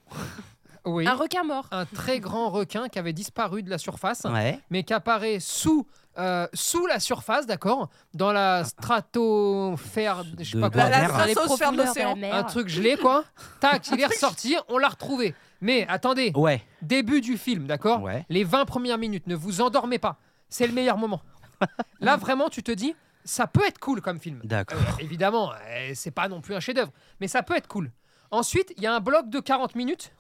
[SPEAKER 4] Oui.
[SPEAKER 9] Un requin mort.
[SPEAKER 4] Un très grand requin qui avait disparu de la surface,
[SPEAKER 3] Ah.
[SPEAKER 1] Ouais.
[SPEAKER 4] mais qui apparaît sous, euh, sous la surface, d'accord Dans la stratosphère, je sais
[SPEAKER 1] Ah. De quoi
[SPEAKER 4] pas
[SPEAKER 2] La,
[SPEAKER 4] quoi.
[SPEAKER 2] la
[SPEAKER 1] Merde.
[SPEAKER 9] Dans les
[SPEAKER 2] stratosphère de
[SPEAKER 9] profondeurs la
[SPEAKER 2] l'océan.
[SPEAKER 9] mer.
[SPEAKER 4] Un truc gelé, quoi. Tac, il est ressorti, on l'a retrouvé. Mais attendez,
[SPEAKER 1] Ouais.
[SPEAKER 4] début du film, d'accord
[SPEAKER 1] Oh. Ouais.
[SPEAKER 4] Les 20 premières minutes, ne vous endormez pas. C'est le meilleur moment. Là, vraiment, tu te dis, ça peut être cool comme film.
[SPEAKER 1] D'accord.
[SPEAKER 4] Euh, évidemment, euh, c'est pas non plus un chef-d'œuvre, mais ça peut être cool. Ensuite, il y a un bloc de 40 minutes.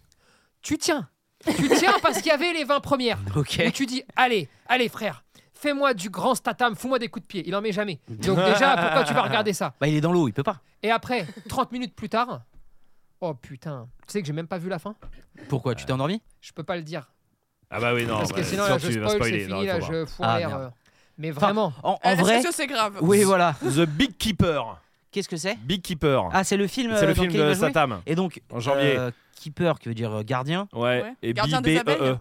[SPEAKER 4] Tu tiens. Tu tiens parce qu'il y avait les 20 premières.
[SPEAKER 1] Ok.
[SPEAKER 4] Où tu dis, allez, allez frère, fais-moi du grand statam, fous-moi des coups de pied. Il en met jamais. Donc déjà, pourquoi tu vas regarder ça
[SPEAKER 1] Bah, il est dans l'eau, il peut pas.
[SPEAKER 4] Et après, 30 minutes plus tard, oh putain, tu sais que j'ai même pas vu la fin
[SPEAKER 1] Pourquoi Tu t'es endormi
[SPEAKER 4] Je peux pas le dire.
[SPEAKER 3] Ah bah oui, non.
[SPEAKER 4] parce que
[SPEAKER 3] bah,
[SPEAKER 4] sinon,
[SPEAKER 3] sûr
[SPEAKER 4] là,
[SPEAKER 3] que
[SPEAKER 4] je
[SPEAKER 3] tu vas
[SPEAKER 4] spoil, c'est
[SPEAKER 3] spoiler, non,
[SPEAKER 4] fini,
[SPEAKER 3] il
[SPEAKER 4] là,
[SPEAKER 3] faut voir.
[SPEAKER 4] je fous en
[SPEAKER 1] Ah,
[SPEAKER 4] l'air,
[SPEAKER 1] merde.
[SPEAKER 4] euh. Mais
[SPEAKER 1] Enfin,
[SPEAKER 4] vraiment,
[SPEAKER 1] En, en
[SPEAKER 2] Euh,
[SPEAKER 1] vrai.
[SPEAKER 2] Est-ce que c'est grave
[SPEAKER 1] Oui, voilà.
[SPEAKER 3] The Big Keeper.
[SPEAKER 1] Qu'est-ce que c'est
[SPEAKER 3] Big Keeper.
[SPEAKER 1] Ah, c'est le film.
[SPEAKER 3] c'est
[SPEAKER 1] euh, dans
[SPEAKER 3] le film
[SPEAKER 1] lequel il
[SPEAKER 3] de
[SPEAKER 1] va jouer
[SPEAKER 3] Statham.
[SPEAKER 1] Et donc.
[SPEAKER 3] En janvier.
[SPEAKER 1] euh, Keeper, qui veut dire euh, gardien.
[SPEAKER 3] Ouais.
[SPEAKER 2] Ouais.
[SPEAKER 3] Et
[SPEAKER 2] Gardien des
[SPEAKER 3] B-B-E-E.
[SPEAKER 2] abeilles.
[SPEAKER 3] E.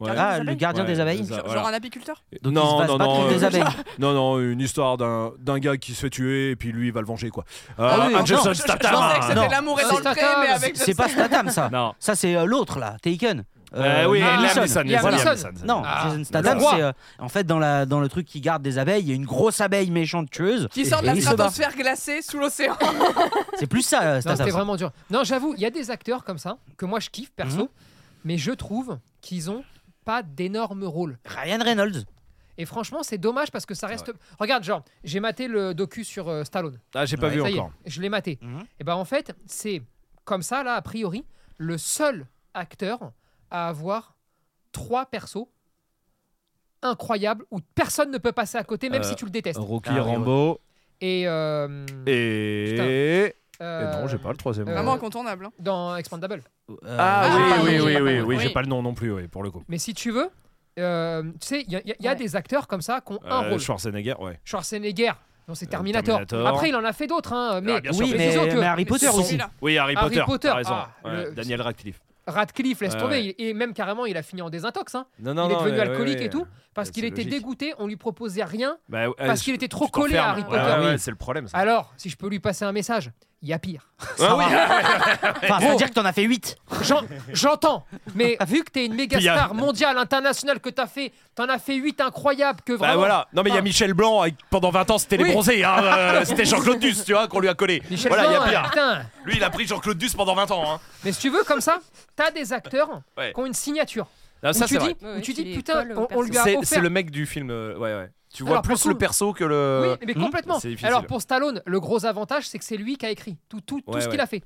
[SPEAKER 3] Ouais.
[SPEAKER 2] Gardien des
[SPEAKER 1] Ah, le
[SPEAKER 2] abeilles.
[SPEAKER 1] gardien
[SPEAKER 3] Ouais,
[SPEAKER 1] des abeilles.
[SPEAKER 3] des a-
[SPEAKER 2] Genre
[SPEAKER 3] Bah, voilà.
[SPEAKER 2] un apiculteur
[SPEAKER 1] Donc
[SPEAKER 3] non,
[SPEAKER 1] il se
[SPEAKER 3] non,
[SPEAKER 1] base pas
[SPEAKER 3] non,
[SPEAKER 1] contre des
[SPEAKER 3] euh,
[SPEAKER 1] abeilles.
[SPEAKER 3] non, non, une histoire d'un d'un gars qui se fait tuer et puis lui il va le venger quoi. Euh,
[SPEAKER 1] Ah oui,
[SPEAKER 3] un
[SPEAKER 1] non,
[SPEAKER 3] Jason
[SPEAKER 1] je-
[SPEAKER 2] Je pensais que
[SPEAKER 3] Statham.
[SPEAKER 1] Non.
[SPEAKER 2] c'était l'amour est
[SPEAKER 4] C'est
[SPEAKER 2] dans le trait,
[SPEAKER 4] Statham,
[SPEAKER 2] mais avec
[SPEAKER 1] C'est pas Statham, ça.
[SPEAKER 3] Non.
[SPEAKER 1] Ça, c'est euh, l'autre, là. Taken. Euh,
[SPEAKER 3] Euh, oui,
[SPEAKER 4] non,
[SPEAKER 3] Liam
[SPEAKER 4] Neeson.
[SPEAKER 3] Neeson,
[SPEAKER 4] Liam
[SPEAKER 3] Neeson,
[SPEAKER 4] Neeson.
[SPEAKER 3] Neeson.
[SPEAKER 1] Non,
[SPEAKER 4] Ah,
[SPEAKER 1] Jason Statham,
[SPEAKER 4] le roi.
[SPEAKER 1] c'est euh, en fait dans, la, dans le truc qui garde des abeilles, il y a une grosse abeille méchante tueuse.
[SPEAKER 2] qui sort de la
[SPEAKER 1] Et il se bat.
[SPEAKER 2] stratosphère glacée sous l'océan.
[SPEAKER 3] Euh,
[SPEAKER 1] C'est plus ça, euh,
[SPEAKER 4] non,
[SPEAKER 1] Statham.
[SPEAKER 4] c'était vraiment dur. Non, j'avoue, il y a des acteurs comme ça que moi je kiffe perso,
[SPEAKER 1] Mhm.
[SPEAKER 4] mais je trouve qu'ils ont pas d'énormes rôles.
[SPEAKER 1] Ryan Reynolds.
[SPEAKER 4] Et franchement, c'est dommage parce que ça reste. Regarde, genre, j'ai maté le docu sur euh, Stallone.
[SPEAKER 3] Ah, j'ai pas
[SPEAKER 1] Ouais,
[SPEAKER 3] vu
[SPEAKER 4] ça y est,
[SPEAKER 3] encore.
[SPEAKER 4] je l'ai maté.
[SPEAKER 1] Mhm.
[SPEAKER 4] Et ben en fait, c'est comme ça là a priori le seul acteur à avoir trois persos incroyables où personne ne peut passer à côté, même
[SPEAKER 3] Euh,
[SPEAKER 4] si tu le détestes.
[SPEAKER 3] Rocky,
[SPEAKER 1] Ah, oui,
[SPEAKER 3] Rambo
[SPEAKER 4] Et euh,
[SPEAKER 3] et... et
[SPEAKER 4] euh,
[SPEAKER 3] non, j'ai pas le troisième.
[SPEAKER 4] euh,
[SPEAKER 2] Vraiment incontournable. hein.
[SPEAKER 4] dans Expandable.
[SPEAKER 1] Euh,
[SPEAKER 3] Ah, oui,
[SPEAKER 2] pardon,
[SPEAKER 3] oui,
[SPEAKER 2] j'ai
[SPEAKER 3] oui,
[SPEAKER 2] pas
[SPEAKER 3] oui, oui,
[SPEAKER 2] compris.
[SPEAKER 4] Ah,
[SPEAKER 3] j'ai pas le nom non plus, oui, pour le coup.
[SPEAKER 4] Mais si tu veux, euh, tu sais, il y a, il y a- il y a
[SPEAKER 9] Ouais.
[SPEAKER 4] des acteurs comme ça qui ont un
[SPEAKER 3] Euh,
[SPEAKER 4] rôle.
[SPEAKER 3] Schwarzenegger, ouais.
[SPEAKER 4] Schwarzenegger, non, c'est Terminator.
[SPEAKER 3] Terminator.
[SPEAKER 4] Après, il en a fait d'autres, hein, mais,
[SPEAKER 3] bien sûr,
[SPEAKER 1] Oui,
[SPEAKER 3] mais
[SPEAKER 1] mais,
[SPEAKER 4] disons que-
[SPEAKER 1] mais Harry Potter
[SPEAKER 4] Celui-là.
[SPEAKER 1] aussi.
[SPEAKER 3] Oui, Harry,
[SPEAKER 4] Harry
[SPEAKER 3] Potter,
[SPEAKER 4] Potter,
[SPEAKER 3] t'as raison.
[SPEAKER 4] ah,
[SPEAKER 3] Ouais,
[SPEAKER 4] le-
[SPEAKER 3] Daniel Radcliffe.
[SPEAKER 4] Radcliffe, laisse
[SPEAKER 3] Ouais,
[SPEAKER 4] tomber.
[SPEAKER 3] ouais.
[SPEAKER 4] il- Et même carrément, il a fini en désintox. hein.
[SPEAKER 3] Non,
[SPEAKER 4] il
[SPEAKER 3] non,
[SPEAKER 4] est
[SPEAKER 3] non,
[SPEAKER 4] devenu
[SPEAKER 3] ouais,
[SPEAKER 4] alcoolique
[SPEAKER 3] ouais,
[SPEAKER 4] et tout,
[SPEAKER 3] ouais.
[SPEAKER 4] parce
[SPEAKER 3] Ouais,
[SPEAKER 4] qu'il
[SPEAKER 3] c'est
[SPEAKER 4] était
[SPEAKER 3] logique.
[SPEAKER 4] dégoûté, on lui proposait rien,
[SPEAKER 3] Bah, ouais,
[SPEAKER 4] parce
[SPEAKER 3] je-
[SPEAKER 4] qu'il était trop
[SPEAKER 3] tu
[SPEAKER 4] collé à Harry
[SPEAKER 3] t'enfermes.
[SPEAKER 4] Potter. Ah,
[SPEAKER 3] Ouais, ouais,
[SPEAKER 1] oui.
[SPEAKER 3] c'est le problème. Ça. Ah,
[SPEAKER 4] Alors, si je peux lui passer un message, il y a pire.
[SPEAKER 1] Ça
[SPEAKER 3] Ouais,
[SPEAKER 1] va. Enfin, ça veut
[SPEAKER 4] Gros.
[SPEAKER 1] dire que t'en as fait 8.
[SPEAKER 4] J'en- J'entends, mais vu que t'es une méga
[SPEAKER 3] Puis il y a-
[SPEAKER 4] star mondiale, internationale, que t'as fait, t'en as fait 8 incroyables, que
[SPEAKER 3] Bah
[SPEAKER 4] vraiment.
[SPEAKER 3] voilà, non mais il y a
[SPEAKER 4] Ah.
[SPEAKER 3] Michel Blanc, avec- pendant 20 ans c'était les
[SPEAKER 4] Oui.
[SPEAKER 3] bronzés, hein, euh, c'était Jean-Claude Duss, tu vois, qu'on lui a collé.
[SPEAKER 4] Michel
[SPEAKER 3] voilà, il y a
[SPEAKER 4] Blanc,
[SPEAKER 3] pire.
[SPEAKER 4] putain.
[SPEAKER 3] Lui il a pris Jean-Claude Duss pendant 20 ans. Hein.
[SPEAKER 4] Mais si tu veux, comme ça, t'as des acteurs
[SPEAKER 3] Ouais.
[SPEAKER 4] qui ont une signature.
[SPEAKER 3] Non,
[SPEAKER 4] Où
[SPEAKER 3] ça
[SPEAKER 4] tu
[SPEAKER 3] c'est
[SPEAKER 4] dis,
[SPEAKER 3] vrai.
[SPEAKER 9] Ouais,
[SPEAKER 4] où
[SPEAKER 9] ouais,
[SPEAKER 4] tu
[SPEAKER 9] tu
[SPEAKER 4] dis
[SPEAKER 9] les
[SPEAKER 4] putain,
[SPEAKER 9] colles aux
[SPEAKER 4] on, on lui a
[SPEAKER 3] C'est c'est
[SPEAKER 4] offert.
[SPEAKER 3] le mec du film, euh, ouais ouais. Tu vois
[SPEAKER 4] Alors, pour
[SPEAKER 3] plus
[SPEAKER 4] le
[SPEAKER 3] le
[SPEAKER 4] coup-
[SPEAKER 3] perso que le...
[SPEAKER 4] Oui, mais
[SPEAKER 1] Hmm,
[SPEAKER 4] complètement.
[SPEAKER 3] Euh, c'est difficile.
[SPEAKER 4] Alors pour Stallone, le gros avantage, c'est que c'est lui qui a écrit tout, tout, tout
[SPEAKER 3] Ouais,
[SPEAKER 4] ce qu'il
[SPEAKER 3] ouais.
[SPEAKER 4] a fait.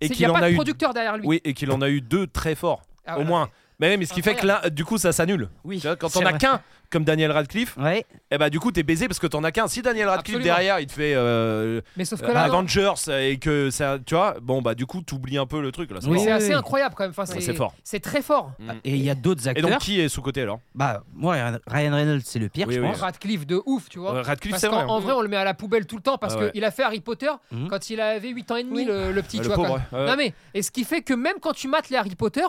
[SPEAKER 3] Et
[SPEAKER 4] C'est- Il
[SPEAKER 3] qu'il
[SPEAKER 4] n'y a
[SPEAKER 3] en
[SPEAKER 4] pas
[SPEAKER 3] a
[SPEAKER 4] de
[SPEAKER 3] eu...
[SPEAKER 4] producteur derrière lui.
[SPEAKER 3] Oui, et qu'il en a eu deux très forts, au
[SPEAKER 4] Ah, voilà.
[SPEAKER 3] moins. Mais oui, mais ce qui fait que là, du coup, ça s'annule.
[SPEAKER 1] Oui.
[SPEAKER 3] Tu vois, quand
[SPEAKER 1] c'est
[SPEAKER 3] on a
[SPEAKER 1] vrai.
[SPEAKER 3] qu'un, comme Daniel Radcliffe,
[SPEAKER 1] Ouais.
[SPEAKER 3] eh bah du coup, t'es baisé parce que t'en as qu'un. Si Daniel Radcliffe
[SPEAKER 4] Absolument.
[SPEAKER 3] derrière, il te fait euh,
[SPEAKER 4] Mais sauf que
[SPEAKER 3] euh,
[SPEAKER 4] là,
[SPEAKER 3] Avengers et que ça, tu vois, bon bah du coup, t'oublies un peu le truc là. c'est
[SPEAKER 1] Oui.
[SPEAKER 3] fort.
[SPEAKER 4] c'est assez incroyable quand même. Enfin,
[SPEAKER 3] Ouais, c'est fort.
[SPEAKER 4] C'est très fort.
[SPEAKER 3] Mm.
[SPEAKER 1] Et il y a d'autres
[SPEAKER 3] Et
[SPEAKER 1] acteurs.
[SPEAKER 3] donc, qui est sous côté alors
[SPEAKER 1] Bah, moi, Ryan- Ryan Reynolds, c'est le pire,
[SPEAKER 3] Oui,
[SPEAKER 1] je
[SPEAKER 3] oui.
[SPEAKER 1] pense.
[SPEAKER 4] Radcliffe de ouf, tu vois.
[SPEAKER 3] Euh, Radcliffe,
[SPEAKER 4] Parce
[SPEAKER 3] c'est
[SPEAKER 4] qu'en
[SPEAKER 3] vrai.
[SPEAKER 4] en vrai, on le met à la poubelle tout le temps parce
[SPEAKER 3] Ah
[SPEAKER 4] que
[SPEAKER 3] ouais.
[SPEAKER 4] qu'il a fait Harry Potter
[SPEAKER 1] Mhm.
[SPEAKER 4] quand il avait 8 ans et demi,
[SPEAKER 9] Oui.
[SPEAKER 4] le, le petit.
[SPEAKER 3] Ouais,
[SPEAKER 4] tu
[SPEAKER 3] Euh, le
[SPEAKER 4] vois,
[SPEAKER 3] pauvre.
[SPEAKER 4] quand-
[SPEAKER 3] ouais.
[SPEAKER 4] Non, mais, et ce qui fait que même quand tu mates les Harry Potter,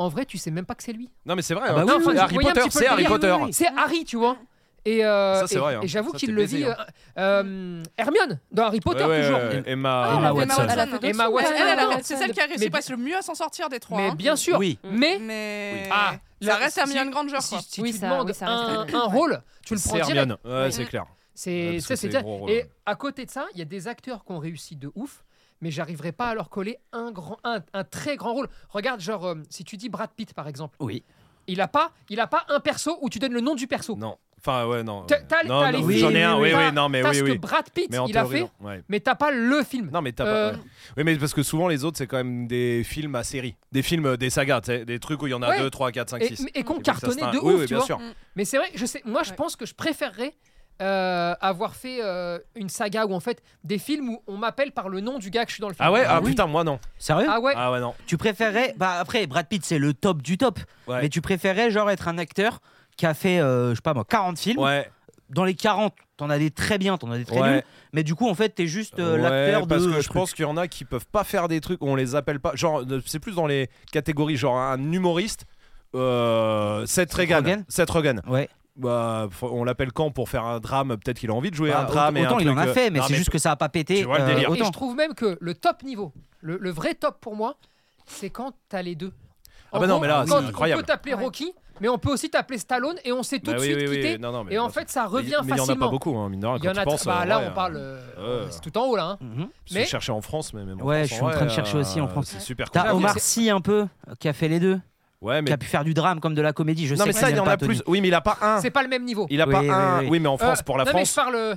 [SPEAKER 4] en vrai, tu sais même pas que c'est lui.
[SPEAKER 3] Non, mais c'est
[SPEAKER 1] Ah
[SPEAKER 3] vrai. hein.
[SPEAKER 1] bah oui,
[SPEAKER 3] Non,
[SPEAKER 1] oui,
[SPEAKER 3] enfin,
[SPEAKER 1] oui.
[SPEAKER 3] Harry
[SPEAKER 4] Vous voyez un
[SPEAKER 3] Potter,
[SPEAKER 4] petit peu
[SPEAKER 3] c'est
[SPEAKER 4] le
[SPEAKER 3] Harry
[SPEAKER 4] délire
[SPEAKER 3] Potter.
[SPEAKER 1] Oui, oui,
[SPEAKER 4] C'est Harry, tu vois. Et, euh,
[SPEAKER 3] Ça, c'est
[SPEAKER 4] et-
[SPEAKER 3] vrai, hein.
[SPEAKER 4] et j'avoue
[SPEAKER 3] Ça,
[SPEAKER 4] qu'il
[SPEAKER 3] t'es
[SPEAKER 4] le
[SPEAKER 3] baisé,
[SPEAKER 4] vit.
[SPEAKER 3] hein.
[SPEAKER 4] euh, euh, Hermione, dans Harry Potter,
[SPEAKER 3] Ouais, ouais,
[SPEAKER 4] toujours.
[SPEAKER 3] ouais,
[SPEAKER 2] Ah,
[SPEAKER 3] Emma.
[SPEAKER 1] Emma
[SPEAKER 2] elle a fait
[SPEAKER 1] Watson.
[SPEAKER 2] Emma Watson.
[SPEAKER 4] Emma
[SPEAKER 2] Elle,
[SPEAKER 4] Watson.
[SPEAKER 2] elle, elle a-
[SPEAKER 9] Emma
[SPEAKER 2] c'est celle qui a réussi
[SPEAKER 4] Mais-
[SPEAKER 2] pas le mieux à s'en sortir des trois.
[SPEAKER 4] Mais
[SPEAKER 2] hein.
[SPEAKER 4] bien sûr.
[SPEAKER 1] Oui.
[SPEAKER 4] Mais
[SPEAKER 2] Mais
[SPEAKER 4] Ah, la-
[SPEAKER 2] ça reste
[SPEAKER 4] si-
[SPEAKER 2] Hermione Granger
[SPEAKER 4] si,
[SPEAKER 2] quoi.
[SPEAKER 4] si
[SPEAKER 9] Mmh. Oui,
[SPEAKER 4] tu
[SPEAKER 9] ça-
[SPEAKER 4] demandes
[SPEAKER 9] oui, ça reste
[SPEAKER 4] un,
[SPEAKER 9] Hermione.
[SPEAKER 4] un rôle, tu le prends
[SPEAKER 3] C'est
[SPEAKER 4] direct.
[SPEAKER 3] Hermione. Ouais, c'est
[SPEAKER 2] Oui.
[SPEAKER 3] clair. Ouais,
[SPEAKER 4] C'est
[SPEAKER 3] parce
[SPEAKER 4] ça,
[SPEAKER 3] que
[SPEAKER 4] c'est
[SPEAKER 3] c'est
[SPEAKER 4] ça.
[SPEAKER 3] des gros rôles,
[SPEAKER 4] Et
[SPEAKER 3] ouais.
[SPEAKER 4] à côté de ça, il y a des acteurs qui ont réussi de ouf, mais j'arriverai pas à leur coller un grand, un, un très grand rôle. Regarde, genre euh, si tu dis Brad Pitt par exemple,
[SPEAKER 1] Oui.
[SPEAKER 4] il a pas, il a pas un perso où tu donnes le nom du perso.
[SPEAKER 3] Non. Enfin, ouais, non.
[SPEAKER 4] Oh. T'as- t'as-
[SPEAKER 3] Non,
[SPEAKER 4] t'as
[SPEAKER 3] non,
[SPEAKER 4] les
[SPEAKER 3] oui,
[SPEAKER 4] films,
[SPEAKER 3] J'en ai un, oui,
[SPEAKER 4] t'as-
[SPEAKER 3] oui, non, mais
[SPEAKER 4] t'as
[SPEAKER 3] oui,
[SPEAKER 4] ce que
[SPEAKER 3] oui.
[SPEAKER 4] Brad Pitt,
[SPEAKER 3] Mais en
[SPEAKER 4] il a
[SPEAKER 3] théorie,
[SPEAKER 4] fait,
[SPEAKER 3] non, ouais.
[SPEAKER 4] mais t'as pas le film.
[SPEAKER 3] Non, mais t'as
[SPEAKER 4] Euh,
[SPEAKER 3] pas. ouais. Oui, mais parce que souvent, les autres, c'est quand même des films à série. Des films, euh, des sagas, tu sais. Des trucs où il y en a
[SPEAKER 4] Ouais.
[SPEAKER 3] 2, 3, 4, 5,
[SPEAKER 4] Et,
[SPEAKER 3] 6.
[SPEAKER 4] et qu'on cartonnait de
[SPEAKER 3] oui, oui,
[SPEAKER 4] ouf, tu
[SPEAKER 3] bien
[SPEAKER 4] vois.
[SPEAKER 3] sûr.
[SPEAKER 4] Mais c'est vrai, je sais, moi je
[SPEAKER 9] Ouais.
[SPEAKER 4] pense que je préférerais euh, avoir fait euh, une saga ou en fait des films où on m'appelle par le nom du gars que je suis dans le film.
[SPEAKER 3] Ah ouais, ah
[SPEAKER 1] Oui.
[SPEAKER 3] putain, moi non.
[SPEAKER 1] Sérieux
[SPEAKER 4] Ah ouais,
[SPEAKER 3] Ah ouais, non.
[SPEAKER 1] Tu préférais. Bah, après, Brad Pitt, c'est le top du top.
[SPEAKER 3] Ouais.
[SPEAKER 1] Mais tu préférais, genre, être un acteur qui a fait, euh, je sais pas moi, 40 films.
[SPEAKER 3] Ouais,
[SPEAKER 1] Dans les 40, t'en as des très bien, t'en as des très
[SPEAKER 3] ouais.
[SPEAKER 1] nuls. Mais du coup, en fait, t'es juste euh,
[SPEAKER 3] Ouais,
[SPEAKER 1] l'acteur de.
[SPEAKER 3] parce que je
[SPEAKER 1] truc.
[SPEAKER 3] pense qu'il y en a qui peuvent pas faire des trucs où on les appelle pas. Genre, euh, c'est plus dans les catégories, genre un humoriste. Euh, Seth Rogen.
[SPEAKER 1] Rogen
[SPEAKER 3] Seth Rogen.
[SPEAKER 1] Ouais.
[SPEAKER 3] Bah, faut- on l'appelle quand pour faire un drame Peut-être qu'il a envie de jouer
[SPEAKER 1] Bah,
[SPEAKER 3] un drame et un
[SPEAKER 1] autant il en
[SPEAKER 3] truc,
[SPEAKER 1] a
[SPEAKER 3] euh,
[SPEAKER 1] fait, mais
[SPEAKER 3] non,
[SPEAKER 1] c'est juste que ça a pas pété.
[SPEAKER 3] tu vois le
[SPEAKER 1] euh,
[SPEAKER 3] délire.
[SPEAKER 4] Et je
[SPEAKER 1] autant.
[SPEAKER 4] trouve même que le top niveau, le, le vrai top pour moi, c'est quand t'as les deux.
[SPEAKER 3] Ah
[SPEAKER 4] En
[SPEAKER 3] bah non,
[SPEAKER 4] gros,
[SPEAKER 3] mais là, c'est
[SPEAKER 4] quand
[SPEAKER 3] incroyable.
[SPEAKER 4] On peut t'appeler
[SPEAKER 9] Ouais.
[SPEAKER 4] Rocky, mais on peut aussi t'appeler Stallone et on s'est tout
[SPEAKER 3] Bah
[SPEAKER 4] de
[SPEAKER 3] oui,
[SPEAKER 4] suite
[SPEAKER 3] oui, oui,
[SPEAKER 4] quitté.
[SPEAKER 3] non, non, mais
[SPEAKER 4] et en
[SPEAKER 3] bien sûr.
[SPEAKER 4] fait, ça
[SPEAKER 3] Mais-
[SPEAKER 4] revient
[SPEAKER 3] mais il y en a pas
[SPEAKER 4] facilement.
[SPEAKER 3] beaucoup, hein, mine de rien,
[SPEAKER 4] Il y en
[SPEAKER 3] quand
[SPEAKER 4] a,
[SPEAKER 3] tu penses,
[SPEAKER 4] bah,
[SPEAKER 3] en
[SPEAKER 4] là,
[SPEAKER 3] vrai,
[SPEAKER 4] on
[SPEAKER 3] euh,
[SPEAKER 4] parle, euh,
[SPEAKER 3] ouais.
[SPEAKER 4] c'est tout en haut là. hein.
[SPEAKER 1] Mhm.
[SPEAKER 3] se
[SPEAKER 4] mais-
[SPEAKER 3] chercher en France, mais même en
[SPEAKER 1] Ouais,
[SPEAKER 3] France,
[SPEAKER 1] je suis en train de
[SPEAKER 3] vrai, euh,
[SPEAKER 1] chercher aussi en France.
[SPEAKER 3] C'est super
[SPEAKER 1] T'as
[SPEAKER 3] compliqué.
[SPEAKER 1] Omar Sy un peu, euh, qui a fait les deux,
[SPEAKER 3] Ouais, mais
[SPEAKER 1] qui a pu faire du drame comme de la comédie. Je
[SPEAKER 3] non,
[SPEAKER 1] sais
[SPEAKER 3] mais
[SPEAKER 1] que
[SPEAKER 3] ça, il y
[SPEAKER 1] t'aimes
[SPEAKER 3] en
[SPEAKER 1] pas,
[SPEAKER 3] a
[SPEAKER 1] Tony.
[SPEAKER 3] plus. Oui, mais il a pas un.
[SPEAKER 4] C'est pas le même niveau.
[SPEAKER 3] Il a
[SPEAKER 1] Oui,
[SPEAKER 3] pas
[SPEAKER 1] oui,
[SPEAKER 3] un.
[SPEAKER 1] oui.
[SPEAKER 3] Oui, mais Ah. en France,
[SPEAKER 4] Euh,
[SPEAKER 3] pour la
[SPEAKER 4] non, mais je
[SPEAKER 3] France,
[SPEAKER 4] parle, euh,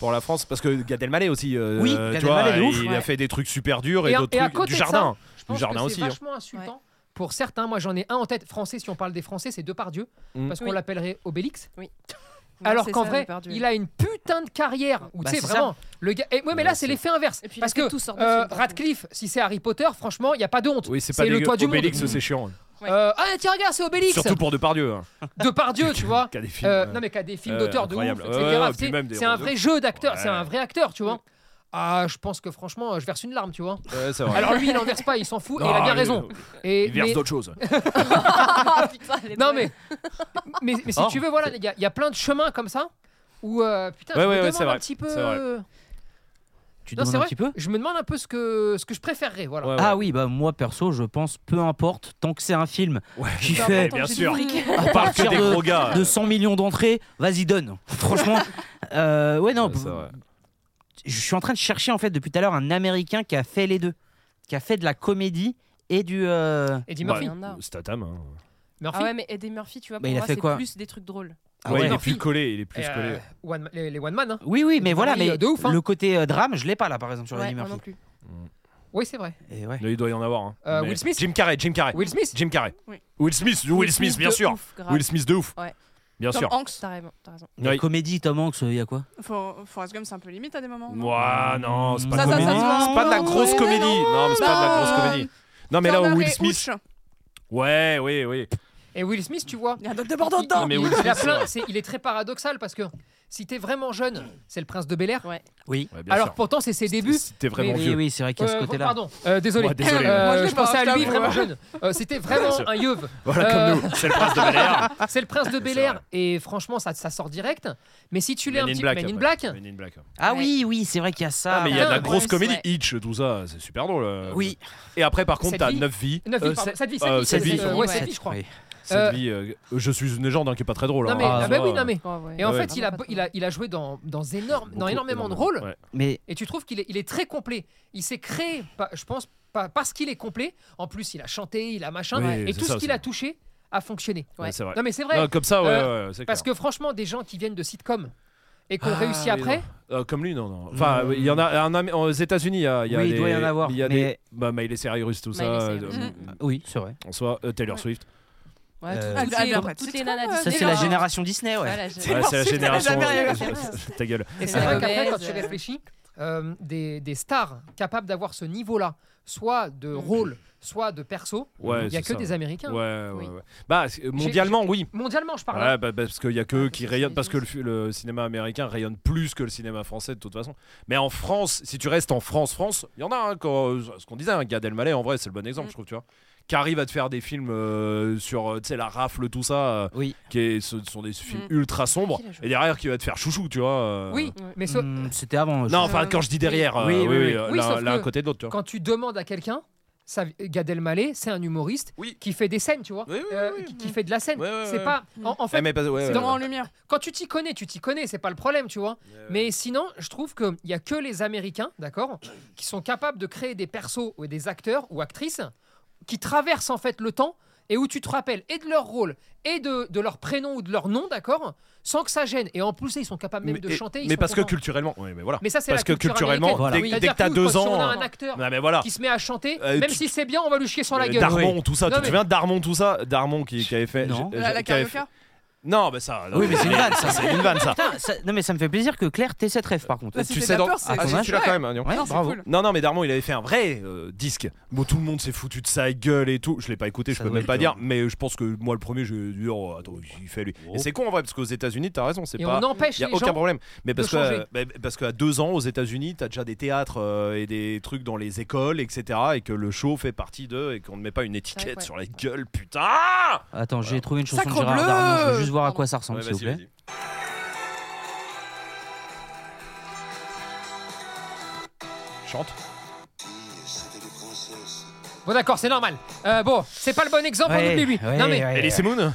[SPEAKER 3] pour la France, parce que Gad Elmaleh aussi. euh,
[SPEAKER 1] Oui, Gad
[SPEAKER 3] tu vois,
[SPEAKER 1] Elmaleh de ouf,
[SPEAKER 3] il
[SPEAKER 9] ouais.
[SPEAKER 3] a fait des trucs super durs et,
[SPEAKER 4] Et à-
[SPEAKER 3] d'autres
[SPEAKER 4] et à
[SPEAKER 3] trucs
[SPEAKER 4] côté
[SPEAKER 3] du
[SPEAKER 4] de ça,
[SPEAKER 3] jardin.
[SPEAKER 4] je pense
[SPEAKER 3] jardin
[SPEAKER 4] que
[SPEAKER 3] aussi,
[SPEAKER 4] c'est
[SPEAKER 3] hein.
[SPEAKER 4] vachement insultant. Pour certains, moi j'en ai un en tête français, si on parle des français, c'est Depardieu,
[SPEAKER 3] Mm.
[SPEAKER 4] parce qu'on
[SPEAKER 9] Oui.
[SPEAKER 4] l'appellerait Obélix.
[SPEAKER 9] Non,
[SPEAKER 4] Alors
[SPEAKER 9] c'est
[SPEAKER 4] qu'en
[SPEAKER 9] ça,
[SPEAKER 4] vrai,
[SPEAKER 9] Depardieu.
[SPEAKER 4] il a une putain de carrière où
[SPEAKER 1] Bah,
[SPEAKER 4] tu sais
[SPEAKER 1] c'est ça.
[SPEAKER 4] vraiment le gars. Et, ouais, mais là c'est l'effet inverse.
[SPEAKER 9] Et puis, il a
[SPEAKER 4] parce
[SPEAKER 9] fait
[SPEAKER 4] que
[SPEAKER 9] toutes sortes de
[SPEAKER 4] euh,
[SPEAKER 9] films, par
[SPEAKER 4] Radcliffe, si c'est Harry Potter, franchement, il y a pas de honte.
[SPEAKER 3] Oui, c'est pas
[SPEAKER 4] le
[SPEAKER 3] dégueu.
[SPEAKER 4] toit du
[SPEAKER 3] Obélix,
[SPEAKER 4] monde.
[SPEAKER 3] c'est chiant.
[SPEAKER 4] Euh, ah tiens regarde, c'est Obélix.
[SPEAKER 3] Surtout pour Depardieu. hein,
[SPEAKER 4] Depardieu, tu vois.
[SPEAKER 3] qui a des films,
[SPEAKER 4] Euh,
[SPEAKER 3] ouais.
[SPEAKER 4] non mais qui a des films
[SPEAKER 3] Euh,
[SPEAKER 4] d'auteur de ouf,
[SPEAKER 3] incroyable.
[SPEAKER 4] etc.
[SPEAKER 3] Ouais, ouais, ouais,
[SPEAKER 4] C'est-
[SPEAKER 3] puis même des
[SPEAKER 4] c'est un
[SPEAKER 3] rôles de
[SPEAKER 4] vrai jeu d'acteur, c'est
[SPEAKER 3] Ouais.
[SPEAKER 4] un vrai acteur, tu vois. Ah, je pense que franchement, je verse une larme, tu vois.
[SPEAKER 3] Ouais, c'est vrai.
[SPEAKER 4] Alors lui, il en verse pas, il s'en fout, et il a
[SPEAKER 3] Ah,
[SPEAKER 4] bien
[SPEAKER 3] oui,
[SPEAKER 4] raison.
[SPEAKER 3] oui.
[SPEAKER 4] Et,
[SPEAKER 3] Il verse
[SPEAKER 4] mais-
[SPEAKER 3] d'autres choses.
[SPEAKER 9] Ah, putain, elle est
[SPEAKER 4] Non
[SPEAKER 9] drôle.
[SPEAKER 4] mais, mais, mais si
[SPEAKER 3] Or,
[SPEAKER 4] tu veux, voilà, les gars, il y a plein de chemins comme ça où euh, putain,
[SPEAKER 3] Ouais, ouais,
[SPEAKER 4] je me
[SPEAKER 3] ouais,
[SPEAKER 4] demande
[SPEAKER 3] c'est
[SPEAKER 4] un
[SPEAKER 3] vrai,
[SPEAKER 4] petit peu.
[SPEAKER 3] c'est vrai.
[SPEAKER 4] euh,
[SPEAKER 1] Tu
[SPEAKER 4] Non,
[SPEAKER 1] demandes
[SPEAKER 4] c'est
[SPEAKER 1] un
[SPEAKER 4] vrai.
[SPEAKER 1] petit peu
[SPEAKER 4] Je me demande un peu ce que ce que je préférerais, voilà.
[SPEAKER 3] Ouais, ouais.
[SPEAKER 1] Ah oui, bah moi perso, je pense peu importe, tant que c'est un film
[SPEAKER 3] Ouais.
[SPEAKER 1] qui
[SPEAKER 9] Peu
[SPEAKER 1] fait
[SPEAKER 9] importe,
[SPEAKER 3] bien
[SPEAKER 9] j'ai du
[SPEAKER 3] sûr.
[SPEAKER 9] fric.
[SPEAKER 1] à
[SPEAKER 3] parle que
[SPEAKER 1] partir
[SPEAKER 3] des gros
[SPEAKER 1] de,
[SPEAKER 3] gars.
[SPEAKER 1] de 100 millions d'entrées, vas-y donne. Franchement, euh, ouais non,
[SPEAKER 3] Ouais, c'est vrai.
[SPEAKER 1] je suis en train de chercher en fait depuis tout à l'heure un Américain qui a fait les deux, qui a fait de la comédie et du. euh,
[SPEAKER 4] Eddie
[SPEAKER 3] Bah,
[SPEAKER 4] Murphy.
[SPEAKER 9] Il y en a.
[SPEAKER 3] Statham. hein.
[SPEAKER 4] Murphy.
[SPEAKER 9] Ah ouais, mais Eddie Murphy, tu vois,
[SPEAKER 1] Bah,
[SPEAKER 9] pour
[SPEAKER 1] il a
[SPEAKER 9] moi,
[SPEAKER 1] fait
[SPEAKER 9] c'est
[SPEAKER 1] quoi
[SPEAKER 9] plus des trucs drôles.
[SPEAKER 1] ah
[SPEAKER 3] Ouais,
[SPEAKER 1] ouais.
[SPEAKER 3] il est
[SPEAKER 4] Murphy.
[SPEAKER 3] plus collé, il est plus
[SPEAKER 4] Et, euh,
[SPEAKER 3] collé.
[SPEAKER 4] one- les, les one man. hein.
[SPEAKER 1] Oui oui, mais
[SPEAKER 4] Eddie
[SPEAKER 1] voilà,
[SPEAKER 4] Murphy,
[SPEAKER 1] mais
[SPEAKER 4] de ouf, hein.
[SPEAKER 1] le côté euh, drame, je l'ai pas là par exemple sur
[SPEAKER 9] Ouais,
[SPEAKER 1] Eddie
[SPEAKER 9] moi
[SPEAKER 1] Murphy.
[SPEAKER 9] non plus.
[SPEAKER 4] Oui, c'est vrai.
[SPEAKER 1] Et ouais.
[SPEAKER 3] Il doit y en avoir. hein.
[SPEAKER 4] Euh,
[SPEAKER 3] Mais-
[SPEAKER 4] Will Smith
[SPEAKER 3] Jim Carrey, Jim Carrey.
[SPEAKER 4] Will Smith.
[SPEAKER 3] Jim Carrey.
[SPEAKER 9] Oui.
[SPEAKER 3] Will Smith, Will Smith, bien
[SPEAKER 9] de
[SPEAKER 3] sûr.
[SPEAKER 9] ouf, grave.
[SPEAKER 3] Will Smith de ouf.
[SPEAKER 9] Ouais.
[SPEAKER 3] Bien
[SPEAKER 2] Tom
[SPEAKER 3] sûr.
[SPEAKER 2] Hanks.
[SPEAKER 9] T'as raison, t'as raison.
[SPEAKER 1] La
[SPEAKER 3] Oui.
[SPEAKER 1] comédie Tom Hanks, euh, il y a quoi
[SPEAKER 2] For- Forrest Gump, c'est un peu limite à des moments. non
[SPEAKER 3] Ouah, Ah, non, c'est pas,
[SPEAKER 2] Ça,
[SPEAKER 3] de
[SPEAKER 2] ça,
[SPEAKER 3] la
[SPEAKER 2] ça,
[SPEAKER 3] comédie.
[SPEAKER 2] ça, ça,
[SPEAKER 3] C'est pas de la
[SPEAKER 2] ça,
[SPEAKER 3] grosse
[SPEAKER 2] ça,
[SPEAKER 3] comédie.
[SPEAKER 2] ça,
[SPEAKER 3] Non, mais c'est pas de la grosse
[SPEAKER 2] ça,
[SPEAKER 3] comédie. Non, mais là,
[SPEAKER 2] Turner
[SPEAKER 3] où
[SPEAKER 2] et
[SPEAKER 3] Will Smith.
[SPEAKER 2] Hooch.
[SPEAKER 3] Ouais, oui, oui.
[SPEAKER 4] Et Will Smith, tu vois.
[SPEAKER 2] Il y a un doc de Bordeaux
[SPEAKER 4] il-
[SPEAKER 2] dedans.
[SPEAKER 3] Non, mais
[SPEAKER 4] il-
[SPEAKER 3] Will
[SPEAKER 4] il, a
[SPEAKER 3] Smith,
[SPEAKER 4] plein, c'est- il est très paradoxal parce que si t'es vraiment jeune, c'est le prince de Bel Air.
[SPEAKER 9] Ouais.
[SPEAKER 1] Oui.
[SPEAKER 3] Ouais, bien
[SPEAKER 4] Alors
[SPEAKER 3] sûr.
[SPEAKER 4] pourtant, c'est ses débuts.
[SPEAKER 3] Si t'es vraiment
[SPEAKER 4] Mais-
[SPEAKER 1] Oui
[SPEAKER 3] vieux.
[SPEAKER 1] oui, c'est vrai qu'il y a ce
[SPEAKER 4] Euh,
[SPEAKER 1] côté-là.
[SPEAKER 4] pardon, euh, désolé.
[SPEAKER 3] Ouais, désolé.
[SPEAKER 4] Euh,
[SPEAKER 2] Moi, je l'ai
[SPEAKER 4] je
[SPEAKER 2] pas,
[SPEAKER 4] pensais
[SPEAKER 2] je
[SPEAKER 4] à lui
[SPEAKER 2] t'avoue,
[SPEAKER 4] vraiment
[SPEAKER 2] ouais.
[SPEAKER 4] jeune. Euh, C'était vraiment
[SPEAKER 3] sûr. Ah,
[SPEAKER 4] un yeuve.
[SPEAKER 3] Voilà,
[SPEAKER 4] Euh,
[SPEAKER 3] comme nous. C'est le prince de Bel Air.
[SPEAKER 4] C'est le prince de Bel
[SPEAKER 3] C'est
[SPEAKER 4] Air
[SPEAKER 3] vrai.
[SPEAKER 4] et franchement ça, ça sort direct. Mais si tu l'es un
[SPEAKER 3] Men in
[SPEAKER 4] petit
[SPEAKER 3] Black,
[SPEAKER 4] Men in
[SPEAKER 3] après.
[SPEAKER 4] Black,
[SPEAKER 3] Men in Black.
[SPEAKER 1] Ah
[SPEAKER 9] Ouais.
[SPEAKER 1] oui oui, c'est vrai qu'il y a ça.
[SPEAKER 3] Ah, mais il y a de la
[SPEAKER 4] ouais,
[SPEAKER 3] grosse
[SPEAKER 9] ouais,
[SPEAKER 3] comédie.
[SPEAKER 9] ouais.
[SPEAKER 3] Hitch, tout ça, c'est super drôle. euh.
[SPEAKER 1] Oui,
[SPEAKER 3] Et après, par contre,
[SPEAKER 4] Cette
[SPEAKER 3] t'as
[SPEAKER 4] vie.
[SPEAKER 3] 9 vies.
[SPEAKER 4] Neuf
[SPEAKER 3] Euh,
[SPEAKER 4] vies, pardon.
[SPEAKER 3] sept-
[SPEAKER 4] Sept vies,
[SPEAKER 3] euh,
[SPEAKER 4] sept
[SPEAKER 3] sept
[SPEAKER 4] vies,
[SPEAKER 3] vies,
[SPEAKER 4] euh,
[SPEAKER 9] ouais.
[SPEAKER 4] ouais, sept vies, je crois.
[SPEAKER 1] oui.
[SPEAKER 4] Euh,
[SPEAKER 3] Cette vie. euh, Je suis une légende hein, qui est pas très drôle.
[SPEAKER 4] Non
[SPEAKER 3] hein.
[SPEAKER 4] mais,
[SPEAKER 1] Ah,
[SPEAKER 4] ah,
[SPEAKER 1] ça
[SPEAKER 4] bah
[SPEAKER 3] soit,
[SPEAKER 4] oui, non mais.
[SPEAKER 9] Oh, ouais.
[SPEAKER 4] Et en
[SPEAKER 3] Ouais.
[SPEAKER 4] fait, il a,
[SPEAKER 9] Pas
[SPEAKER 4] il a, il a joué dans, dans, énorme, dans
[SPEAKER 3] beaucoup,
[SPEAKER 4] énormément de rôles
[SPEAKER 3] Ouais.
[SPEAKER 1] mais
[SPEAKER 4] et tu trouves qu'il est, il est très complet. Il s'est créé, pas- je pense, pas, parce qu'il est complet. En plus, il a chanté, il a machin,
[SPEAKER 3] Oui,
[SPEAKER 4] et
[SPEAKER 3] c'est
[SPEAKER 4] tout
[SPEAKER 3] ça
[SPEAKER 4] ce qu'il a
[SPEAKER 3] aussi.
[SPEAKER 4] touché a fonctionné.
[SPEAKER 3] Ouais, c'est vrai.
[SPEAKER 4] Non mais c'est vrai,
[SPEAKER 3] Non, Comme ça, ouais,
[SPEAKER 4] Euh,
[SPEAKER 3] ouais, c'est
[SPEAKER 4] parce
[SPEAKER 3] clair.
[SPEAKER 4] que franchement, des gens qui viennent de sitcom et qu'on
[SPEAKER 3] Ah,
[SPEAKER 4] réussit
[SPEAKER 3] oui,
[SPEAKER 4] après,
[SPEAKER 3] Euh, comme lui, non, non. Enfin, il y en a. un Am- aux États-Unis, il y a. il Y a
[SPEAKER 1] Oui, il
[SPEAKER 3] des-
[SPEAKER 1] doit y en avoir,
[SPEAKER 3] Il y a
[SPEAKER 1] mais-
[SPEAKER 3] des. Bah, Miley Cyrus, tout ça.
[SPEAKER 9] Miley Cyrus.
[SPEAKER 1] Mm.
[SPEAKER 3] euh,
[SPEAKER 1] oui, c'est vrai.
[SPEAKER 3] En soi, euh, Taylor
[SPEAKER 9] Ouais.
[SPEAKER 3] Swift.
[SPEAKER 9] Ouais, tout-
[SPEAKER 1] Euh,
[SPEAKER 9] toutes,
[SPEAKER 2] Ah,
[SPEAKER 9] les,
[SPEAKER 2] après,
[SPEAKER 9] toutes
[SPEAKER 2] c'est
[SPEAKER 9] les
[SPEAKER 2] trop,
[SPEAKER 9] nanas
[SPEAKER 2] ouais.
[SPEAKER 1] Ça,
[SPEAKER 9] Disney,
[SPEAKER 1] c'est la
[SPEAKER 9] genre,
[SPEAKER 1] génération Disney, ouais.
[SPEAKER 9] voilà, je-
[SPEAKER 2] Ouais,
[SPEAKER 3] c'est la
[SPEAKER 2] c'est la
[SPEAKER 3] génération. euh,
[SPEAKER 2] génération.
[SPEAKER 3] Ta gueule.
[SPEAKER 4] Et c'est
[SPEAKER 9] C'est
[SPEAKER 4] vrai
[SPEAKER 9] la
[SPEAKER 4] qu'après, quand
[SPEAKER 9] mauvaise,
[SPEAKER 4] tu
[SPEAKER 9] euh.
[SPEAKER 4] réfléchis, euh, des, des stars capables d'avoir ce niveau-là, soit de
[SPEAKER 9] Mm.
[SPEAKER 4] rôle, soit de perso,
[SPEAKER 3] Ouais,
[SPEAKER 4] il n'y a
[SPEAKER 3] c'est
[SPEAKER 4] que
[SPEAKER 3] ça.
[SPEAKER 4] des Américains.
[SPEAKER 3] Ouais, ouais,
[SPEAKER 9] Oui.
[SPEAKER 3] ouais. Bah, c'est- euh, mondialement, oui.
[SPEAKER 4] Mondialement, je parle.
[SPEAKER 3] Ouais, bah, bah, parce qu'il y a que eux qui
[SPEAKER 9] parce que
[SPEAKER 3] rayonnent,
[SPEAKER 9] c'est
[SPEAKER 3] parce que le, fu- le cinéma américain rayonne plus que le cinéma français de toute façon. Mais en France, si tu restes en France, France, il y en a un, quand- ce qu'on disait, un Gad Elmaleh, en vrai, c'est le bon exemple,
[SPEAKER 2] Mm.
[SPEAKER 3] je trouve, tu vois, qui arrive à te faire des films euh, sur, euh, tu sais, la rafle, tout ça, euh,
[SPEAKER 1] Oui.
[SPEAKER 3] qui est- ce sont des films
[SPEAKER 2] Mm.
[SPEAKER 3] ultra sombres,
[SPEAKER 9] Qui l'a joué
[SPEAKER 3] et derrière qui va te faire chouchou, tu vois. euh.
[SPEAKER 4] hein. Oui,
[SPEAKER 9] Ouais.
[SPEAKER 4] mais ce-
[SPEAKER 1] Hmm, C'était avant. je-
[SPEAKER 3] Non, enfin, quand je dis derrière, euh,
[SPEAKER 1] Oui,
[SPEAKER 3] oui,
[SPEAKER 1] oui,
[SPEAKER 3] oui,
[SPEAKER 1] oui.
[SPEAKER 3] euh,
[SPEAKER 4] Oui,
[SPEAKER 3] l'un
[SPEAKER 4] sauf
[SPEAKER 3] l'un à
[SPEAKER 4] que-
[SPEAKER 3] côté de l'autre, tu vois.
[SPEAKER 4] quand tu demandes à quelqu'un, ça, Gad Elmaleh, c'est un humoriste
[SPEAKER 3] Oui.
[SPEAKER 4] qui fait des scènes, tu vois,
[SPEAKER 3] Oui, oui,
[SPEAKER 4] euh,
[SPEAKER 3] Ah oui,
[SPEAKER 4] qui,
[SPEAKER 3] oui.
[SPEAKER 4] qui fait de la scène.
[SPEAKER 3] Ouais, ouais,
[SPEAKER 4] c'est
[SPEAKER 3] ouais.
[SPEAKER 4] pas. En, en fait,
[SPEAKER 3] Eh, mais pas- ouais,
[SPEAKER 4] c'est
[SPEAKER 3] ouais,
[SPEAKER 2] C'est
[SPEAKER 4] dans-
[SPEAKER 2] en
[SPEAKER 3] ouais.
[SPEAKER 2] lumière.
[SPEAKER 4] quand tu t'y connais, tu t'y connais, c'est pas le problème, tu
[SPEAKER 3] Euh.
[SPEAKER 4] vois. Mais sinon, je trouve qu'il n'y a que les Américains, d'accord, qui sont capables de créer des persos ou des acteurs ou actrices qui traversent en fait le temps et où tu te rappelles et de leur rôle et de, de leur prénom ou de leur nom, d'accord, sans que ça gêne. Et en plus, ils sont capables même de
[SPEAKER 3] et-
[SPEAKER 4] chanter. ils
[SPEAKER 3] mais
[SPEAKER 4] sont
[SPEAKER 3] parce que
[SPEAKER 4] contents.
[SPEAKER 3] culturellement, oui, mais voilà.
[SPEAKER 4] Mais ça, c'est
[SPEAKER 3] parce
[SPEAKER 4] la
[SPEAKER 3] que
[SPEAKER 4] culture
[SPEAKER 3] culturellement,
[SPEAKER 4] américaine.
[SPEAKER 1] Voilà.
[SPEAKER 3] dès,
[SPEAKER 4] C'est-à-dire
[SPEAKER 3] dès que t'as
[SPEAKER 4] que,
[SPEAKER 3] deux
[SPEAKER 4] quand- si
[SPEAKER 3] ans,
[SPEAKER 4] on a un acteur
[SPEAKER 3] non, mais voilà.
[SPEAKER 4] qui se met à chanter,
[SPEAKER 3] Euh,
[SPEAKER 4] même
[SPEAKER 3] tu-
[SPEAKER 4] si c'est bien, on va lui chier sur la
[SPEAKER 3] Euh,
[SPEAKER 4] gueule.
[SPEAKER 3] Darmon, tout ça,
[SPEAKER 4] Non,
[SPEAKER 3] tu te
[SPEAKER 4] mais-
[SPEAKER 3] souviens de Darmon, tout ça Darmon qui, qui avait fait.
[SPEAKER 1] Non.
[SPEAKER 3] j'ai-
[SPEAKER 2] La, la
[SPEAKER 3] qui avait
[SPEAKER 2] carioca.
[SPEAKER 3] fait- Non, mais ça.
[SPEAKER 1] Oui, mais c'est une vanne, ça.
[SPEAKER 3] C'est une vanne, ça.
[SPEAKER 1] Putain, ça- Non, mais ça me fait plaisir que Claire t'aies cette rêve, par contre.
[SPEAKER 2] Là,
[SPEAKER 3] Tu
[SPEAKER 2] c'était
[SPEAKER 3] sais
[SPEAKER 2] de la
[SPEAKER 3] dans-
[SPEAKER 2] peur, c'est-
[SPEAKER 1] Ah,
[SPEAKER 3] Ah, si,
[SPEAKER 1] dommage.
[SPEAKER 3] tu l'as quand même, hein, Lyon.
[SPEAKER 1] Ouais,
[SPEAKER 2] Non, c'est
[SPEAKER 1] bravo.
[SPEAKER 2] cool.
[SPEAKER 3] Non, non, mais Darmon, il avait fait un vrai euh, disque. Bon, tout le monde s'est foutu de sa gueule et tout. Je l'ai pas écouté, je
[SPEAKER 1] Ça
[SPEAKER 3] peux
[SPEAKER 1] doit
[SPEAKER 3] même pas
[SPEAKER 1] être
[SPEAKER 3] dire. Mais je pense que moi, le premier, je dit, oh, attends, il fait lui. Et c'est con en vrai, parce qu'aux États-Unis, t'as raison, c'est
[SPEAKER 4] Et
[SPEAKER 3] pas.
[SPEAKER 4] on empêche
[SPEAKER 3] Il y a
[SPEAKER 4] les
[SPEAKER 3] aucun
[SPEAKER 4] gens.
[SPEAKER 3] problème. Mais parce que
[SPEAKER 4] changer.
[SPEAKER 3] bah, parce qu'à deux ans aux États-Unis, t'as déjà des théâtres euh, et des trucs dans les écoles, etc. Et que le show fait partie d'eux et qu'on ne met pas une étiquette
[SPEAKER 9] ouais.
[SPEAKER 3] sur la gueule, putain.
[SPEAKER 1] Attends, j'ai trouvé une chanson
[SPEAKER 2] Sacre
[SPEAKER 1] de Gérard
[SPEAKER 2] bleu
[SPEAKER 1] Darmon. Je veux juste voir à quoi ça ressemble,
[SPEAKER 3] Ouais,
[SPEAKER 1] s'il vous
[SPEAKER 3] vas-y,
[SPEAKER 1] plaît.
[SPEAKER 3] vas-y. Chante.
[SPEAKER 4] Bon, d'accord, c'est normal. Euh, bon, c'est pas le bon exemple,
[SPEAKER 1] Ouais,
[SPEAKER 4] on oublie lui.
[SPEAKER 1] ouais,
[SPEAKER 4] Oh, non, mais,
[SPEAKER 1] ouais,
[SPEAKER 3] Et
[SPEAKER 1] ouais.
[SPEAKER 3] les Moon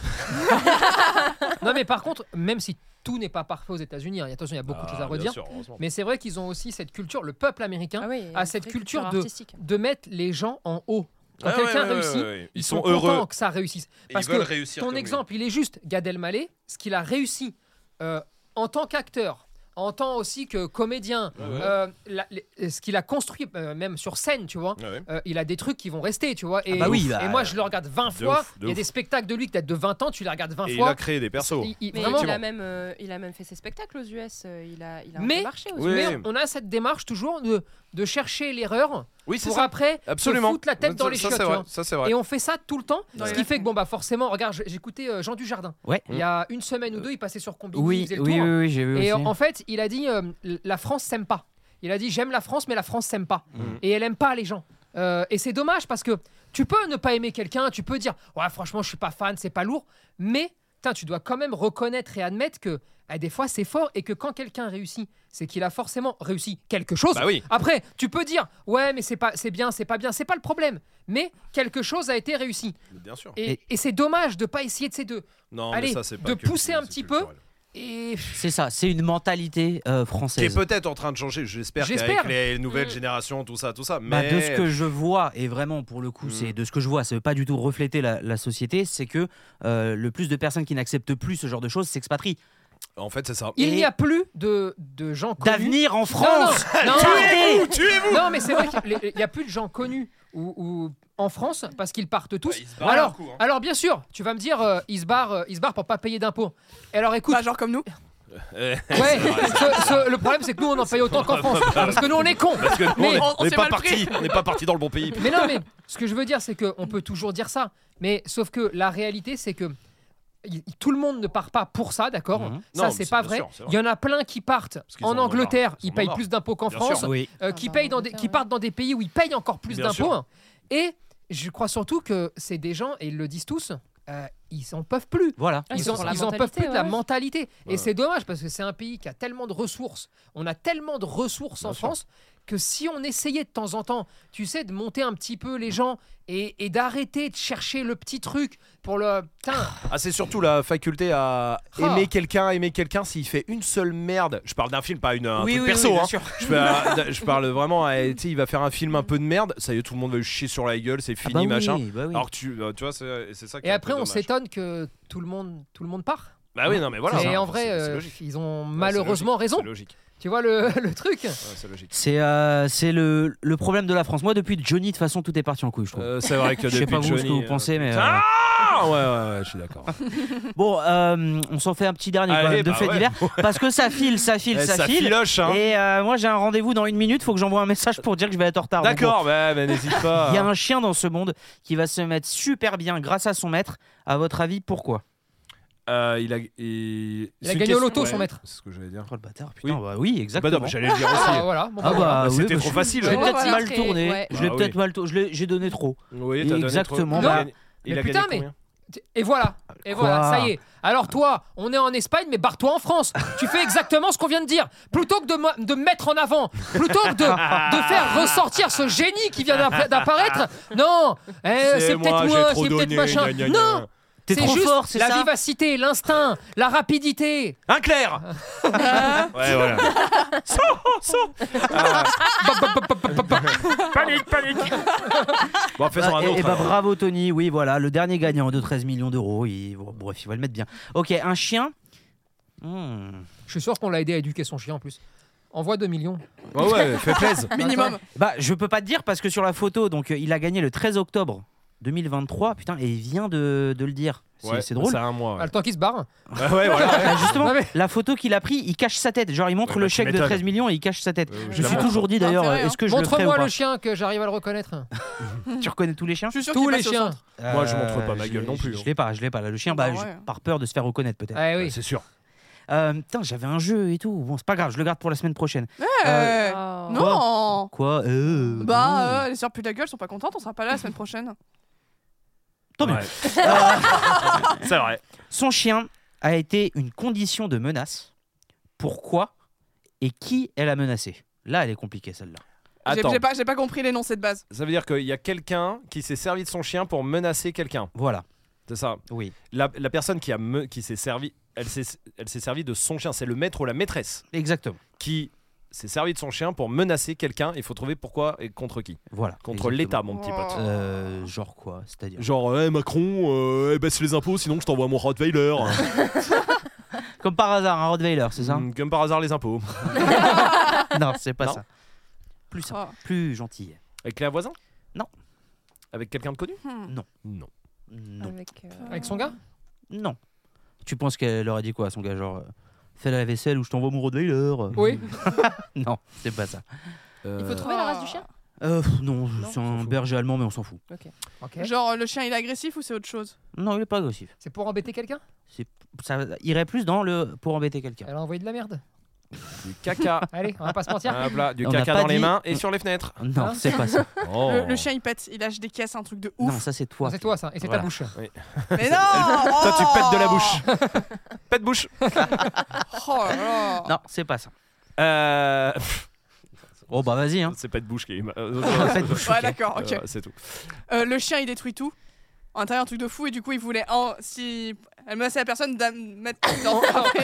[SPEAKER 4] non, mais par contre, même si tout n'est pas parfait aux États-Unis, hein, attention, il y a
[SPEAKER 3] Ah,
[SPEAKER 4] beaucoup de choses à redire. Mais c'est vrai qu'ils ont aussi cette culture, le peuple américain,
[SPEAKER 9] Ah oui,
[SPEAKER 4] à cette
[SPEAKER 9] très
[SPEAKER 4] culture de-
[SPEAKER 9] artistique.
[SPEAKER 4] de mettre les gens en haut. Quand
[SPEAKER 3] Ah ouais,
[SPEAKER 4] quelqu'un
[SPEAKER 3] ouais, ouais,
[SPEAKER 4] réussit,
[SPEAKER 3] ouais, ouais. Ils
[SPEAKER 4] ils
[SPEAKER 3] sont
[SPEAKER 4] sont
[SPEAKER 3] heureux.
[SPEAKER 4] contents que ça réussisse. Parce que
[SPEAKER 3] réussir
[SPEAKER 4] ton
[SPEAKER 3] comme lui.
[SPEAKER 4] exemple, il est juste. Gad Elmaleh, ce qu'il a réussi euh, en tant qu'acteur, en tant aussi que comédien, euh, la- les- ce qu'il a construit euh, même sur scène, tu vois.
[SPEAKER 3] Ah Ouais, Ah ouais.
[SPEAKER 4] euh, il a des trucs qui vont rester, tu vois. Et,
[SPEAKER 1] bah oui,
[SPEAKER 4] et
[SPEAKER 1] bah,
[SPEAKER 4] moi, je le regarde 20
[SPEAKER 3] de
[SPEAKER 4] fois.
[SPEAKER 3] ouf, de
[SPEAKER 4] Il y a
[SPEAKER 3] ouf.
[SPEAKER 4] des spectacles de lui que datent de 20 ans, tu les regardes 20
[SPEAKER 3] Et il
[SPEAKER 4] fois.
[SPEAKER 3] a créé des persos.
[SPEAKER 4] Il- il-
[SPEAKER 9] Mais
[SPEAKER 4] vraiment,
[SPEAKER 9] il a, même, euh, il a même fait ses spectacles aux US. euh, il a, il a un peu
[SPEAKER 4] Mais-
[SPEAKER 9] marché aux
[SPEAKER 3] Oui.
[SPEAKER 4] Mais on a cette démarche toujours de, de chercher l'erreur
[SPEAKER 3] Oui, c'est
[SPEAKER 4] pour
[SPEAKER 3] ça.
[SPEAKER 4] après
[SPEAKER 3] Absolument.
[SPEAKER 4] se foutre la tête dans les
[SPEAKER 3] ça,
[SPEAKER 4] chiottes.
[SPEAKER 3] c'est
[SPEAKER 4] tu
[SPEAKER 3] vrai,
[SPEAKER 4] vois.
[SPEAKER 3] Ça, c'est vrai.
[SPEAKER 4] Et on fait ça tout le temps,
[SPEAKER 2] Dans
[SPEAKER 4] ce
[SPEAKER 2] les
[SPEAKER 4] qui
[SPEAKER 2] restos.
[SPEAKER 4] fait que bon bah forcément, regarde, j'ai- j'écoutais euh, Jean Dujardin.
[SPEAKER 1] Ouais.
[SPEAKER 3] Mmh.
[SPEAKER 4] Il y a une semaine ou deux, il passait sur Combini, il
[SPEAKER 1] Oui,
[SPEAKER 4] faisait le
[SPEAKER 1] oui,
[SPEAKER 4] tour.
[SPEAKER 1] oui, oui, j'ai vu
[SPEAKER 4] Et
[SPEAKER 1] aussi.
[SPEAKER 4] en, en fait, il a dit euh, la France s'aime pas. Il a dit j'aime la France, mais la France s'aime pas.
[SPEAKER 3] Mhm.
[SPEAKER 4] Et elle aime pas les gens. Euh, et c'est dommage parce que tu peux ne pas aimer quelqu'un, tu peux dire ouais franchement je suis pas fan, c'est pas lourd, mais putain, tu dois quand même reconnaître et admettre que ah, des fois c'est fort et que quand quelqu'un réussit, c'est qu'il a forcément réussi quelque chose.
[SPEAKER 3] Bah oui.
[SPEAKER 4] Après, tu peux dire ouais mais c'est pas c'est bien, c'est pas bien, c'est pas le problème, mais quelque chose a été réussi.
[SPEAKER 3] Bien sûr.
[SPEAKER 4] Et, et c'est dommage de pas essayer de ces deux.
[SPEAKER 3] Non,
[SPEAKER 4] Allez,
[SPEAKER 3] mais ça, c'est pas
[SPEAKER 4] de
[SPEAKER 3] culturel,
[SPEAKER 4] pousser un
[SPEAKER 3] c'est
[SPEAKER 4] petit
[SPEAKER 3] culturel.
[SPEAKER 4] Et
[SPEAKER 1] C'est ça, c'est une mentalité euh,
[SPEAKER 3] Qui est
[SPEAKER 1] française.
[SPEAKER 3] peut-être en train de changer, j'espère,
[SPEAKER 4] J'espère.
[SPEAKER 3] qu'avec les nouvelles
[SPEAKER 9] Mm.
[SPEAKER 3] générations, tout ça, tout ça. Mais
[SPEAKER 1] Bah, de ce que je vois, et vraiment pour le coup,
[SPEAKER 3] Mm.
[SPEAKER 1] c'est de ce que je vois, ça veut pas du tout refléter la, la société, c'est que euh, le plus de personnes qui n'acceptent plus ce genre de choses s'expatrient.
[SPEAKER 3] En fait, c'est ça.
[SPEAKER 4] Il
[SPEAKER 1] Et-
[SPEAKER 4] n'y a plus de, de gens connus.
[SPEAKER 1] D'avenir en
[SPEAKER 4] Non,
[SPEAKER 1] France
[SPEAKER 4] non, non,
[SPEAKER 1] Partez
[SPEAKER 4] non, non, mais c'est vrai qu'il n'y a plus de gens connus ou, ou en France parce qu'ils partent tous.
[SPEAKER 3] Ouais, ils se barrent
[SPEAKER 4] alors,
[SPEAKER 3] d'un coup, hein.
[SPEAKER 4] alors, bien sûr, tu vas me dire, euh, ils, se barrent, euh, ils se barrent pour pas payer d'impôts. Et Alors écoute,
[SPEAKER 2] Bah, genre comme nous.
[SPEAKER 3] Euh,
[SPEAKER 4] ouais, ce- ce- le problème c'est que nous on en paye autant qu'en France parce que nous on est cons.
[SPEAKER 3] Parce que nous,
[SPEAKER 4] Mais-
[SPEAKER 3] on est-
[SPEAKER 2] On- on
[SPEAKER 3] on n'est
[SPEAKER 2] s'est
[SPEAKER 3] pas
[SPEAKER 2] mal
[SPEAKER 3] parti, on n'est pas parti dans le bon pays.
[SPEAKER 4] Mais non, mais ce que je veux dire c'est qu'on peut toujours dire ça, mais sauf que la réalité c'est que y- tout le monde ne part pas pour ça, d'accord
[SPEAKER 1] Mhm.
[SPEAKER 4] Ça
[SPEAKER 3] Non, mais
[SPEAKER 4] c'est
[SPEAKER 3] c'est
[SPEAKER 4] pas
[SPEAKER 3] bien
[SPEAKER 4] vrai.
[SPEAKER 3] sûr, c'est vrai.
[SPEAKER 4] Il y en a plein qui partent
[SPEAKER 3] qu'ils en
[SPEAKER 4] en
[SPEAKER 3] ont marre.
[SPEAKER 4] Angleterre,
[SPEAKER 3] Ils
[SPEAKER 4] ils
[SPEAKER 3] en ont
[SPEAKER 4] payent
[SPEAKER 3] marre.
[SPEAKER 4] plus d'impôts qu'en
[SPEAKER 3] Bien sûr.
[SPEAKER 4] France.
[SPEAKER 1] Oui,
[SPEAKER 4] euh,
[SPEAKER 9] Ah
[SPEAKER 4] qui
[SPEAKER 9] bah,
[SPEAKER 4] payent dans
[SPEAKER 9] en
[SPEAKER 4] des, qui
[SPEAKER 9] Angleterre,
[SPEAKER 4] partent dans des pays où ils payent encore plus
[SPEAKER 3] Bien
[SPEAKER 4] d'impôts.
[SPEAKER 3] sûr.
[SPEAKER 4] hein. Et je crois surtout que c'est des gens, et ils le disent tous, euh, ils en peuvent plus.
[SPEAKER 1] voilà.
[SPEAKER 9] Ah, ils
[SPEAKER 4] Ils,
[SPEAKER 9] sont
[SPEAKER 4] en,
[SPEAKER 9] sur la
[SPEAKER 4] ils en peuvent
[SPEAKER 9] mentalité,
[SPEAKER 4] plus de la
[SPEAKER 9] ouais.
[SPEAKER 4] mentalité. Et
[SPEAKER 3] Ouais.
[SPEAKER 4] c'est dommage parce que c'est un pays qui a tellement de ressources. On a tellement de ressources en
[SPEAKER 3] Bien sûr.
[SPEAKER 4] France que si on essayait de temps en temps, tu sais, de monter un petit peu les gens et, et d'arrêter de chercher le petit truc pour le. Putain,
[SPEAKER 3] Ah, c'est surtout la faculté à
[SPEAKER 4] Ah.
[SPEAKER 3] aimer quelqu'un, aimer quelqu'un s'il fait une seule merde. Je parle d'un film, pas une, un
[SPEAKER 1] oui,
[SPEAKER 3] truc
[SPEAKER 1] oui,
[SPEAKER 3] perso.
[SPEAKER 1] oui, bien
[SPEAKER 3] hein.
[SPEAKER 1] sûr.
[SPEAKER 3] je, parle, je parle vraiment, à- tu sais, il va faire un film un peu de merde, ça y est, tout le monde va lui chier sur la gueule, c'est
[SPEAKER 1] Ah
[SPEAKER 3] fini,
[SPEAKER 1] bah oui,
[SPEAKER 3] machin.
[SPEAKER 1] bah oui.
[SPEAKER 3] Alors que tu, euh, tu vois, c'est c'est ça qui
[SPEAKER 4] Et
[SPEAKER 3] est un
[SPEAKER 4] après,
[SPEAKER 3] peu
[SPEAKER 4] on
[SPEAKER 3] dommage.
[SPEAKER 4] s'étonne que tout le monde, tout le monde part.
[SPEAKER 3] Bah oui, non, mais voilà.
[SPEAKER 4] et
[SPEAKER 3] c'est-
[SPEAKER 4] en vrai,
[SPEAKER 3] c'est- c'est
[SPEAKER 4] euh,
[SPEAKER 3] logique. Bah,
[SPEAKER 4] ils ont
[SPEAKER 3] c'est
[SPEAKER 4] malheureusement raison.
[SPEAKER 3] C'est logique.
[SPEAKER 4] Tu vois le, le truc
[SPEAKER 3] Ouais, c'est logique.
[SPEAKER 1] C'est euh, c'est le, le problème de la France. Moi, depuis Johnny, de toute façon, tout est parti en couille, je trouve.
[SPEAKER 3] Euh, c'est vrai que
[SPEAKER 1] je sais
[SPEAKER 3] depuis
[SPEAKER 1] pas vous ce que
[SPEAKER 3] Johnny,
[SPEAKER 1] vous pensez, mais. euh,
[SPEAKER 3] Ah ouais, ouais, ouais, je suis d'accord.
[SPEAKER 1] Bon, euh, on s'en fait un petit dernier quand
[SPEAKER 3] Allez,
[SPEAKER 1] même, de
[SPEAKER 3] bah
[SPEAKER 1] fait
[SPEAKER 3] ouais.
[SPEAKER 1] divers. Parce que ça file, ça file,
[SPEAKER 3] Eh,
[SPEAKER 1] ça,
[SPEAKER 3] ça
[SPEAKER 1] file.
[SPEAKER 3] filoche, hein.
[SPEAKER 1] Et euh, moi, j'ai un rendez-vous dans une minute. Faut que j'envoie un message pour dire que je vais être en retard. Donc,
[SPEAKER 3] D'accord, bah, bah, n'hésite
[SPEAKER 1] bon,
[SPEAKER 3] pas.
[SPEAKER 1] Il y a un chien dans ce monde qui va se mettre super bien grâce à son maître. À votre avis, pourquoi
[SPEAKER 3] Euh, il a, il...
[SPEAKER 4] a gagné au loto, son maître.
[SPEAKER 3] C'est ce que j'allais dire.
[SPEAKER 1] Oh le bâtard, putain,
[SPEAKER 3] Oui.
[SPEAKER 1] bah oui,
[SPEAKER 3] Bah
[SPEAKER 1] exactement.
[SPEAKER 3] non, mais j'allais le dire
[SPEAKER 4] Ah,
[SPEAKER 3] aussi.
[SPEAKER 4] voilà. Bon,
[SPEAKER 1] Ah
[SPEAKER 4] bah,
[SPEAKER 1] bah,
[SPEAKER 3] Bah,
[SPEAKER 1] oui,
[SPEAKER 3] c'était
[SPEAKER 1] bah,
[SPEAKER 3] trop
[SPEAKER 1] je-
[SPEAKER 3] facile.
[SPEAKER 1] Je l'ai
[SPEAKER 9] Ouais,
[SPEAKER 1] peut-être
[SPEAKER 9] ouais.
[SPEAKER 1] mal tourné.
[SPEAKER 9] Ouais.
[SPEAKER 1] Je l'ai
[SPEAKER 3] Ah
[SPEAKER 1] peut-être
[SPEAKER 3] oui.
[SPEAKER 1] mal tourné. Je l'ai- J'ai donné trop.
[SPEAKER 3] Oui,
[SPEAKER 1] Et exactement,
[SPEAKER 3] Il a
[SPEAKER 1] bah.
[SPEAKER 3] gagné- il
[SPEAKER 4] Mais
[SPEAKER 3] a gagné
[SPEAKER 4] putain, mais- euh,
[SPEAKER 3] combien
[SPEAKER 4] Et voilà, et voilà,
[SPEAKER 1] Quoi
[SPEAKER 4] ça y est. Alors toi, on est en Espagne, mais barre-toi en France. tu fais exactement ce qu'on vient de dire. Plutôt que de, me- de me mettre en avant, plutôt que de, de faire ressortir ce génie qui vient d'app- d'apparaître, non, eh, c'est peut-être
[SPEAKER 6] j'ai
[SPEAKER 4] moi,
[SPEAKER 6] trop
[SPEAKER 4] c'est peut-être
[SPEAKER 6] donné,
[SPEAKER 4] machin.
[SPEAKER 6] gna, gna,
[SPEAKER 4] Non,
[SPEAKER 6] gna.
[SPEAKER 1] T'es
[SPEAKER 4] c'est
[SPEAKER 1] trop
[SPEAKER 4] juste
[SPEAKER 1] fort, c'est
[SPEAKER 4] la
[SPEAKER 1] ça
[SPEAKER 4] vivacité, l'instinct, la rapidité.
[SPEAKER 3] Un clair Ouais, voilà.
[SPEAKER 4] Pop, pop, pop, pop, pop, pop.
[SPEAKER 3] Bon, fais-en un
[SPEAKER 1] et,
[SPEAKER 3] autre.
[SPEAKER 1] bah
[SPEAKER 3] alors.
[SPEAKER 1] bravo Tony, oui voilà, le dernier gagnant de 13 millions d'euros. Il... bon, Bref, il va le mettre bien. Ok, un chien. Hmm.
[SPEAKER 4] Je suis sûr qu'on l'a aidé à éduquer son chien en plus. Envoie 2 millions.
[SPEAKER 3] Ouais, Bah ouais, fais plaise.
[SPEAKER 2] Minimum.
[SPEAKER 1] Bah, je peux pas te dire parce que sur la photo, donc euh, il a gagné le 13 octobre 2023. Putain, et il vient de, de le dire. C'est
[SPEAKER 3] Ouais,
[SPEAKER 1] c'est drôle.
[SPEAKER 3] Ça a un mois.
[SPEAKER 4] Ah,
[SPEAKER 3] Ouais,
[SPEAKER 4] le temps qu'il se barre.
[SPEAKER 3] Ouais, ouais, voilà.
[SPEAKER 1] Bah, justement,
[SPEAKER 4] Non, Ah, mais-
[SPEAKER 1] la photo qu'il a pris, il cache sa tête. Genre, il montre
[SPEAKER 3] Ouais,
[SPEAKER 1] le
[SPEAKER 3] bah, tu
[SPEAKER 1] chèque de
[SPEAKER 3] m'étonnes.
[SPEAKER 1] 13 millions et il cache sa tête.
[SPEAKER 3] Ouais, ouais,
[SPEAKER 1] Je me suis
[SPEAKER 3] clairement.
[SPEAKER 1] toujours dit d'ailleurs,
[SPEAKER 2] L'intérêt,
[SPEAKER 1] euh, est-ce que je le ferai ou
[SPEAKER 4] hein. Montre-moi
[SPEAKER 1] pas
[SPEAKER 4] le chien que j'arrive à le reconnaître.
[SPEAKER 1] Tu reconnais tous les chiens Euh,
[SPEAKER 2] Je suis sûr
[SPEAKER 4] Tous
[SPEAKER 2] qu'il
[SPEAKER 4] les
[SPEAKER 2] passe au
[SPEAKER 4] chiens.
[SPEAKER 2] centre.
[SPEAKER 3] Moi, je montre pas ma
[SPEAKER 1] je-
[SPEAKER 3] gueule non
[SPEAKER 1] je-
[SPEAKER 3] plus,
[SPEAKER 1] Je
[SPEAKER 3] hein.
[SPEAKER 1] l'ai pas, je l'ai pas. Là, le chien,
[SPEAKER 2] Bah
[SPEAKER 1] bah, je-
[SPEAKER 2] ouais.
[SPEAKER 1] par peur de se faire reconnaître peut-être.
[SPEAKER 4] Eh
[SPEAKER 3] Ouais,
[SPEAKER 4] Ah oui.
[SPEAKER 3] C'est sûr.
[SPEAKER 1] Euh, putain, j'avais un jeu et tout. Bon, c'est pas grave, je le garde pour la semaine prochaine. Euh,
[SPEAKER 2] Eh,
[SPEAKER 9] Oh.
[SPEAKER 2] Non
[SPEAKER 1] Quoi Euh, non.
[SPEAKER 2] Bah, euh, les sœurs plus la gueule sont pas contentes, on sera pas là la semaine prochaine.
[SPEAKER 1] Tant mieux. Ah.
[SPEAKER 3] Ouais. C'est vrai.
[SPEAKER 1] Son chien a été une condition de menace. Pourquoi et qui elle a menacé Là, elle est compliquée celle-là.
[SPEAKER 2] J'ai
[SPEAKER 3] Attends,
[SPEAKER 2] j'ai pas, j'ai pas compris l'énoncé de base.
[SPEAKER 3] ça veut dire qu'il y a quelqu'un qui s'est servi de son chien pour menacer quelqu'un.
[SPEAKER 1] Voilà.
[SPEAKER 3] C'est ça.
[SPEAKER 1] Oui.
[SPEAKER 3] La, la personne qui, a me- qui s'est servi, elle s'est elle s'est servi de son chien. C'est le maître ou la maîtresse
[SPEAKER 1] Exactement.
[SPEAKER 3] qui s'est servi de son chien pour menacer quelqu'un. Il faut trouver pourquoi et contre qui.
[SPEAKER 1] Voilà.
[SPEAKER 3] Contre
[SPEAKER 1] Exactement.
[SPEAKER 3] l'État, mon petit pote.
[SPEAKER 1] Euh, genre quoi C'est-à-dire
[SPEAKER 3] Genre, eh, Macron, euh, eh, baisse les impôts, sinon je t'envoie mon Rottweiler.
[SPEAKER 1] Comme par hasard, un Rottweiler, c'est ça
[SPEAKER 3] Mm, Comme par hasard, les impôts.
[SPEAKER 1] Non, c'est pas
[SPEAKER 3] Non.
[SPEAKER 1] ça. Plus simple,
[SPEAKER 2] Oh.
[SPEAKER 1] plus gentil.
[SPEAKER 3] Avec un voisin
[SPEAKER 1] Non.
[SPEAKER 3] Avec quelqu'un de connu
[SPEAKER 2] Hmm.
[SPEAKER 3] Non.
[SPEAKER 1] Non,
[SPEAKER 9] Avec, euh,
[SPEAKER 4] Avec son gars
[SPEAKER 1] non. Tu penses qu'elle aurait dit quoi à son gars Genre, euh, fais la vaisselle ou je t'envoie mon Rottweiler
[SPEAKER 4] Oui.
[SPEAKER 1] Non, c'est pas ça.
[SPEAKER 9] Il
[SPEAKER 3] Euh,
[SPEAKER 9] faut trouver la race du chien
[SPEAKER 1] Euh, pff, non,
[SPEAKER 9] Non,
[SPEAKER 1] c'est un berger allemand, mais on s'en fout.
[SPEAKER 4] Ok.
[SPEAKER 2] Genre, le chien il est agressif ou c'est autre chose
[SPEAKER 1] Non, il est pas agressif.
[SPEAKER 4] C'est pour embêter quelqu'un
[SPEAKER 1] Ça irait plus dans le pour embêter quelqu'un.
[SPEAKER 4] Elle a envoyé de la merde.
[SPEAKER 3] Du caca.
[SPEAKER 4] Allez, on va pas se mentir.
[SPEAKER 3] Hop là, du
[SPEAKER 1] On n'a
[SPEAKER 3] caca
[SPEAKER 1] pas
[SPEAKER 3] dans les
[SPEAKER 1] dit-
[SPEAKER 3] mains et sur les fenêtres.
[SPEAKER 1] Non,
[SPEAKER 4] Hein
[SPEAKER 1] c'est pas ça.
[SPEAKER 3] Oh.
[SPEAKER 2] le, le chien il pète, il lâche des caisses, un truc de
[SPEAKER 1] Non,
[SPEAKER 2] ouf. Ah,
[SPEAKER 1] ça c'est
[SPEAKER 4] Non,
[SPEAKER 1] toi.
[SPEAKER 4] c'est toi ça, et c'est
[SPEAKER 1] Voilà.
[SPEAKER 4] ta bouche.
[SPEAKER 2] Mais non Toi
[SPEAKER 3] Toi, tu pètes de
[SPEAKER 1] Oh.
[SPEAKER 3] la bouche. Pète bouche.
[SPEAKER 2] Oh là là
[SPEAKER 1] Non, c'est pas ça.
[SPEAKER 3] Euh,
[SPEAKER 1] Oh bah vas-y hein.
[SPEAKER 3] C'est pas de bouche qui est. euh,
[SPEAKER 1] Faites vous
[SPEAKER 2] Ouais,
[SPEAKER 1] choquer.
[SPEAKER 2] d'accord, ok.
[SPEAKER 3] euh, c'est tout.
[SPEAKER 2] Euh, le chien il détruit tout. À l'intérieur, un truc de fou, et du coup, il voulait. en- si elle menaçait la personne, d'am- mettre. Non, après,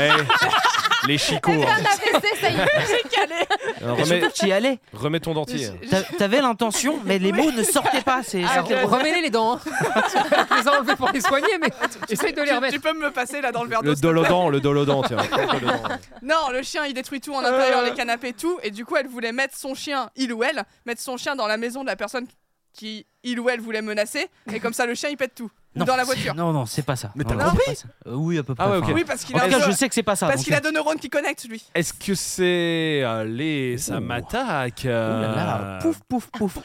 [SPEAKER 3] Eh, les chicots.
[SPEAKER 9] Ah,
[SPEAKER 3] hein.
[SPEAKER 9] la fessée, ça y est.
[SPEAKER 2] j'ai calé.
[SPEAKER 3] Alors,
[SPEAKER 1] Et
[SPEAKER 3] remets,
[SPEAKER 1] surtout que tu y allais.
[SPEAKER 3] remets ton dentier.
[SPEAKER 1] T'a- T'avais l'intention, mais les
[SPEAKER 2] Oui.
[SPEAKER 1] mots ne sortaient pas. C'est
[SPEAKER 4] Ah,
[SPEAKER 1] sortaient pas.
[SPEAKER 4] Remets-les les dents. hein. tu les as enlevés pour les soigner, mais essaye de les
[SPEAKER 2] Tu,
[SPEAKER 4] remettre.
[SPEAKER 2] tu peux me passer là dans le verre d'eau
[SPEAKER 3] Le dolodent, le dolodent, tiens. Le dolodent.
[SPEAKER 2] Non, le chien, il détruit tout en intérieur,
[SPEAKER 1] Euh.
[SPEAKER 2] les canapés, tout. Et du coup, elle voulait mettre son chien, il ou elle, mettre son chien dans la maison de la personne qui, il ou elle, voulait menacer. Et comme ça, le chien, il pète tout. Ou
[SPEAKER 1] Non,
[SPEAKER 2] dans la
[SPEAKER 1] c'est-
[SPEAKER 2] voiture.
[SPEAKER 1] Non, non, c'est pas ça.
[SPEAKER 3] Mais
[SPEAKER 1] Non,
[SPEAKER 3] t'as
[SPEAKER 1] non, c'est pas ça. Euh, oui, à peu près.
[SPEAKER 3] Ah ouais,
[SPEAKER 1] enfin,
[SPEAKER 3] ok.
[SPEAKER 2] Oui, parce qu'il
[SPEAKER 1] En
[SPEAKER 2] a,
[SPEAKER 1] tout
[SPEAKER 2] un
[SPEAKER 1] cas,
[SPEAKER 2] peu-
[SPEAKER 1] je sais que c'est pas ça.
[SPEAKER 2] parce
[SPEAKER 1] donc,
[SPEAKER 2] qu'il a deux neurones qui connectent, lui.
[SPEAKER 3] Est-ce que c'est. euh, Allez, ça
[SPEAKER 1] Ouh.
[SPEAKER 3] m'attaque.
[SPEAKER 1] euh, ouh là là, Pouf, pouf, pouf.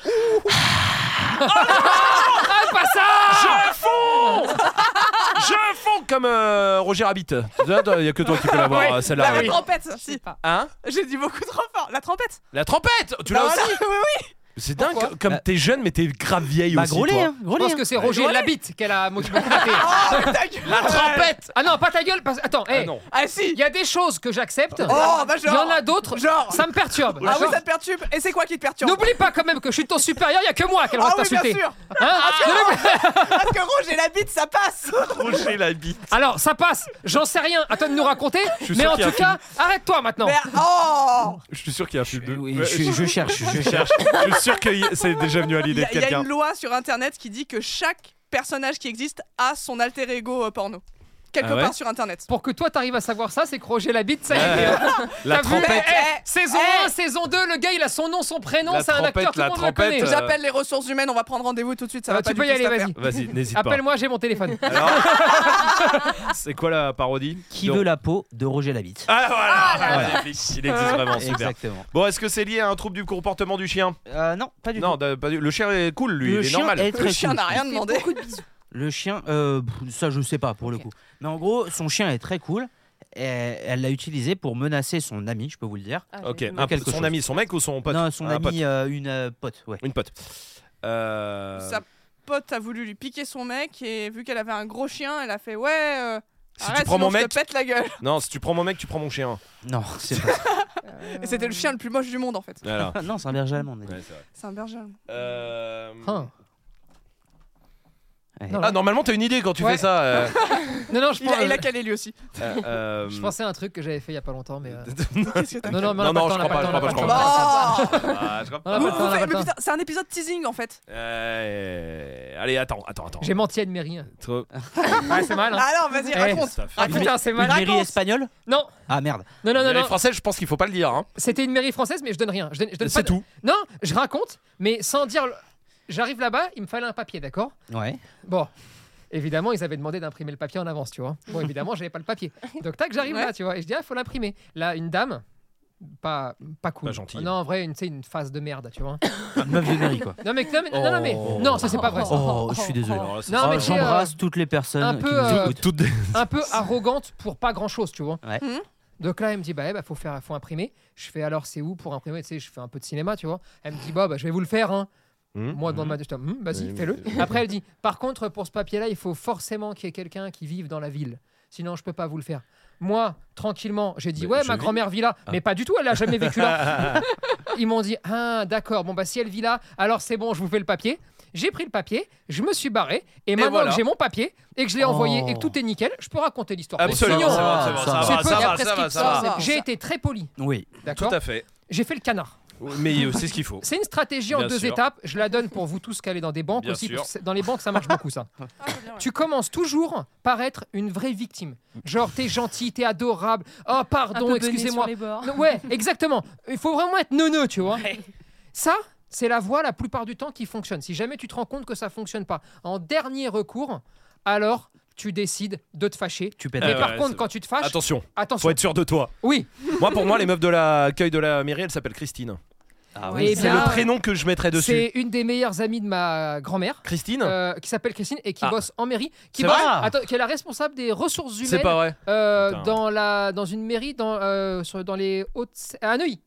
[SPEAKER 4] Ah, Pas ça
[SPEAKER 3] Je fonds Je fonds comme euh, Roger Rabbit. Il y a que toi qui peux l'avoir,
[SPEAKER 2] Ouais,
[SPEAKER 3] euh, celle-là.
[SPEAKER 2] La
[SPEAKER 3] oui.
[SPEAKER 2] trompette, si.
[SPEAKER 3] Hein
[SPEAKER 2] J'ai dit beaucoup trop fort. La trompette.
[SPEAKER 3] La trompette Tu l'as
[SPEAKER 2] Bah
[SPEAKER 3] aussi
[SPEAKER 2] voilà, Oui, oui.
[SPEAKER 3] C'est dingue,
[SPEAKER 4] Pourquoi
[SPEAKER 3] comme
[SPEAKER 1] Bah-
[SPEAKER 3] t'es jeune, mais t'es grave vieille
[SPEAKER 1] Bah
[SPEAKER 3] aussi.
[SPEAKER 1] gros lait,
[SPEAKER 3] toi.
[SPEAKER 1] hein, gros
[SPEAKER 4] Je pense
[SPEAKER 1] lait,
[SPEAKER 4] que
[SPEAKER 1] hein.
[SPEAKER 4] c'est Roger la bite qu'elle a motivé.
[SPEAKER 1] Ah.
[SPEAKER 2] Oh, ta gueule.
[SPEAKER 3] La trompette
[SPEAKER 4] Ah non, pas ta gueule. parce- Attends,
[SPEAKER 3] Ah
[SPEAKER 4] hey,
[SPEAKER 3] non.
[SPEAKER 2] Ah,
[SPEAKER 4] il
[SPEAKER 2] si.
[SPEAKER 4] y a des choses que j'accepte.
[SPEAKER 2] Oh, bah
[SPEAKER 4] Il y en
[SPEAKER 2] genre.
[SPEAKER 4] a d'autres.
[SPEAKER 2] Genre.
[SPEAKER 4] Ça me perturbe.
[SPEAKER 2] Ah oui, ça te perturbe. Et c'est quoi qui te perturbe
[SPEAKER 4] N'oublie pas quand même que je suis ton supérieur, il y a que moi qu'elle va
[SPEAKER 2] Ah oui, bien
[SPEAKER 4] t'insulter.
[SPEAKER 2] sûr.
[SPEAKER 4] Hein Ne l'oublie-
[SPEAKER 2] Parce que rouge et la bite, ça passe.
[SPEAKER 3] Roger la bite.
[SPEAKER 4] Alors, ça passe, j'en sais rien, à toi de nous raconter,
[SPEAKER 3] suis
[SPEAKER 4] mais
[SPEAKER 3] sûr
[SPEAKER 4] en
[SPEAKER 3] qu'il y a
[SPEAKER 4] tout cas, arrête-toi maintenant.
[SPEAKER 2] Mais- Oh.
[SPEAKER 3] Je suis sûr qu'il y a un film de.
[SPEAKER 1] Oui,
[SPEAKER 3] Ouais,
[SPEAKER 1] je, je cherche, je
[SPEAKER 3] je
[SPEAKER 1] cherche.
[SPEAKER 3] cherche. Je suis sûr que y- c'est déjà venu à
[SPEAKER 2] Il
[SPEAKER 3] l'idée
[SPEAKER 2] y,
[SPEAKER 3] de
[SPEAKER 2] a- il y a
[SPEAKER 3] quelqu'un.
[SPEAKER 2] une loi sur internet qui dit que chaque personnage qui existe a son alter ego euh, porno. quelque
[SPEAKER 3] Ah ouais
[SPEAKER 2] part sur internet.
[SPEAKER 4] Pour que toi t'arrives à savoir ça, c'est que Roger Labitte, ça y est.
[SPEAKER 3] Ouais. La
[SPEAKER 4] T'as vu
[SPEAKER 3] trempette.
[SPEAKER 4] Eh, eh, saison
[SPEAKER 2] Eh
[SPEAKER 4] 1, saison 2, le gars il a son nom, son prénom,
[SPEAKER 3] La
[SPEAKER 4] c'est un acteur,
[SPEAKER 3] trempette,
[SPEAKER 4] tout le
[SPEAKER 3] la
[SPEAKER 4] monde le
[SPEAKER 3] trempette,
[SPEAKER 4] connaît.
[SPEAKER 3] euh,
[SPEAKER 2] eh, J'appelle les ressources humaines, on va prendre rendez-vous tout de suite, ça
[SPEAKER 4] Ah,
[SPEAKER 2] va pas
[SPEAKER 4] tu
[SPEAKER 2] du
[SPEAKER 4] peux y
[SPEAKER 2] tout
[SPEAKER 4] aller,
[SPEAKER 2] cette affaire.
[SPEAKER 4] vas-y.
[SPEAKER 3] Vas-y, n'hésite pas.
[SPEAKER 4] Appelle-moi, j'ai mon téléphone.
[SPEAKER 3] Alors, c'est quoi la parodie
[SPEAKER 1] Qui
[SPEAKER 3] Donc-
[SPEAKER 1] veut la peau de Roger Labitte
[SPEAKER 3] Ah voilà, Magnifique. Il existe vraiment, super.
[SPEAKER 1] Exactement.
[SPEAKER 3] Ah, Bon, est-ce que c'est lié à un trouble du comportement du chien
[SPEAKER 1] Euh, non, pas du
[SPEAKER 3] Non,
[SPEAKER 1] tout.
[SPEAKER 3] de- pas du- le chien est cool, lui,
[SPEAKER 1] le
[SPEAKER 3] il est
[SPEAKER 1] chien
[SPEAKER 3] normal.
[SPEAKER 1] est
[SPEAKER 2] Le
[SPEAKER 1] très
[SPEAKER 2] chien
[SPEAKER 1] cool.
[SPEAKER 2] n'a rien
[SPEAKER 9] Fais
[SPEAKER 2] demandé.
[SPEAKER 9] beaucoup de bisous.
[SPEAKER 1] Le chien, euh, pff, ça je sais pas pour
[SPEAKER 9] Ok.
[SPEAKER 1] le coup. Mais en gros, son chien est très cool. Et elle l'a utilisé pour menacer son ami, je peux vous le dire.
[SPEAKER 9] Ah,
[SPEAKER 3] Ok,
[SPEAKER 9] j'avais
[SPEAKER 3] un-
[SPEAKER 9] oublié.
[SPEAKER 1] quelque
[SPEAKER 3] son
[SPEAKER 1] chose.
[SPEAKER 3] ami, son mec ou son pote
[SPEAKER 1] non, son
[SPEAKER 3] Un
[SPEAKER 1] ami,
[SPEAKER 3] pote.
[SPEAKER 1] euh, une euh, pote, ouais.
[SPEAKER 3] Une pote. Euh,
[SPEAKER 2] Sa pote a voulu lui piquer son mec et vu qu'elle avait un gros chien, elle a fait ouais. euh,
[SPEAKER 3] Si
[SPEAKER 2] arrête,
[SPEAKER 3] tu prends
[SPEAKER 2] sinon
[SPEAKER 3] mon
[SPEAKER 2] je te
[SPEAKER 3] mec-
[SPEAKER 2] pète la gueule.
[SPEAKER 3] Non, si tu prends mon mec, tu prends mon chien.
[SPEAKER 1] Non, c'est pas
[SPEAKER 9] euh,
[SPEAKER 2] Et c'était
[SPEAKER 4] Euh.
[SPEAKER 2] le chien le plus moche du monde en fait.
[SPEAKER 3] Voilà.
[SPEAKER 1] ça. non, c'est un berger allemand. on a dit.
[SPEAKER 3] Ouais, c'est vrai.
[SPEAKER 2] C'est un berger. hein. allemand.
[SPEAKER 3] Euh,
[SPEAKER 4] Hein.
[SPEAKER 1] Ouais.
[SPEAKER 4] Non,
[SPEAKER 3] Ah, normalement, t'as une idée quand tu
[SPEAKER 4] Ouais.
[SPEAKER 3] fais ça. euh,
[SPEAKER 4] non, non, je,
[SPEAKER 2] Il a,
[SPEAKER 4] pense-
[SPEAKER 2] il a calé lui aussi.
[SPEAKER 3] euh, euh,
[SPEAKER 4] je pensais à un truc que j'avais fait il y a pas longtemps, mais. euh,
[SPEAKER 2] Qu'est-ce que t'as
[SPEAKER 4] Non, non, mais
[SPEAKER 3] Non, non,
[SPEAKER 4] on a pas le temps,
[SPEAKER 3] je
[SPEAKER 4] on a
[SPEAKER 3] crois
[SPEAKER 4] le
[SPEAKER 3] pas,
[SPEAKER 4] temps,
[SPEAKER 3] je
[SPEAKER 4] on
[SPEAKER 3] crois
[SPEAKER 4] a le temps.
[SPEAKER 2] Bah
[SPEAKER 3] ah, je crois pas.
[SPEAKER 4] Ah,
[SPEAKER 2] Vous-
[SPEAKER 4] attends,
[SPEAKER 2] vous faites-
[SPEAKER 4] attends,
[SPEAKER 2] mais
[SPEAKER 4] attends.
[SPEAKER 2] putain, c'est un épisode teasing en fait.
[SPEAKER 3] Euh, Allez, attends, attends, attends.
[SPEAKER 4] J'ai menti à une mairie. hein.
[SPEAKER 3] Trop-
[SPEAKER 2] Ah,
[SPEAKER 4] Ouais, c'est mal. hein.
[SPEAKER 2] Alors vas-y,
[SPEAKER 4] Eh,
[SPEAKER 2] raconte.
[SPEAKER 3] ça fait-
[SPEAKER 4] Ah putain, c'est
[SPEAKER 1] Une
[SPEAKER 4] mal.
[SPEAKER 1] mairie espagnole
[SPEAKER 4] Non,
[SPEAKER 1] Ah merde.
[SPEAKER 4] non, non, non.
[SPEAKER 3] Les
[SPEAKER 4] non.
[SPEAKER 3] Français, je pense qu'il faut pas le dire. hein.
[SPEAKER 4] C'était une mairie française, mais je donne rien. Je donne, je donne pas
[SPEAKER 3] C'est
[SPEAKER 4] de-
[SPEAKER 3] tout.
[SPEAKER 4] Non, je raconte, mais sans dire. le- J'arrive là-bas, il me fallait un papier, d'accord
[SPEAKER 1] Ouais.
[SPEAKER 4] Bon. Évidemment, ils avaient demandé d'imprimer le papier en avance, tu vois. Bon, évidemment, j'avais pas le papier. Donc, tac, j'arrive
[SPEAKER 2] Ouais.
[SPEAKER 4] là, tu vois. Et je dis, ah, faut l'imprimer. Là, une dame, pas, pas cool.
[SPEAKER 3] Pas gentille.
[SPEAKER 4] Non, en vrai, une- tu sais, une phase de merde, tu vois.
[SPEAKER 1] Une meuf de mairie, quoi.
[SPEAKER 4] Non, mais non, mais, non, non, mais-
[SPEAKER 1] Oh.
[SPEAKER 4] non, ça, c'est pas vrai. ça.
[SPEAKER 1] Oh, je suis désolé.
[SPEAKER 3] Oh, c'est
[SPEAKER 4] Non,
[SPEAKER 1] Oh,
[SPEAKER 4] mais Ah, c'est,
[SPEAKER 1] J'embrasse toutes les personnes
[SPEAKER 4] un
[SPEAKER 1] qui
[SPEAKER 4] peu,
[SPEAKER 1] nous
[SPEAKER 4] euh,
[SPEAKER 1] écoutent.
[SPEAKER 3] Toutes des-
[SPEAKER 4] un peu arrogante pour pas grand chose, tu vois.
[SPEAKER 1] Ouais.
[SPEAKER 2] Mhm.
[SPEAKER 4] Donc là, elle me dit bah, eh, bah, faut faire, faut imprimer. Je fais alors c'est où pour imprimer Tu sais, je fais un peu de cinéma, tu vois. Elle me dit bah, bah, je vais vous le faire. Hein.
[SPEAKER 3] Hmm.
[SPEAKER 4] Moi dans ma tête, je dis, Hmm, vas-y,
[SPEAKER 3] Oui,
[SPEAKER 4] fais-le.
[SPEAKER 3] mais-
[SPEAKER 4] Après, elle dit par contre pour ce papier-là, il faut forcément qu'il y ait quelqu'un qui vive dans la ville. Sinon, je peux pas vous le faire. Moi, tranquillement, j'ai dit
[SPEAKER 3] Mais
[SPEAKER 4] ouais,
[SPEAKER 3] je
[SPEAKER 4] ma
[SPEAKER 3] vis. Ah.
[SPEAKER 4] grand-mère vit là, mais pas du tout, elle a jamais vécu là. Ils m'ont dit ah d'accord, bon bah si elle vit là, alors c'est bon, je vous fais le papier. J'ai pris le papier, je me suis barré, et maintenant
[SPEAKER 3] voilà.
[SPEAKER 4] que j'ai mon papier et que je l'ai
[SPEAKER 1] Oh.
[SPEAKER 4] envoyé et que tout est nickel, je peux raconter l'histoire.
[SPEAKER 3] Absolument,
[SPEAKER 4] Sinon,
[SPEAKER 3] c'est bon, c'est bon,
[SPEAKER 1] Ah,
[SPEAKER 3] ça
[SPEAKER 4] c'est
[SPEAKER 3] va,
[SPEAKER 4] peu
[SPEAKER 3] ça
[SPEAKER 4] de la
[SPEAKER 3] va, ça va, ça va.
[SPEAKER 2] prescription. va.
[SPEAKER 4] J'ai été très poli,
[SPEAKER 1] Oui.
[SPEAKER 3] Tout
[SPEAKER 4] d'accord
[SPEAKER 3] à fait.
[SPEAKER 4] J'ai fait le canard.
[SPEAKER 3] Mais euh, c'est ce qu'il faut.
[SPEAKER 4] C'est une stratégie en
[SPEAKER 3] Bien
[SPEAKER 4] deux
[SPEAKER 3] sûr.
[SPEAKER 4] étapes. Je la donne pour vous tous qui allez dans des banques
[SPEAKER 3] Bien
[SPEAKER 4] aussi.
[SPEAKER 3] sûr.
[SPEAKER 4] parce que c'est- dans les banques, ça marche beaucoup ça.
[SPEAKER 2] Ah, c'est bien, ouais.
[SPEAKER 4] Tu commences toujours par être une vraie victime. Genre, t'es gentil, t'es adorable. Oh,
[SPEAKER 9] Un
[SPEAKER 4] pardon,
[SPEAKER 9] peu bené sur
[SPEAKER 4] excusez-moi.
[SPEAKER 9] les bords.
[SPEAKER 4] Non, Ouais, exactement. Il faut vraiment être neuneux, tu vois. Ça, c'est la voie la plupart du temps qui fonctionne. Si jamais tu te rends compte que ça fonctionne pas, en dernier recours, alors tu décides de te fâcher.
[SPEAKER 1] Tu pètes.
[SPEAKER 3] Euh,
[SPEAKER 4] Mais
[SPEAKER 1] un
[SPEAKER 4] par
[SPEAKER 3] ouais, c'est
[SPEAKER 4] contre,
[SPEAKER 3] vrai.
[SPEAKER 4] quand tu te fâches,
[SPEAKER 3] Attention, faut
[SPEAKER 4] attention.
[SPEAKER 3] être sûr de toi.
[SPEAKER 4] Oui,
[SPEAKER 3] Moi, pour moi, les meufs de l'accueil de la mairie, elles s'appellent Christine.
[SPEAKER 1] Ah
[SPEAKER 4] Eh
[SPEAKER 1] oui.
[SPEAKER 3] C'est
[SPEAKER 4] bien,
[SPEAKER 3] le prénom que je mettrais dessus.
[SPEAKER 4] c'est euh, une des meilleures amies de ma grand-mère.
[SPEAKER 3] Christine
[SPEAKER 4] euh, qui s'appelle Christine et qui
[SPEAKER 3] Ah.
[SPEAKER 4] bosse en mairie, qui,
[SPEAKER 3] C'est
[SPEAKER 4] bosse,
[SPEAKER 3] vrai
[SPEAKER 4] attends, qui est la responsable des ressources
[SPEAKER 3] C'est
[SPEAKER 4] humaines
[SPEAKER 3] pas vrai.
[SPEAKER 4] euh,
[SPEAKER 3] Putain.
[SPEAKER 4] dans, la, dans une mairie dans, euh, sur- dans les Hautes. à Neuilly.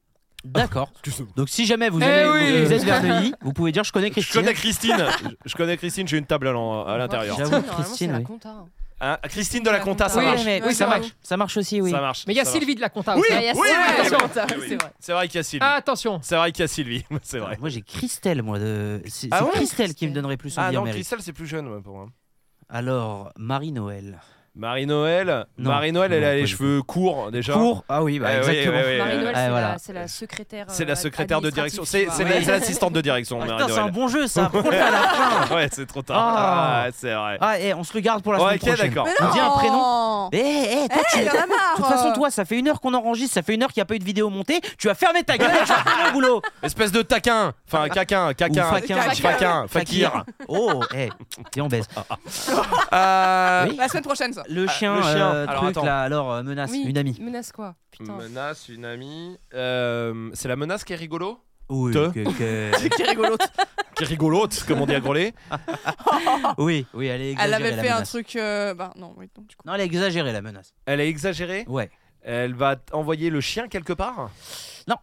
[SPEAKER 1] D'accord. Donc si jamais vous,
[SPEAKER 4] Eh
[SPEAKER 1] allez,
[SPEAKER 4] oui.
[SPEAKER 1] vous êtes vers Neuilly, vous pouvez dire je connais
[SPEAKER 3] Je
[SPEAKER 1] Christine.
[SPEAKER 3] connais Christine. Je- Je connais Christine, j'ai une table à l'en- à l'intérieur.
[SPEAKER 1] J'avoue,
[SPEAKER 9] Normalement, c'est
[SPEAKER 1] Christine,
[SPEAKER 9] la
[SPEAKER 1] oui.
[SPEAKER 9] compta, hein.
[SPEAKER 3] Hein, Christine de la compta, ça
[SPEAKER 4] Oui,
[SPEAKER 3] marche.
[SPEAKER 1] mais-
[SPEAKER 2] Ouais,
[SPEAKER 1] oui, ça
[SPEAKER 2] c'est
[SPEAKER 1] marche. Ça marche aussi, oui.
[SPEAKER 3] Ça marche.
[SPEAKER 4] Mais il y a
[SPEAKER 3] ça marche.
[SPEAKER 4] Sylvie de la compta
[SPEAKER 3] Oui,
[SPEAKER 4] aussi. hein. Ah,
[SPEAKER 9] Ah, il y a
[SPEAKER 3] oui,
[SPEAKER 9] Sylvie,
[SPEAKER 3] oui,
[SPEAKER 9] la
[SPEAKER 3] oui.
[SPEAKER 9] compta,
[SPEAKER 3] Oui.
[SPEAKER 9] c'est vrai.
[SPEAKER 3] C'est vrai qu'il y a Sylvie.
[SPEAKER 4] Attention,
[SPEAKER 3] C'est vrai qu'il y a Sylvie, c'est vrai.
[SPEAKER 1] Moi j'ai Christelle, moi. De... C'est
[SPEAKER 3] Ah
[SPEAKER 1] c'est
[SPEAKER 3] ouais
[SPEAKER 1] Christelle qui me donnerait plus envie
[SPEAKER 3] Ah
[SPEAKER 1] en
[SPEAKER 3] non,
[SPEAKER 1] mairie.
[SPEAKER 3] Christelle, c'est plus jeune ouais, pour moi.
[SPEAKER 1] Alors, Marie-Noël.
[SPEAKER 3] Marie-Noël.
[SPEAKER 1] Non.
[SPEAKER 3] Marie-Noël, elle
[SPEAKER 1] Non,
[SPEAKER 3] a
[SPEAKER 1] pas
[SPEAKER 3] les
[SPEAKER 1] du
[SPEAKER 3] cheveux courts déjà.
[SPEAKER 1] Cours Ah oui, bah,
[SPEAKER 3] Eh oui,
[SPEAKER 1] exactement.
[SPEAKER 3] oui, oui, oui.
[SPEAKER 9] Marie-Noël,
[SPEAKER 1] Ouais,
[SPEAKER 9] c'est
[SPEAKER 1] voilà.
[SPEAKER 9] la- c'est la secrétaire.
[SPEAKER 3] C'est
[SPEAKER 9] euh,
[SPEAKER 3] la secrétaire de direction. C'est
[SPEAKER 9] administrative,
[SPEAKER 3] c'est
[SPEAKER 9] tu
[SPEAKER 3] la-
[SPEAKER 9] vois.
[SPEAKER 3] c'est l'assistante de direction,
[SPEAKER 1] Ah, putain, c'est un
[SPEAKER 3] Marie-Noël.
[SPEAKER 1] bon jeu ça. Prends-le à la fin.
[SPEAKER 3] Ouais, c'est trop tard.
[SPEAKER 1] Ah.
[SPEAKER 3] Ah, c'est vrai.
[SPEAKER 1] Ah, et on se le garde pour la
[SPEAKER 3] Ouais,
[SPEAKER 1] semaine
[SPEAKER 3] ok,
[SPEAKER 1] prochaine.
[SPEAKER 3] d'accord.
[SPEAKER 2] Mais
[SPEAKER 1] On dit un
[SPEAKER 2] non
[SPEAKER 1] prénom. Eh, eh, toi, tu-
[SPEAKER 2] Eh, il y en a
[SPEAKER 1] De
[SPEAKER 2] marre.
[SPEAKER 1] toute façon, toi, ça fait une heure qu'on enregistre, ça fait une heure qu'il n'y a pas eu de vidéo montée. Tu vas fermer ta gueule, tu vas faire le boulot.
[SPEAKER 3] Espèce de taquin. Enfin, caquin,
[SPEAKER 1] Ou
[SPEAKER 3] caquin.
[SPEAKER 1] faquin.
[SPEAKER 2] Faquin.
[SPEAKER 3] Faquin, fakir.
[SPEAKER 1] Oh, eh, viens, on baisse.
[SPEAKER 3] Euh,
[SPEAKER 1] Oui.
[SPEAKER 2] La semaine prochaine ça.
[SPEAKER 1] Le chien,
[SPEAKER 3] Ah, le chien.
[SPEAKER 1] euh,
[SPEAKER 3] Alors,
[SPEAKER 1] truc
[SPEAKER 3] attends.
[SPEAKER 1] là, alors euh, menace,
[SPEAKER 9] Oui.
[SPEAKER 1] une amie.
[SPEAKER 9] Menace quoi Putain.
[SPEAKER 3] Menace, une amie. Euh, c'est la menace qui est rigolo
[SPEAKER 1] Oui,
[SPEAKER 3] Te.
[SPEAKER 1] que- que-
[SPEAKER 2] Qui est rigolote.
[SPEAKER 3] Qui est rigolote, comme on dit à Grelais.
[SPEAKER 1] oui, oui, elle est
[SPEAKER 2] Elle
[SPEAKER 1] exagérée.
[SPEAKER 2] avait
[SPEAKER 1] la
[SPEAKER 2] fait un
[SPEAKER 1] menace.
[SPEAKER 2] truc. euh, Bah non, oui, non, du coup.
[SPEAKER 1] Non, elle a exagéré la menace.
[SPEAKER 3] Elle est exagérée.
[SPEAKER 1] Ouais.
[SPEAKER 3] Elle va t- envoyer le chien quelque part
[SPEAKER 1] Non.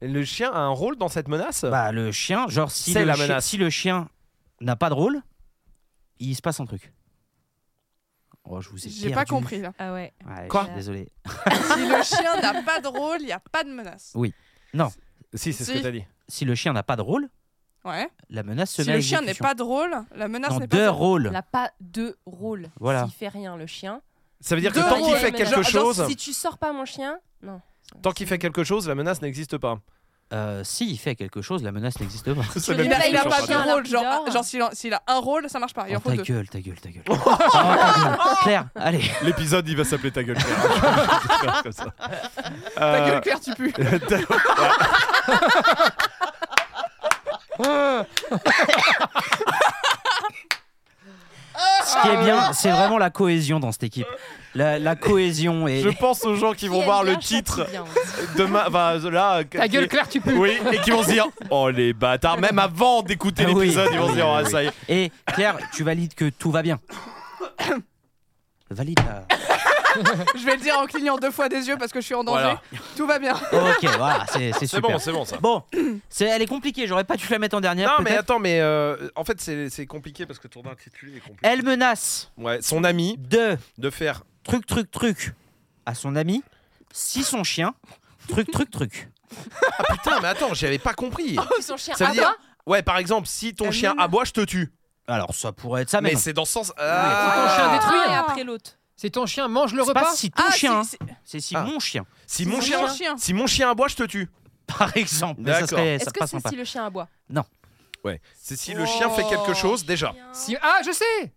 [SPEAKER 3] Le chien a un rôle dans cette menace
[SPEAKER 1] Bah, le chien, genre, si
[SPEAKER 3] C'est
[SPEAKER 1] le,
[SPEAKER 3] la
[SPEAKER 1] chi-
[SPEAKER 3] menace.
[SPEAKER 1] si le chien n'a pas de rôle, il se passe un truc. Oh, je vous ai
[SPEAKER 2] J'ai pas
[SPEAKER 1] perdu.
[SPEAKER 2] compris là.
[SPEAKER 9] Ah ouais.
[SPEAKER 1] Ouais,
[SPEAKER 3] Quoi
[SPEAKER 1] je suis Désolé.
[SPEAKER 2] Si le chien n'a pas de rôle, il n'y a pas de menace.
[SPEAKER 3] Si, c'est ce
[SPEAKER 2] si.
[SPEAKER 3] que t'as dit.
[SPEAKER 1] Si le chien n'a pas de rôle,
[SPEAKER 2] Ouais.
[SPEAKER 1] la menace se
[SPEAKER 2] Si
[SPEAKER 1] met à
[SPEAKER 2] le chien n'est
[SPEAKER 1] exécution.
[SPEAKER 2] pas drôle, la menace
[SPEAKER 1] Non,
[SPEAKER 2] n'est
[SPEAKER 1] deux
[SPEAKER 2] pas.
[SPEAKER 1] rôles.
[SPEAKER 9] Elle n'a pas de rôle.
[SPEAKER 1] Voilà.
[SPEAKER 9] S'il fait rien, le chien.
[SPEAKER 3] Ça veut dire que
[SPEAKER 2] Deux
[SPEAKER 3] tant qu'il
[SPEAKER 2] rôles.
[SPEAKER 3] fait
[SPEAKER 9] Mais non,
[SPEAKER 3] quelque
[SPEAKER 9] genre,
[SPEAKER 3] chose,
[SPEAKER 9] Si tu sors pas mon chien, non.
[SPEAKER 3] tant qu'il fait quelque chose, la menace n'existe pas.
[SPEAKER 1] euh, s'il fait quelque chose, la menace n'existe pas.
[SPEAKER 3] C'est
[SPEAKER 9] veux
[SPEAKER 2] Il a, il a
[SPEAKER 9] Sur
[SPEAKER 2] pas
[SPEAKER 9] Radio.
[SPEAKER 2] de rôle, genre,
[SPEAKER 9] Sur Radio.
[SPEAKER 2] genre s'il a, s'il a un rôle, ça marche pas, il
[SPEAKER 1] Oh,
[SPEAKER 2] en faut
[SPEAKER 1] ta
[SPEAKER 2] deux.
[SPEAKER 1] gueule, ta gueule, ta gueule. Oh, ta gueule. Claire, allez.
[SPEAKER 3] L'épisode, il va s'appeler Ta gueule Claire. Euh, Comme ça.
[SPEAKER 2] Ta
[SPEAKER 3] Euh,
[SPEAKER 2] gueule, Claire, tu pues.
[SPEAKER 1] Ce qui est bien, c'est vraiment la cohésion dans cette équipe. La, la cohésion et
[SPEAKER 3] Je pense aux gens qui vont voir le titre demain. Enfin, là.
[SPEAKER 4] Ta gueule,
[SPEAKER 3] qui-
[SPEAKER 4] Claire, tu peux.
[SPEAKER 3] Oui, et qui vont se dire Oh les bâtards, même avant d'écouter
[SPEAKER 1] Ah oui.
[SPEAKER 3] l'épisode, ils vont se dire Ah, ça y est.
[SPEAKER 1] Et Claire, tu valides que tout va bien. Valide. la-
[SPEAKER 2] Je vais le dire en clignant deux fois des yeux parce que je suis en danger.
[SPEAKER 3] Voilà.
[SPEAKER 2] Tout va bien.
[SPEAKER 1] Ok, voilà, c'est c'est
[SPEAKER 3] C'est
[SPEAKER 1] super.
[SPEAKER 3] bon, c'est bon ça.
[SPEAKER 1] Bon, c'est- elle est compliquée, j'aurais pas dû la mettre en dernière.
[SPEAKER 3] Non, mais
[SPEAKER 1] peut-être.
[SPEAKER 3] attends, mais euh, en fait, c'est c'est compliqué parce que ton intitulé est compliqué.
[SPEAKER 1] Elle menace
[SPEAKER 3] Ouais, son ami
[SPEAKER 1] de
[SPEAKER 3] de faire.
[SPEAKER 1] truc, truc, truc à son ami si son chien truc, truc, truc.
[SPEAKER 3] Ah putain, mais attends, j'avais pas compris.
[SPEAKER 9] Son chien
[SPEAKER 3] Ça veut dire-
[SPEAKER 9] aboie.
[SPEAKER 3] Ouais, par exemple, si ton
[SPEAKER 2] Ah, Elle
[SPEAKER 3] chien
[SPEAKER 2] mène.
[SPEAKER 3] aboie, je te tue.
[SPEAKER 1] Alors, ça pourrait être ça, Ah, mais,
[SPEAKER 3] Mais
[SPEAKER 1] non.
[SPEAKER 3] c'est dans ce sens.
[SPEAKER 4] ton chien
[SPEAKER 3] Ah.
[SPEAKER 4] détruit.
[SPEAKER 9] Un et après l'autre.
[SPEAKER 4] Si ton chien mange le
[SPEAKER 1] c'est pas
[SPEAKER 4] repas,
[SPEAKER 1] si ton
[SPEAKER 2] Ah,
[SPEAKER 1] chien,
[SPEAKER 2] si,
[SPEAKER 1] hein.
[SPEAKER 2] si.
[SPEAKER 1] c'est si
[SPEAKER 3] Ah.
[SPEAKER 1] mon chien,
[SPEAKER 3] Si mon
[SPEAKER 2] Mon
[SPEAKER 3] chien.
[SPEAKER 2] chien.
[SPEAKER 3] Si mon chien aboie, je te tue.
[SPEAKER 1] par exemple. Mais ça
[SPEAKER 3] D'accord.
[SPEAKER 1] serait,
[SPEAKER 9] Est-ce
[SPEAKER 1] ça
[SPEAKER 9] que
[SPEAKER 1] passe
[SPEAKER 9] c'est
[SPEAKER 1] pas.
[SPEAKER 9] si le chien aboie
[SPEAKER 3] Ouais. C'est si le chien fait
[SPEAKER 4] Oh.
[SPEAKER 3] quelque chose, déjà.
[SPEAKER 9] Euh,
[SPEAKER 4] Si... Ah, je sais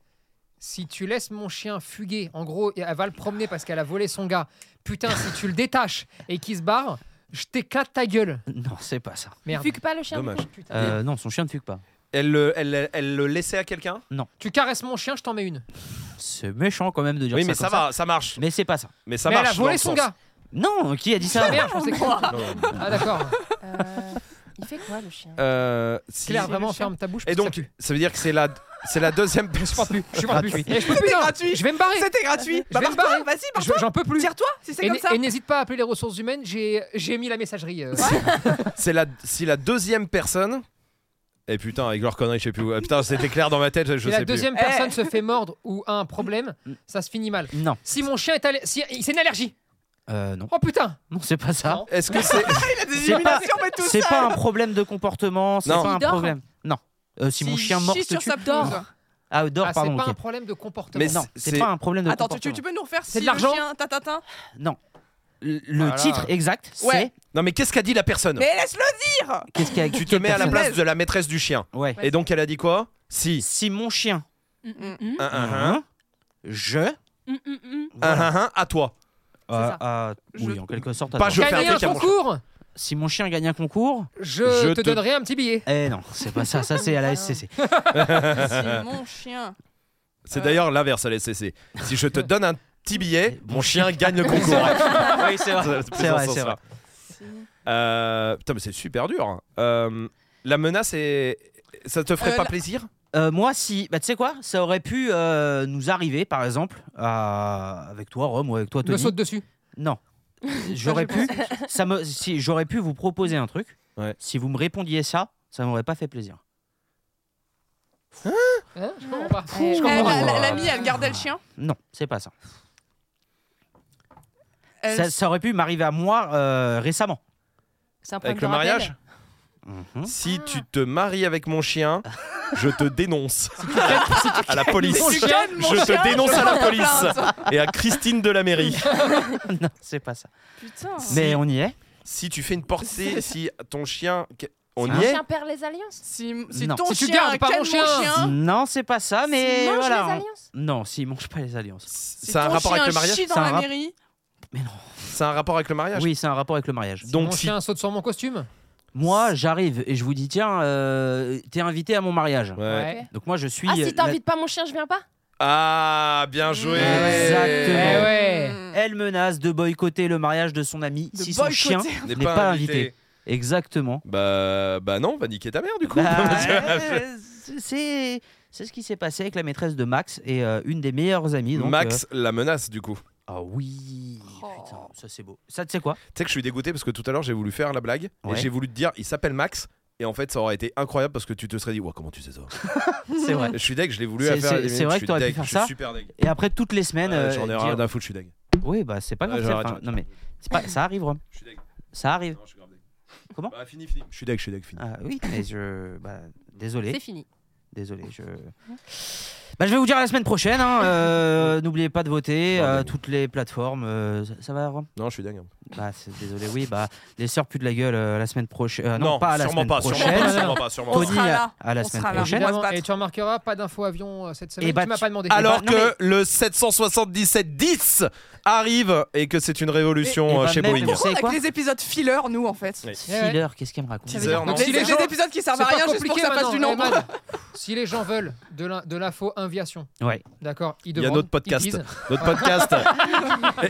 [SPEAKER 4] Si tu laisses mon chien fuguer, en gros, elle va le promener parce qu'elle a volé son gars. Putain, si tu le détaches et qu'il se barre, je t'éclate ta gueule.
[SPEAKER 1] Non, c'est pas ça.
[SPEAKER 4] Merde.
[SPEAKER 9] Fugue pas le chien.
[SPEAKER 3] Dommage.
[SPEAKER 9] Putain.
[SPEAKER 1] Euh, non, son chien ne fugue pas.
[SPEAKER 3] Elle le, elle, elle, le laissait à quelqu'un
[SPEAKER 4] Tu caresses mon chien, je t'en mets une.
[SPEAKER 1] C'est méchant quand même de dire
[SPEAKER 3] Oui,
[SPEAKER 1] ça.
[SPEAKER 3] mais ça
[SPEAKER 1] comme
[SPEAKER 3] va, ça marche.
[SPEAKER 1] Mais c'est pas ça.
[SPEAKER 3] Mais ça
[SPEAKER 4] Mais
[SPEAKER 3] marche.
[SPEAKER 4] elle a volé
[SPEAKER 3] dans
[SPEAKER 4] son
[SPEAKER 3] le sens.
[SPEAKER 4] gars.
[SPEAKER 1] Non, qui a dit ça
[SPEAKER 4] Ah merde, je pensais que Ah d'accord.
[SPEAKER 9] Euh, il fait quoi le chien
[SPEAKER 3] Euh, si-
[SPEAKER 4] Claire,
[SPEAKER 9] le
[SPEAKER 4] vraiment
[SPEAKER 9] chien.
[SPEAKER 4] ferme ta bouche.
[SPEAKER 3] Et
[SPEAKER 4] parce que
[SPEAKER 3] donc,
[SPEAKER 4] ça pue.
[SPEAKER 3] ça veut dire que c'est la, c'est la deuxième
[SPEAKER 4] je parle plus. Je parle plus.
[SPEAKER 1] Gratuit.
[SPEAKER 4] Et je peux plus.
[SPEAKER 2] C'était
[SPEAKER 4] hein.
[SPEAKER 2] gratuit.
[SPEAKER 4] Je vais me barrer.
[SPEAKER 2] C'était gratuit.
[SPEAKER 4] Je
[SPEAKER 2] Bah,
[SPEAKER 4] vais me
[SPEAKER 2] barre-toi,
[SPEAKER 4] barrer.
[SPEAKER 2] vas-y, barre
[SPEAKER 4] Je- J'en peux plus.
[SPEAKER 2] Tire-toi si c'est
[SPEAKER 4] Et
[SPEAKER 2] comme
[SPEAKER 4] n-
[SPEAKER 2] ça.
[SPEAKER 4] et n'hésite pas à appeler les ressources humaines. J'ai j'ai mis la messagerie. euh.
[SPEAKER 3] c'est la, si la deuxième personne. Et putain, avec leur connerie, je sais plus où. Ah, putain, c'était clair dans ma tête, je
[SPEAKER 4] Et
[SPEAKER 3] sais
[SPEAKER 4] la deuxième
[SPEAKER 2] Eh.
[SPEAKER 4] personne se fait mordre ou a un problème, ça se finit mal.
[SPEAKER 1] Non,
[SPEAKER 4] Si mon chien est allé, si c'est une allergie.
[SPEAKER 1] euh, non,
[SPEAKER 4] Oh putain.
[SPEAKER 1] non, c'est pas ça.
[SPEAKER 4] Non.
[SPEAKER 3] plus. Est-ce que c'est.
[SPEAKER 2] Il y a des
[SPEAKER 1] C'est pas,
[SPEAKER 2] illuminations, mais tout
[SPEAKER 1] c'est
[SPEAKER 2] ça.
[SPEAKER 1] pas un problème de comportement, c'est
[SPEAKER 3] Non.
[SPEAKER 1] pas
[SPEAKER 9] S'il
[SPEAKER 1] un
[SPEAKER 9] dort.
[SPEAKER 1] problème. Non. Euh, si, mon
[SPEAKER 2] S'il
[SPEAKER 1] chien mort
[SPEAKER 2] chie
[SPEAKER 1] te
[SPEAKER 2] sur
[SPEAKER 1] tue.
[SPEAKER 2] sa pelouse.
[SPEAKER 1] Ah, dort,
[SPEAKER 4] Ah, c'est
[SPEAKER 1] pardon.
[SPEAKER 4] pas
[SPEAKER 1] ok.
[SPEAKER 4] un problème de comportement.
[SPEAKER 3] Mais
[SPEAKER 1] Non,
[SPEAKER 3] c'est-
[SPEAKER 1] c'est pas un problème de
[SPEAKER 2] Attends, tu, tu-
[SPEAKER 1] comportement.
[SPEAKER 2] tu peux nous refaire
[SPEAKER 4] C'est
[SPEAKER 2] si
[SPEAKER 4] de
[SPEAKER 2] le
[SPEAKER 4] l'argent.
[SPEAKER 2] chien tatatin
[SPEAKER 1] Non. Le le
[SPEAKER 3] Voilà.
[SPEAKER 1] titre exact,
[SPEAKER 2] Ouais.
[SPEAKER 1] c'est
[SPEAKER 3] Non, mais qu'est-ce qu'a dit la personne
[SPEAKER 2] Mais laisse-le dire
[SPEAKER 1] qu'est-ce qu'il y a-
[SPEAKER 3] Tu te
[SPEAKER 1] quelle
[SPEAKER 3] mets à la
[SPEAKER 1] personne-
[SPEAKER 3] place de la maîtresse du chien.
[SPEAKER 1] Ouais.
[SPEAKER 3] Et donc, elle a dit quoi Si.
[SPEAKER 1] Si mon chien,
[SPEAKER 9] Mm, mm, mm.
[SPEAKER 3] Un, un, un,
[SPEAKER 1] Hein
[SPEAKER 3] Uh-huh.
[SPEAKER 1] je,
[SPEAKER 9] Mm, mm, mm.
[SPEAKER 3] un,
[SPEAKER 1] Voilà.
[SPEAKER 3] un, un, à toi.
[SPEAKER 1] Euh,
[SPEAKER 9] ça.
[SPEAKER 1] euh,
[SPEAKER 2] Je-
[SPEAKER 1] oui, en quelque sorte.
[SPEAKER 3] Pas
[SPEAKER 1] attends.
[SPEAKER 3] je- fais un
[SPEAKER 4] Gagner un
[SPEAKER 3] truc à mon chien.
[SPEAKER 4] concours.
[SPEAKER 1] Si mon chien gagne un concours,
[SPEAKER 4] Je,
[SPEAKER 3] Je te-
[SPEAKER 4] te, donnerai un petit billet.
[SPEAKER 1] eh non, c'est pas ça. Ça c'est à la SCC.
[SPEAKER 2] C'est mon chien.
[SPEAKER 3] C'est
[SPEAKER 2] Euh.
[SPEAKER 3] d'ailleurs l'inverse à la SCC. Si je te donne un petit billet, mon chien gagne le concours.
[SPEAKER 1] oui, c'est vrai.
[SPEAKER 3] Ça- ça-
[SPEAKER 1] C'est
[SPEAKER 3] ça-
[SPEAKER 1] vrai,
[SPEAKER 3] ça-
[SPEAKER 1] c'est
[SPEAKER 3] ça.
[SPEAKER 1] vrai.
[SPEAKER 3] Euh, putain, mais c'est super dur. Euh, la menace, est... ça te ferait
[SPEAKER 2] Euh,
[SPEAKER 3] pas
[SPEAKER 2] la-
[SPEAKER 3] plaisir
[SPEAKER 1] Euh, moi, si, bah, tu sais quoi, ça aurait pu euh, nous arriver, par exemple, à- avec toi, Rome, ou avec toi,
[SPEAKER 4] Me
[SPEAKER 1] Tony.
[SPEAKER 4] saute dessus.
[SPEAKER 1] Non, j'aurais pu, ça me, si j'aurais pu vous proposer un truc.
[SPEAKER 3] Ouais.
[SPEAKER 1] Si vous me répondiez ça, ça m'aurait pas fait plaisir.
[SPEAKER 4] Hein je comprends pas.
[SPEAKER 9] Euh,
[SPEAKER 4] Je
[SPEAKER 2] Elle-
[SPEAKER 4] comprends
[SPEAKER 2] elle-
[SPEAKER 4] pas.
[SPEAKER 2] elle- L'amie, elle gardait le chien.
[SPEAKER 1] Non, c'est pas ça.
[SPEAKER 2] Elle-
[SPEAKER 1] Ça, ça aurait pu m'arriver à moi euh, récemment.
[SPEAKER 9] C'est un problème
[SPEAKER 3] Avec
[SPEAKER 9] de
[SPEAKER 3] le
[SPEAKER 9] rappel.
[SPEAKER 3] mariage
[SPEAKER 1] Mhm.
[SPEAKER 3] Si
[SPEAKER 9] Ah.
[SPEAKER 3] tu te maries avec mon chien, je te dénonce à la police.
[SPEAKER 4] Mon
[SPEAKER 2] Tu
[SPEAKER 4] chien,
[SPEAKER 2] donnes mon
[SPEAKER 3] je te
[SPEAKER 2] chien,
[SPEAKER 3] dénonce
[SPEAKER 2] je
[SPEAKER 3] à la
[SPEAKER 2] porte
[SPEAKER 3] police.
[SPEAKER 2] plainte.
[SPEAKER 3] et à Christine de la mairie.
[SPEAKER 1] non, c'est pas ça.
[SPEAKER 2] Putain.
[SPEAKER 1] Mais on y est.
[SPEAKER 3] Si tu fais une portée, si ton chien. On
[SPEAKER 9] Mon
[SPEAKER 3] y est
[SPEAKER 9] chien perd les alliances.
[SPEAKER 2] Si, si
[SPEAKER 1] Non.
[SPEAKER 2] ton
[SPEAKER 4] Si tu
[SPEAKER 2] chien
[SPEAKER 4] gardes pas
[SPEAKER 2] quel
[SPEAKER 4] mon chien.
[SPEAKER 1] non, c'est pas ça, Ah, mais
[SPEAKER 9] Il mange
[SPEAKER 1] voilà.
[SPEAKER 9] les alliances.
[SPEAKER 1] Non, s'il mange pas les alliances.
[SPEAKER 2] si
[SPEAKER 3] Ça a un
[SPEAKER 2] ton
[SPEAKER 3] rapport avec
[SPEAKER 2] chien
[SPEAKER 3] le mariage
[SPEAKER 2] chie dans
[SPEAKER 1] Ça a un
[SPEAKER 2] la
[SPEAKER 1] rap-
[SPEAKER 2] mairie,
[SPEAKER 1] Mais non.
[SPEAKER 3] Ça a un rapport avec le mariage
[SPEAKER 1] Oui, c'est un rapport avec le mariage.
[SPEAKER 4] Donc, mon
[SPEAKER 3] Donc si.
[SPEAKER 4] chien saute sur mon costume.
[SPEAKER 1] Moi, j'arrive et je vous dis tiens, euh, t'es invité à mon mariage.
[SPEAKER 3] Ouais.
[SPEAKER 4] Ouais.
[SPEAKER 1] Donc moi, je suis.
[SPEAKER 9] Ah,
[SPEAKER 1] euh, la-
[SPEAKER 9] si t'invites pas mon chien, je viens pas
[SPEAKER 3] Ah, bien joué
[SPEAKER 4] Eh
[SPEAKER 1] Exactement.
[SPEAKER 4] ouais.
[SPEAKER 2] Mm.
[SPEAKER 1] Elle menace de boycotter le mariage de son ami
[SPEAKER 2] De
[SPEAKER 1] si son
[SPEAKER 2] boycotter.
[SPEAKER 1] chien
[SPEAKER 3] N'est
[SPEAKER 1] n'est pas, invité. Exactement.
[SPEAKER 3] Bah, bah non, va niquer ta mère du coup.
[SPEAKER 1] Bah, euh, c'est c'est ce qui s'est passé avec la maîtresse de Max et euh, une des meilleures amies. donc,
[SPEAKER 3] Max, la menace du coup.
[SPEAKER 1] euh, Ah oui. Putain,
[SPEAKER 2] Oh.
[SPEAKER 1] ça c'est beau. Ça tu sais quoi
[SPEAKER 3] Tu sais que je suis dégoûté parce que tout à l'heure j'ai voulu faire la blague
[SPEAKER 1] Ouais.
[SPEAKER 3] et j'ai voulu te dire il s'appelle Max et en fait ça aurait été incroyable parce que tu te serais dit ouais comment tu sais ça
[SPEAKER 1] C'est vrai.
[SPEAKER 3] Je suis deg, je l'ai voulu
[SPEAKER 1] C'est-
[SPEAKER 3] à faire.
[SPEAKER 1] c'est-
[SPEAKER 3] à la minute,
[SPEAKER 1] c'est vrai
[SPEAKER 3] je
[SPEAKER 1] que
[SPEAKER 3] suis
[SPEAKER 1] t'aurais pu
[SPEAKER 3] deg,
[SPEAKER 1] faire
[SPEAKER 3] je suis
[SPEAKER 1] ça.
[SPEAKER 3] super deg.
[SPEAKER 1] Et après toutes les semaines.
[SPEAKER 3] Euh,
[SPEAKER 1] euh,
[SPEAKER 3] J'en ai
[SPEAKER 1] dire-
[SPEAKER 3] rien à foutre, je suis deg.
[SPEAKER 1] Oui, bah c'est pas grave.
[SPEAKER 3] Ouais,
[SPEAKER 1] c'est-
[SPEAKER 3] j'arrête,
[SPEAKER 1] enfin,
[SPEAKER 3] j'arrête.
[SPEAKER 1] non mais c'est pas, ça arrive, Rome.
[SPEAKER 3] Je suis deg.
[SPEAKER 1] Ça arrive. Ah
[SPEAKER 3] Non, je suis grave deg.
[SPEAKER 1] Comment
[SPEAKER 3] Bah, fini, fini. Je suis deg, je suis deg, fini.
[SPEAKER 1] Ah oui, mais je. bah, désolé.
[SPEAKER 9] C'est fini.
[SPEAKER 1] Désolé, je. Bah, je vais vous dire à la semaine prochaine. hein, euh, N'oubliez pas de voter. euh, toutes les plateformes. euh, ça, ça va, Rome
[SPEAKER 3] Non, je suis hein. dingue.
[SPEAKER 1] Bah, c'est- désolé, oui. Bah, les sœurs plus de la gueule euh, la semaine prochaine. Euh, non,
[SPEAKER 3] non,
[SPEAKER 1] pas à la
[SPEAKER 3] sûrement
[SPEAKER 1] semaine
[SPEAKER 3] pas, sûrement
[SPEAKER 1] prochaine.
[SPEAKER 3] pas, sûrement pas, sûrement
[SPEAKER 2] On
[SPEAKER 3] pas.
[SPEAKER 1] Tony,
[SPEAKER 2] sera
[SPEAKER 1] à,
[SPEAKER 2] là.
[SPEAKER 1] à la
[SPEAKER 2] On
[SPEAKER 1] semaine
[SPEAKER 2] sera là.
[SPEAKER 1] prochaine.
[SPEAKER 2] Évidemment.
[SPEAKER 4] Évidemment.
[SPEAKER 2] se battre.
[SPEAKER 4] Et tu remarqueras pas d'info avion euh, cette semaine.
[SPEAKER 1] Et bah,
[SPEAKER 4] tu m'as
[SPEAKER 1] tu-
[SPEAKER 4] pas demandé.
[SPEAKER 3] Alors
[SPEAKER 1] Eh ben, non,
[SPEAKER 3] que le 777-10 arrive et que c'est une
[SPEAKER 1] Et- et
[SPEAKER 3] révolution euh,
[SPEAKER 1] bah,
[SPEAKER 3] chez
[SPEAKER 1] même
[SPEAKER 3] Boeing.
[SPEAKER 1] pour ça-
[SPEAKER 2] Pourquoi
[SPEAKER 1] savez
[SPEAKER 2] on a
[SPEAKER 1] quoi
[SPEAKER 2] que les épisodes filler, nous, en fait
[SPEAKER 4] Ouais.
[SPEAKER 1] Filler, qu'est-ce qu'elle me raconte
[SPEAKER 3] Teaser, non
[SPEAKER 2] Des,
[SPEAKER 4] Si les
[SPEAKER 2] des
[SPEAKER 4] gens-
[SPEAKER 2] épisodes qui servent
[SPEAKER 4] C'est
[SPEAKER 2] à
[SPEAKER 4] pas
[SPEAKER 2] rien juste pour que
[SPEAKER 4] compliqué
[SPEAKER 2] ça fasse
[SPEAKER 4] maintenant,
[SPEAKER 2] du nombre.
[SPEAKER 4] Eman. Si les gens veulent de la- de l'info inviation,
[SPEAKER 1] Ouais.
[SPEAKER 4] d'accord, ils
[SPEAKER 3] Il y a
[SPEAKER 4] demandent.
[SPEAKER 3] notre podcast.
[SPEAKER 4] ils disent.
[SPEAKER 3] Notre podcast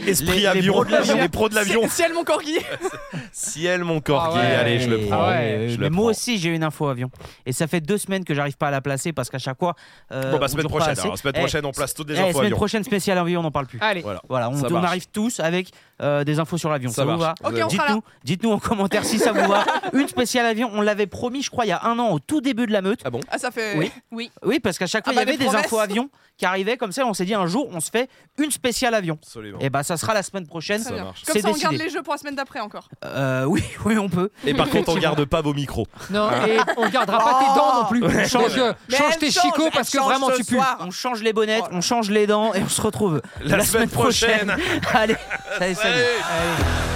[SPEAKER 3] Esprit
[SPEAKER 1] Les- les
[SPEAKER 3] avion,
[SPEAKER 1] pros de l'avion.
[SPEAKER 3] les pros de l'avion.
[SPEAKER 2] Ciel, ciel, mon corgi
[SPEAKER 1] Euh,
[SPEAKER 3] Ciel mon corgi,
[SPEAKER 4] Ah ouais.
[SPEAKER 3] allez, je le
[SPEAKER 1] Et-
[SPEAKER 3] prends.
[SPEAKER 4] Ah ouais.
[SPEAKER 3] je
[SPEAKER 1] Mais
[SPEAKER 3] le
[SPEAKER 1] moi
[SPEAKER 3] prends.
[SPEAKER 1] aussi, j'ai une info avion. Et ça fait deux semaines que j'arrive pas à la placer parce qu'à chaque fois. euh,
[SPEAKER 3] Bon, bah,
[SPEAKER 1] on
[SPEAKER 3] semaine
[SPEAKER 1] dure pas
[SPEAKER 3] prochaine.
[SPEAKER 1] assez.
[SPEAKER 3] Alors, semaine
[SPEAKER 1] Eh,
[SPEAKER 3] prochaine, on place toutes les
[SPEAKER 1] eh,
[SPEAKER 3] infos
[SPEAKER 1] semaine
[SPEAKER 3] avion.
[SPEAKER 1] prochaine spéciale avion, on n'en parle plus.
[SPEAKER 4] Allez,
[SPEAKER 3] Voilà.
[SPEAKER 1] Voilà, on,
[SPEAKER 3] Ça
[SPEAKER 1] on
[SPEAKER 3] marche.
[SPEAKER 1] arrive tous avec euh, des infos sur l'avion.
[SPEAKER 3] Ça
[SPEAKER 1] Ça, vous va
[SPEAKER 3] marche.
[SPEAKER 2] Ok, on sera là.
[SPEAKER 1] Dites-nous dites en commentaire si ça vous va. Une spéciale avion, on l'avait promis, je crois, il y a un an, au tout début de la meute.
[SPEAKER 2] Ah, ça fait.
[SPEAKER 1] Oui. Oui, parce qu'à chaque fois,
[SPEAKER 2] Ah
[SPEAKER 1] il
[SPEAKER 2] bah,
[SPEAKER 1] y avait
[SPEAKER 2] les
[SPEAKER 1] des
[SPEAKER 2] promesses.
[SPEAKER 1] infos avions qui arrivaient comme ça. On s'est dit un jour, on se fait une spéciale avion.
[SPEAKER 3] Absolument.
[SPEAKER 1] Et bah, ça sera la semaine prochaine.
[SPEAKER 2] Très bien.
[SPEAKER 3] marche.
[SPEAKER 2] Comme
[SPEAKER 1] C'est
[SPEAKER 2] ça, on garde
[SPEAKER 1] décidé.
[SPEAKER 2] les jeux pour la semaine d'après encore.
[SPEAKER 1] Euh, oui, oui, on peut.
[SPEAKER 3] Et par contre, on garde pas vos micros.
[SPEAKER 4] Non,
[SPEAKER 3] Ah.
[SPEAKER 4] et on gardera pas tes dents non plus. Change,
[SPEAKER 2] Mais
[SPEAKER 4] change
[SPEAKER 2] elle
[SPEAKER 4] tes
[SPEAKER 2] change,
[SPEAKER 4] chicots
[SPEAKER 2] elle
[SPEAKER 4] parce que
[SPEAKER 2] change
[SPEAKER 4] vraiment
[SPEAKER 2] ce
[SPEAKER 4] tu pues.
[SPEAKER 2] soir.
[SPEAKER 1] On change les bonnettes,
[SPEAKER 2] Oh.
[SPEAKER 1] on change les dents et on se retrouve
[SPEAKER 3] La semaine prochaine.
[SPEAKER 1] Allez, allez, salut.
[SPEAKER 3] Allez.
[SPEAKER 1] Allez.